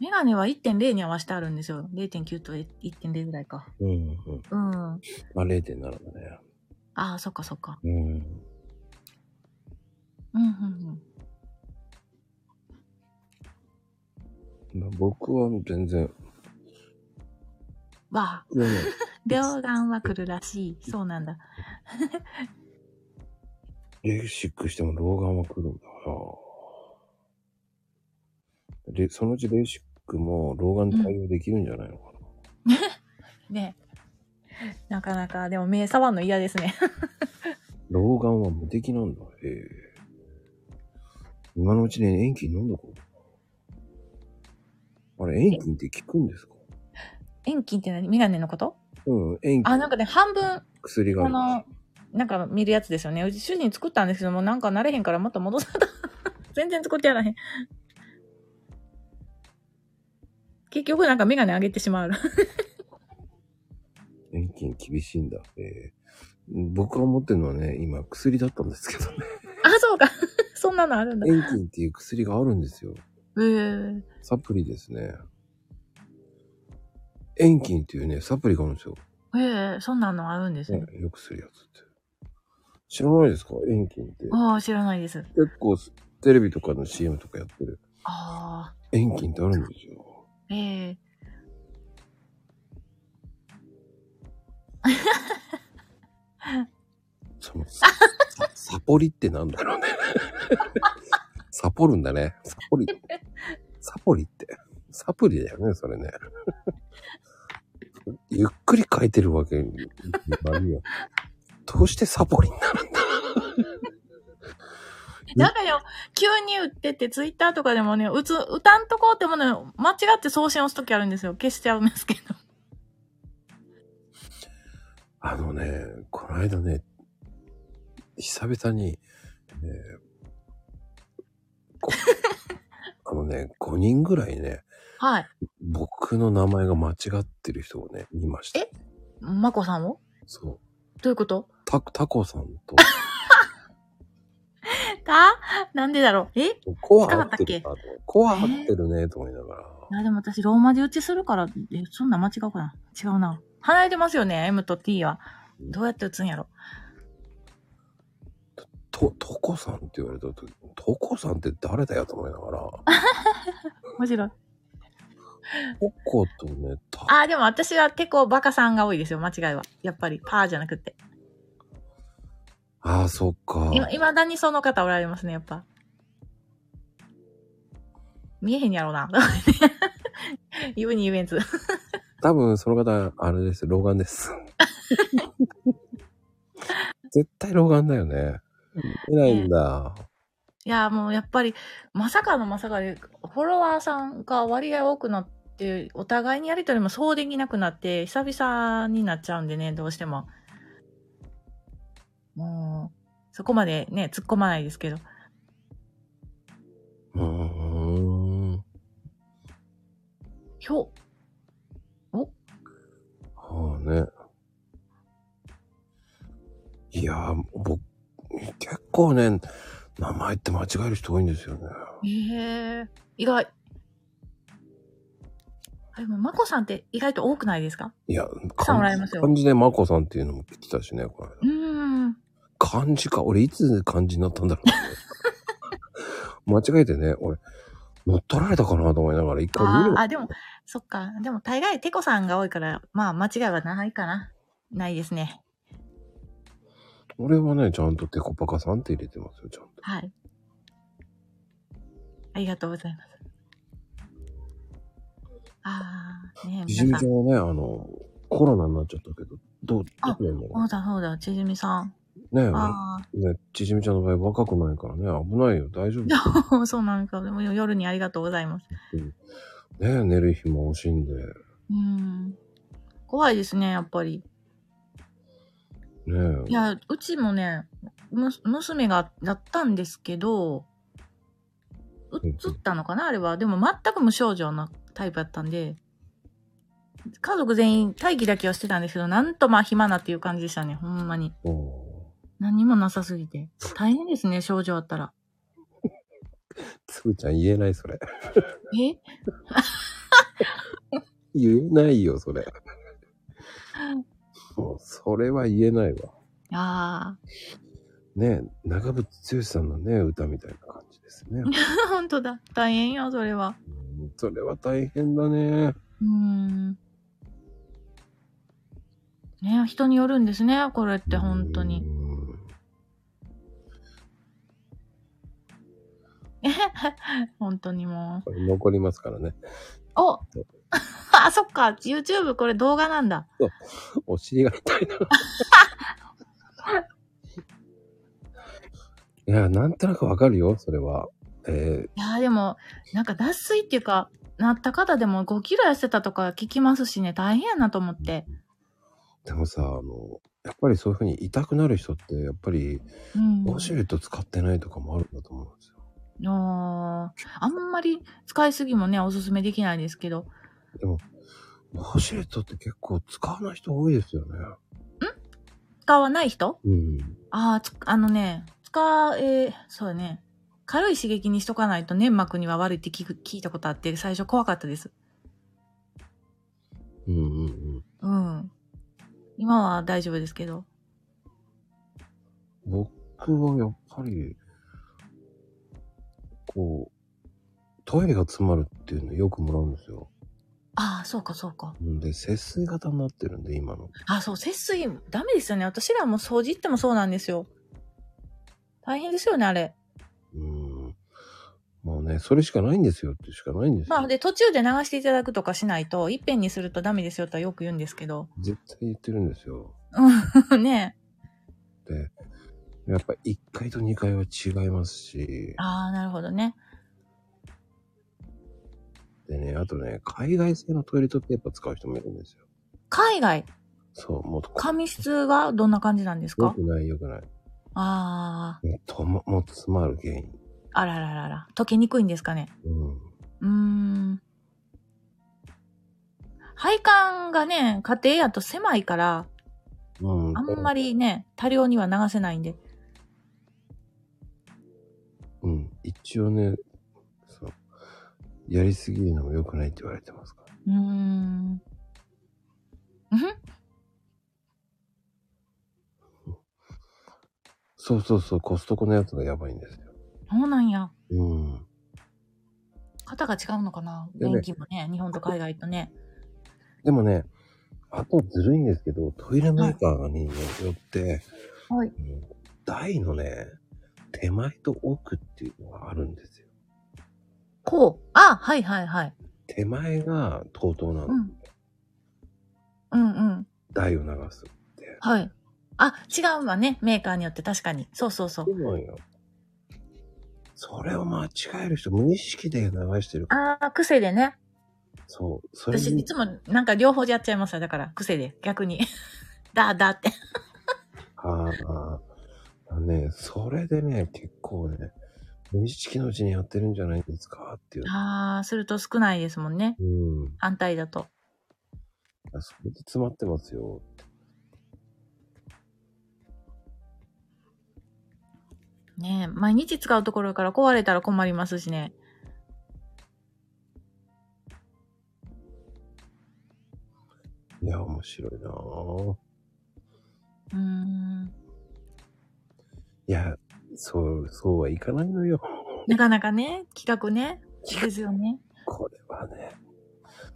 S3: メガネは1.0に合わせてあるんですよ0.9と1.0ぐらいか
S2: うん、うん。
S3: うんあ
S2: まあ、0.7だね。
S3: あそっかそっか
S2: うん。
S3: うんうんうん
S2: まあ、僕は全然、
S3: わあ
S2: いやいや
S3: 両眼は来るらしい。そうなんだ。
S2: レーシックしても老眼は来るんだから。で、そのうちレーシックも老眼で対応できるんじゃないのかな。
S3: ねなかなか、でも目触んの嫌です ね。
S2: 老眼は無敵なんだ。へえ。今のうちに遠近飲んどこう。あれ、遠近って効くんですか
S3: 遠近って何メガネのこと
S2: うん、遠
S3: あ、
S2: 近
S3: なんかね、半分、
S2: 薬が
S3: こ
S2: あ
S3: の、なんか見るやつですよね。うち主人作ったんですけども、なんか慣れへんからまた戻された。 全然作ってやらへん。結局なんかメガネ上げてしまう。
S2: る。遠近厳しいんだ。へえ。僕が持ってるのはね、今薬だったんですけどね。
S3: あ、そうか。 そんなのあるんだ。へ
S2: 遠近っていう薬があるんですよ。
S3: え。
S2: サプリですね。遠近っていうね、サプリがあるんですよ。
S3: へえ、そんなのあるんですね
S2: ね。よくするやつって。知らないですか遠近って。
S3: ああ、知らないです。
S2: 結構す、テレビとかの CM とかやってる。
S3: ああ、
S2: 遠近ってあるんですよ。
S3: ええ。
S2: そ の、さサポリってなんだろうね。 サポるんだね。サポリ。サポリって。サプリだよね、それね。 ゆっくり書いてるわけになるよ。どうしてサポリになるんだ
S3: なんかよ、急に打ってって、ツイッターとかでもね、打つ、打たんとこうってもね、間違って送信押すときあるんですよ。消しちゃうんですけど。
S2: あのね、この間ね、久々に、えー こあのね、5人ぐらいね、
S3: はい。
S2: 僕の名前が間違ってる人をね、見ました。
S3: えまこさんを
S2: そう。
S3: どういうこと
S2: タコ、タコさんと、
S3: たなんでだろうえ
S2: コ
S3: 近
S2: ア合
S3: かっ
S2: ったて
S3: っけ
S2: るなと。コア合ってるね、と思いながら。
S3: いや、でも私、ローマ字打ちするから、え、そんなん間違うかな違うな。離れてますよね、M と T は。どうやって打つんやろ
S2: と、トコさんって言われた時、トコさんって誰だよと思いながら、
S3: 面白い。
S2: トコとね、タ
S3: あー、でも私は結構バカさんが多いですよ、間違いは。やっぱり、パーじゃなくって。
S2: ああ、そっか。
S3: いま、未だにその方おられますね、やっぱ。見えへんやろうな。 言うに言えんつ。
S2: 多分その方、あれです、老眼です。 絶対老眼だよね。出ないんだ。
S3: いや、もうやっぱり、まさかのまさかで、フォロワーさんが割合多くなって、お互いにやりとりもそうできなくなって、久々になっちゃうんでね、どうしても。もう、そこまでね、突っ込まないですけど。
S2: うーん。
S3: ひょ、
S2: はあね。いやー、僕、結構ね、名前って間違える人多いんですよね。
S3: ええ意外。あでも、まこさんって意外と多くないですか
S2: いや、
S3: さんお
S2: 漢
S3: られま
S2: 字
S3: すよ
S2: 漢字でマコさんっていうのも来てたしね、これ。
S3: うーん。
S2: 漢字か。俺、いつ漢字になったんだろう って。間違えてね、俺、乗っ取られたかなと思いながら、一回見
S3: あ
S2: る
S3: ーあ、でも、そっか。でも、大概、てこさんが多いから、まあ、間違いはないかな。ないですね。
S2: 俺はね、ちゃんとテコパカさんって入れてますよ、ちゃんと。
S3: はい。ありがとうございます。ああ、ねえ、
S2: じじみ
S3: 皆
S2: ち
S3: さ
S2: ゃ
S3: ん。
S2: んはね、あの、コロナになっちゃったけど、どう、
S3: あ
S2: どうなんだ
S3: そ
S2: ろ
S3: うだそうだ、ちじみさん。
S2: う。ねえ、
S3: あ
S2: ね、ちじみちゃんの場合若くないからね、危ないよ、大丈 夫。ね
S3: あ、そうなんか。でも夜にありがとうございます。
S2: え、寝る日も惜しんで、ね
S3: うん。怖いですね、やっぱり。
S2: え。
S3: いや、うちもね、む娘がやったんですけど、う
S2: うんうん
S3: つったのかなあれは。でも全く無症状のタイプだったんで、家族全員待機だけはしてたんですけど、なんとまあ暇なっていう感じでしたね、ほんまに。
S2: うん
S3: 何にもなさすぎて。大変ですね、症状あったら。
S2: つぐちゃん言えない、それ。
S3: え
S2: 言えないよ、それ。もう、それは言えないわ。
S3: あ
S2: ねえ、長渕剛さんのね、歌みたいな感じです ね。
S3: あ、本当だ。大変よ、それは。
S2: うんそれは大変だね。
S3: うーん。ね人によるんですね、これって本当に。
S2: うん。
S3: 本当にもう。
S2: これ残りますからね。
S3: お あ、そっか。YouTube これ動画なんだ。
S2: お尻が痛いな。いや、なんとなくわかるよ、それは。え
S3: いやーでも、なんか脱水っていうか、なった方でも5キロ痩せたとか聞きますしね、大変やなと思って。
S2: ーでもさ、あの、やっぱりそういうふうに痛くなる人って、やっぱり、
S3: うん。
S2: ウォシュレット使ってないとかもあるんだと思うんですよ。
S3: あーあんまり使いすぎもね、おすすめできないですけど。
S2: ウォシュレットって結構使わない人多いですよね。
S3: 使わない人
S2: うん。
S3: ああ、つあのね、使え、そうやね。軽い刺激にしとかないと粘膜には悪いって聞く聞いたことあって、最初怖かったです。
S2: うんうんうん。
S3: うん。今は大丈夫ですけど。
S2: 僕はやっぱり、こう、トイレが詰まるっていうのよくもらうんですよ。
S3: ああ、そうかそうか。
S2: んで、節水型になってるんで、今の。
S3: あ、そう、節水、ダメですよね。私らも掃除行ってもそうなんですよ。大変ですよね、あれ。
S2: うん。もうね、それしかないんですよってしかないんですよ。
S3: まあ、で、途中で流していただくとかしないと、いっぺんにするとダメですよとはよく言うんですけど。
S2: 絶対言ってるんですよ。
S3: うん、ねえ
S2: で、やっぱ1階と2階は違いますし、
S3: ああ、なるほどね。
S2: でね、あとね、海外製のトイレットペーパー使う人もいるんですよ。
S3: 海外、
S2: そう、もう、
S3: 紙質はどんな感じなんです
S2: よ
S3: か
S2: くないよくない。
S3: あ
S2: もうとも、もう詰まる原因。
S3: あ、あらららら、溶けにくいんですかね。
S2: うん。
S3: うーん。配管がね、家庭やと狭いから、
S2: うん、
S3: あんまりね、多量には流せないんで。
S2: うん、一応ね、そう、やりすぎるのも良くないって言われてますから。
S3: うーん。うん
S2: そうそうそう、コストコのやつがやばいんですよ。
S3: そうなんや。
S2: うん。
S3: 型が違うのかな
S2: でね
S3: 電気もね、日本と海外とね。
S2: でもね、あとずるいんですけど、トイレメーカーによって、
S3: はい
S2: うん台のね、手前と奥っていうのがあるんですよ。
S3: こう。あ、はいはいはい。
S2: 手前が TOTO なの、
S3: うん。うんうん。
S2: 台を流す。
S3: はい。あ、違うわね。メーカーによって確かに。そうそうそ
S2: そう
S3: う。
S2: なんよ。それを間違える人、無意識で流してるから。
S3: あー、癖でね。
S2: そう。それ
S3: 私
S2: に
S3: いつもなんか両方でやっちゃいますよ。だから、癖で。逆に。 だーだーって。
S2: ああ、あのね、それでね、結構ね、無意識のうちにやってるんじゃないですかっていう。
S3: あー、すると少ないですもんね。
S2: うん。
S3: 反対だと。
S2: あそれで詰まってますよ。
S3: ねえ毎日使うところから壊れたら困りますしね。
S2: いや、面白いなぁ。
S3: うーん。
S2: いや、そう、そうはいかないのよ。
S3: なかなかね、企 画ね。ですよね。
S2: これはね。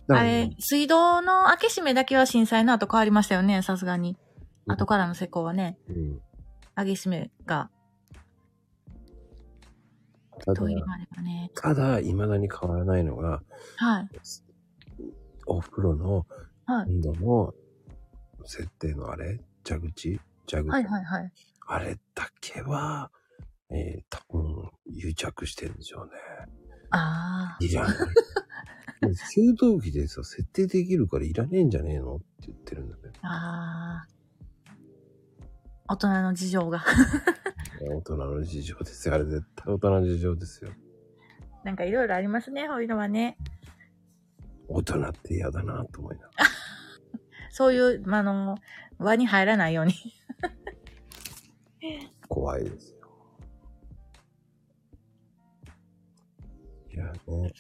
S2: だ
S3: あ
S2: から
S3: れ、水道の開け閉めだけは震災の後変わりましたよね、さすがに。後からの施工はね、
S2: うん。
S3: 開け閉めが、
S2: ただ
S3: トイレまでがね。
S2: ただ、未だに変わらないのが、
S3: はい。
S2: お風呂の
S3: はい。
S2: 温度の設定のあれ蛇口蛇口、
S3: はいはいはい。
S2: あれだけは、えー、多分、癒着してるんでしょうね。
S3: ああ。
S2: い らない。もう給湯器でさ、設定できるからいらねえんじゃねえのって言ってるんだけど
S3: ああ。大人の事情が。
S2: ね、大人の事情ですよ。あれ絶対大人の事情ですよ。
S3: なんかいろいろありますね、こういうのはね。
S2: 大人って嫌だなと思いながら。
S3: そういう、まああの、輪に入らないように。
S2: 怖いですよ。いやね。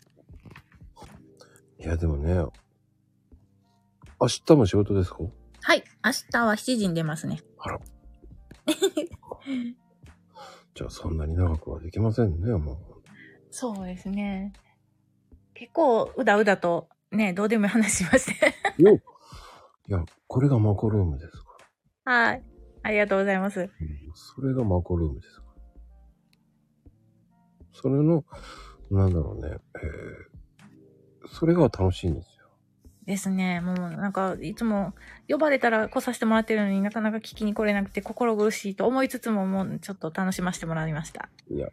S2: いやでもね、明日も仕事ですか
S3: はい。明日は7時に出ますね。
S2: あら。じゃあそんなに長くはできませんね、も
S3: そうですね。結構、うだうだと、ね、どうでもいい話しまして。
S2: う。よっいや、これがマコルームですか
S3: はい。ありがとうございます。
S2: ら。うんそれがマコルームですから。それの、なんだろうね、えー、それが楽しいんですよ。
S3: ですね。もう、なんか、いつも、呼ばれたら来させてもらってるのになかなか聞きに来れなくて心苦しいと思いつつも、もう、ちょっと楽しませてもらいました。
S2: いや、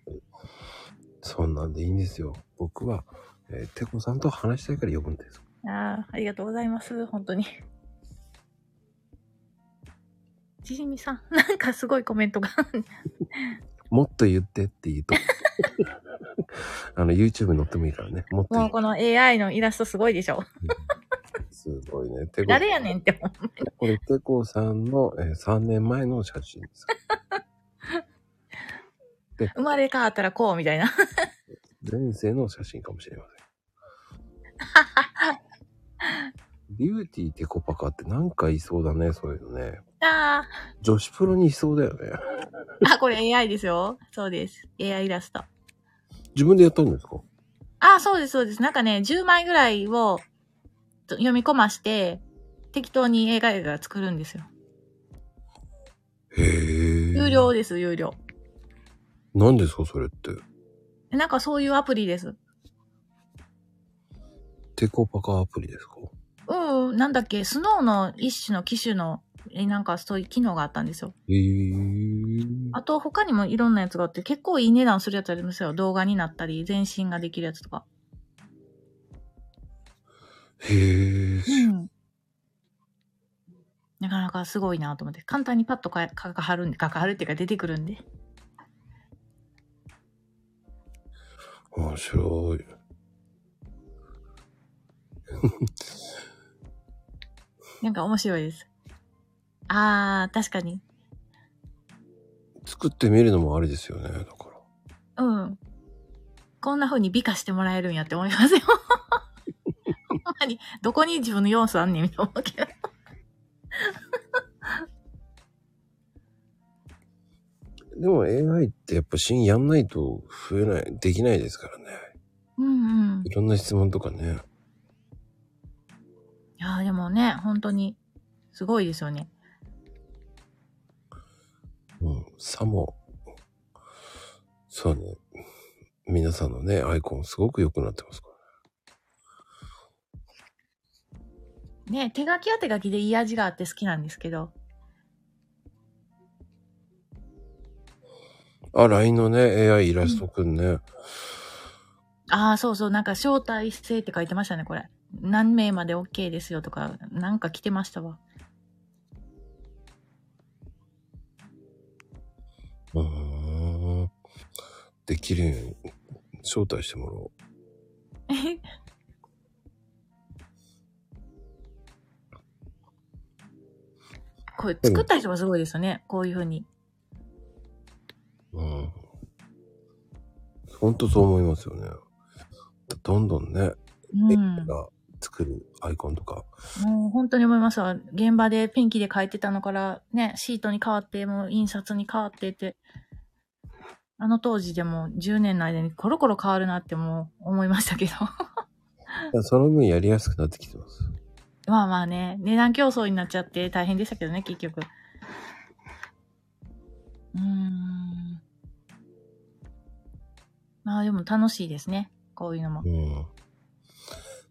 S2: そんなんでいいんですよ。僕は、えー、てこさんと話したいから呼ぶんです。
S3: ああ、ありがとうございます。本当に。ちじみさん、 なんかすごいコメン トが。
S2: もっと言ってって言う と。あの、YouTube に載ってもいいからね。もっと言
S3: も
S2: っ
S3: う
S2: て
S3: この AI のイラストすごいでしょ。
S2: すごいね。てこ
S3: 誰やねんって思う。
S2: これ、てこさんの、えー3年前の写真です。
S3: 生まれ変わったらこうみたいな。
S2: 前世の写真かもしれません。ビューティーてこぱかってなんかいそうだね、そういうのね。
S3: あ
S2: 女子プロにいそうだよね。
S3: ーあ、これ AI ですよ。そうです。AI イラスト。
S2: 自分でやったんですか
S3: あ、そうです、そうです。なんかね、10枚ぐらいをと読み込まして、適当に映画映画作るんですよ。
S2: へえ。
S3: 有料です、有料。
S2: 何ですか、それって。
S3: なんかそういうアプリです。
S2: てこぱかアプリですか
S3: うんうん、なんだっけ、スノーの一種の機種の、えなんかそういう機能があったんですよ。
S2: へえ。
S3: あと他にもいろんなやつがあって、結構いい値段するやつありますよ。動画になったり、全身ができるやつとか。
S2: へえ。
S3: うん。なかなかすごいなと思って、簡単にパッとかかかるんで、かかるっていうか出てくるんで。
S2: 面白い。
S3: なんか面白いです。あー、確かに。
S2: 作ってみるのもありですよね、だから。
S3: うん。こんな風に美化してもらえるんやって思いますよ。 ほんまに、どこに自分の要素あんねんみたいな思うけど。
S2: でも AI ってやっぱ芯やんないと増えない、できないですからね。
S3: うんうん。い
S2: いろんな質問とかね。
S3: やーでもね、本当に、すごいですよね。
S2: うん。さも、そうね。皆さんのね、アイコンすごく良くなってますか
S3: ね、手書きは手書きでいい味があって好きなんですけど。
S2: ら。あ、LINE のね、AI イラストくんね。
S3: ああ、そうそう、なんか招待制って書いてましたね、これ。何名まで OK ですよとか、なんか来てましたわ。
S2: うーん。できるように招待してもらおう。
S3: これ作った人がすごいですよね、こういうふうに。
S2: うん。ほんとそう思いますよね。どんどんね、
S3: うん。
S2: が作るアイコンとか、
S3: もう本当に思いますわ。現場でペンキで書いてたのから、ね、シートに変わって、もう印刷に変わってって、あの当時でも10年の間にコロコロ変わるなってもう思いましたけど。
S2: その分やりやすくなってきてます。
S3: まあまあね、値段競争になっちゃって大変でしたけどね、結局。うーん。まあでも楽しいですね、こういうのも
S2: う。ん。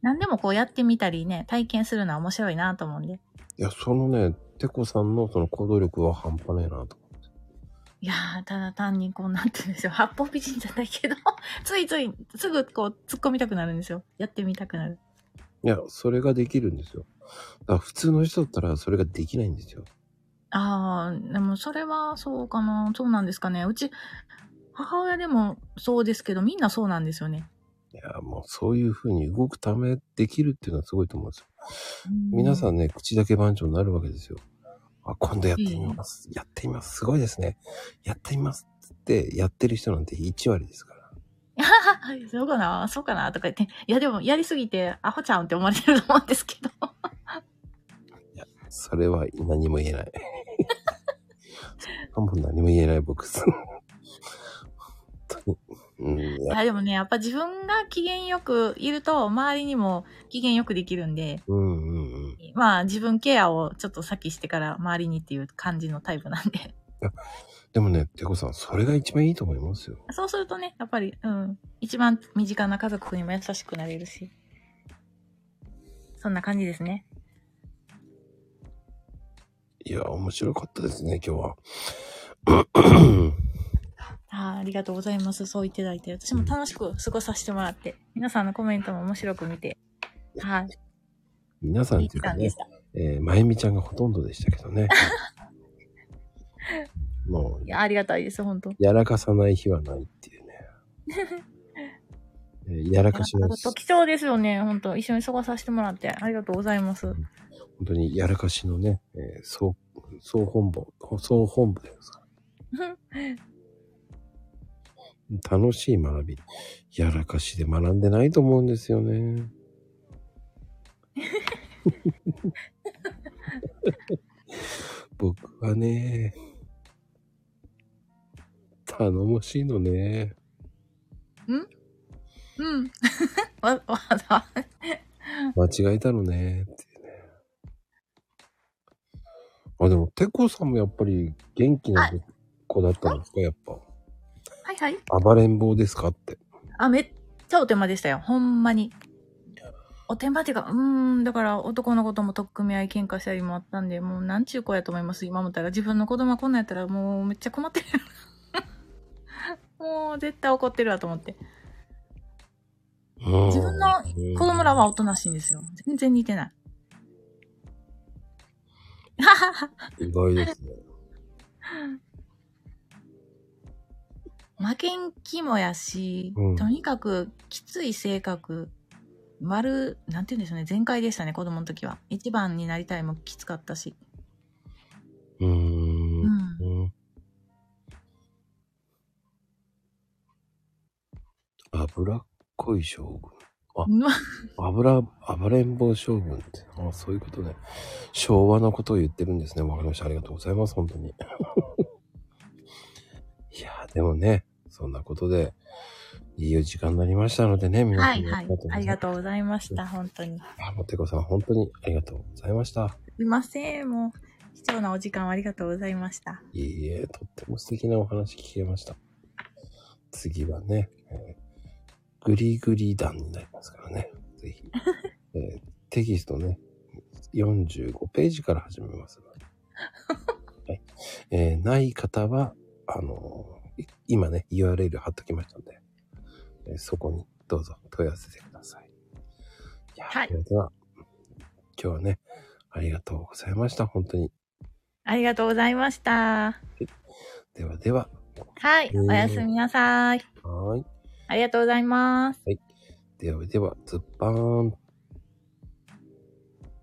S3: 何でもこうやってみたりね、体験するのは面白いなと思うんで。
S2: いや、そのね、てこさんのその行動力は半端ねえなと。
S3: いやー、ただ単にこうなんて言うんでしょう。八方美人じゃないけど、 ついつい、すぐこう突っ込みたくなるんですよ。やってみたくなる。
S2: いや、それができるんですよ。だから普通の人だったらそれができないんですよ。
S3: ああ、でもそれはそうかな。そうなんですかね。うち、母親でもそうですけど、みんなそうなんですよね。
S2: いや、もうそういう風に動くためできるっていうのはすごいと思うんですよ。皆さ
S3: ん。
S2: んね、口だけ番長になるわけですよ。あ、今度やってみます。やってみます。すごいですね。やってみます。つって、やってる人なんて1割ですから。
S3: そうかな、そうかな、とか言って。いや、でもやりすぎて、アホちゃんって思われてると思うんですけど。
S2: それは何も言えない。そんなもん何も言えない僕。本当に。うん、い
S3: い
S2: や、
S3: や、でもね、やっぱ自分が機嫌よくいると、周りにも機嫌よくできるんで、
S2: うんうんうん。
S3: まあ自分ケアをちょっと先してから周りにっていう感じのタイプなんで。
S2: でもね、てこさん、それが一番いいと思いますよ。
S3: そうするとね、やっぱり、うん、一番身近な家族にも優しくなれるし。そんな感じですね。
S2: いや、面白かったですね、今日は。
S3: あーありがとうございます。そう言っていただいて。私も楽しく過ごさせてもらって、皆さんのコメントも面白く見て、はい、
S2: 皆さん
S3: いい
S2: とい
S3: 時
S2: うか
S3: 間で
S2: ね
S3: し、た。
S2: えーまゆみちゃんがほとんどでしたけどね。もう
S3: い、や、ありがたいです、本当
S2: やらかさない日はないっていうね。えーやらかしの、本
S3: 貴重ですよね、本当一緒に過ごさせてもらって、ありがとうございます。
S2: 当にやらかしのね、えー総、総本部、総本部ですか。楽しい学び。やらかしで学んでないと思うんですよ ね。僕はね、頼もしいのね。
S3: うん。 わ、わざ
S2: 間違えたのねっていうね。あ、でも、てこさんもやっぱり元気な子だったんですかやっぱ。
S3: はいはい。
S2: 暴れん坊ですかって。
S3: あ、めっちゃお手間でしたよ、ほんまに。お手間っていうか、うーん、だから男の子とも取っ組み合い喧嘩したりもあったんで、もうなんちゅう子やと思います、今思ったら。自分の子供がこんなんやったらもうめっちゃ困ってる。 もう絶対怒ってるわと思って。
S2: 自
S3: 自分の
S2: 子
S3: 子供らはおとなしいんですよ。全然似てない。ははは。
S2: 意外ですね。
S3: 負けん気もやし、
S2: うん
S3: とにかくきつい性格、丸、なんて言うんでしょうね、全開でしたね、子供の時は。一番になりたいもきつかったし。
S2: うー。
S3: うんん。
S2: うん脂っこい将軍。
S3: うわ
S2: 油、暴れん坊将軍って。あそういうことね。昭和のことを言ってるんですね。わかりました。ありがとうございます。本当に。 いやー、でもね、そんなことで、いいお時間になりましたのでね、皆
S3: は
S2: さん
S3: い
S2: も
S3: はい。ありがとうございました、本当に。
S2: う。あ、もてこさん、本当にありがとうございました。
S3: すいません、もう、貴重なお時間をありがとうございました。
S2: いいえ、とっても素敵なお話聞けました。次はね、えーグリグリ団になりますからね。ぜ ひ。えーテキストね、45ページから始めます ので。はい。えーない方は、あのーい今ね、URL 貼っときましたので、えーそこにどうぞ問い合わせてください。いや
S3: はい
S2: それでは、今日はね、ありがとうございました。本当に。
S3: ありがとうございました。
S2: ではでは、
S3: はい、
S2: うん
S3: おやすみなさい。
S2: はーい。
S3: ありがとうございます。
S2: ではでは、ズッパーンと。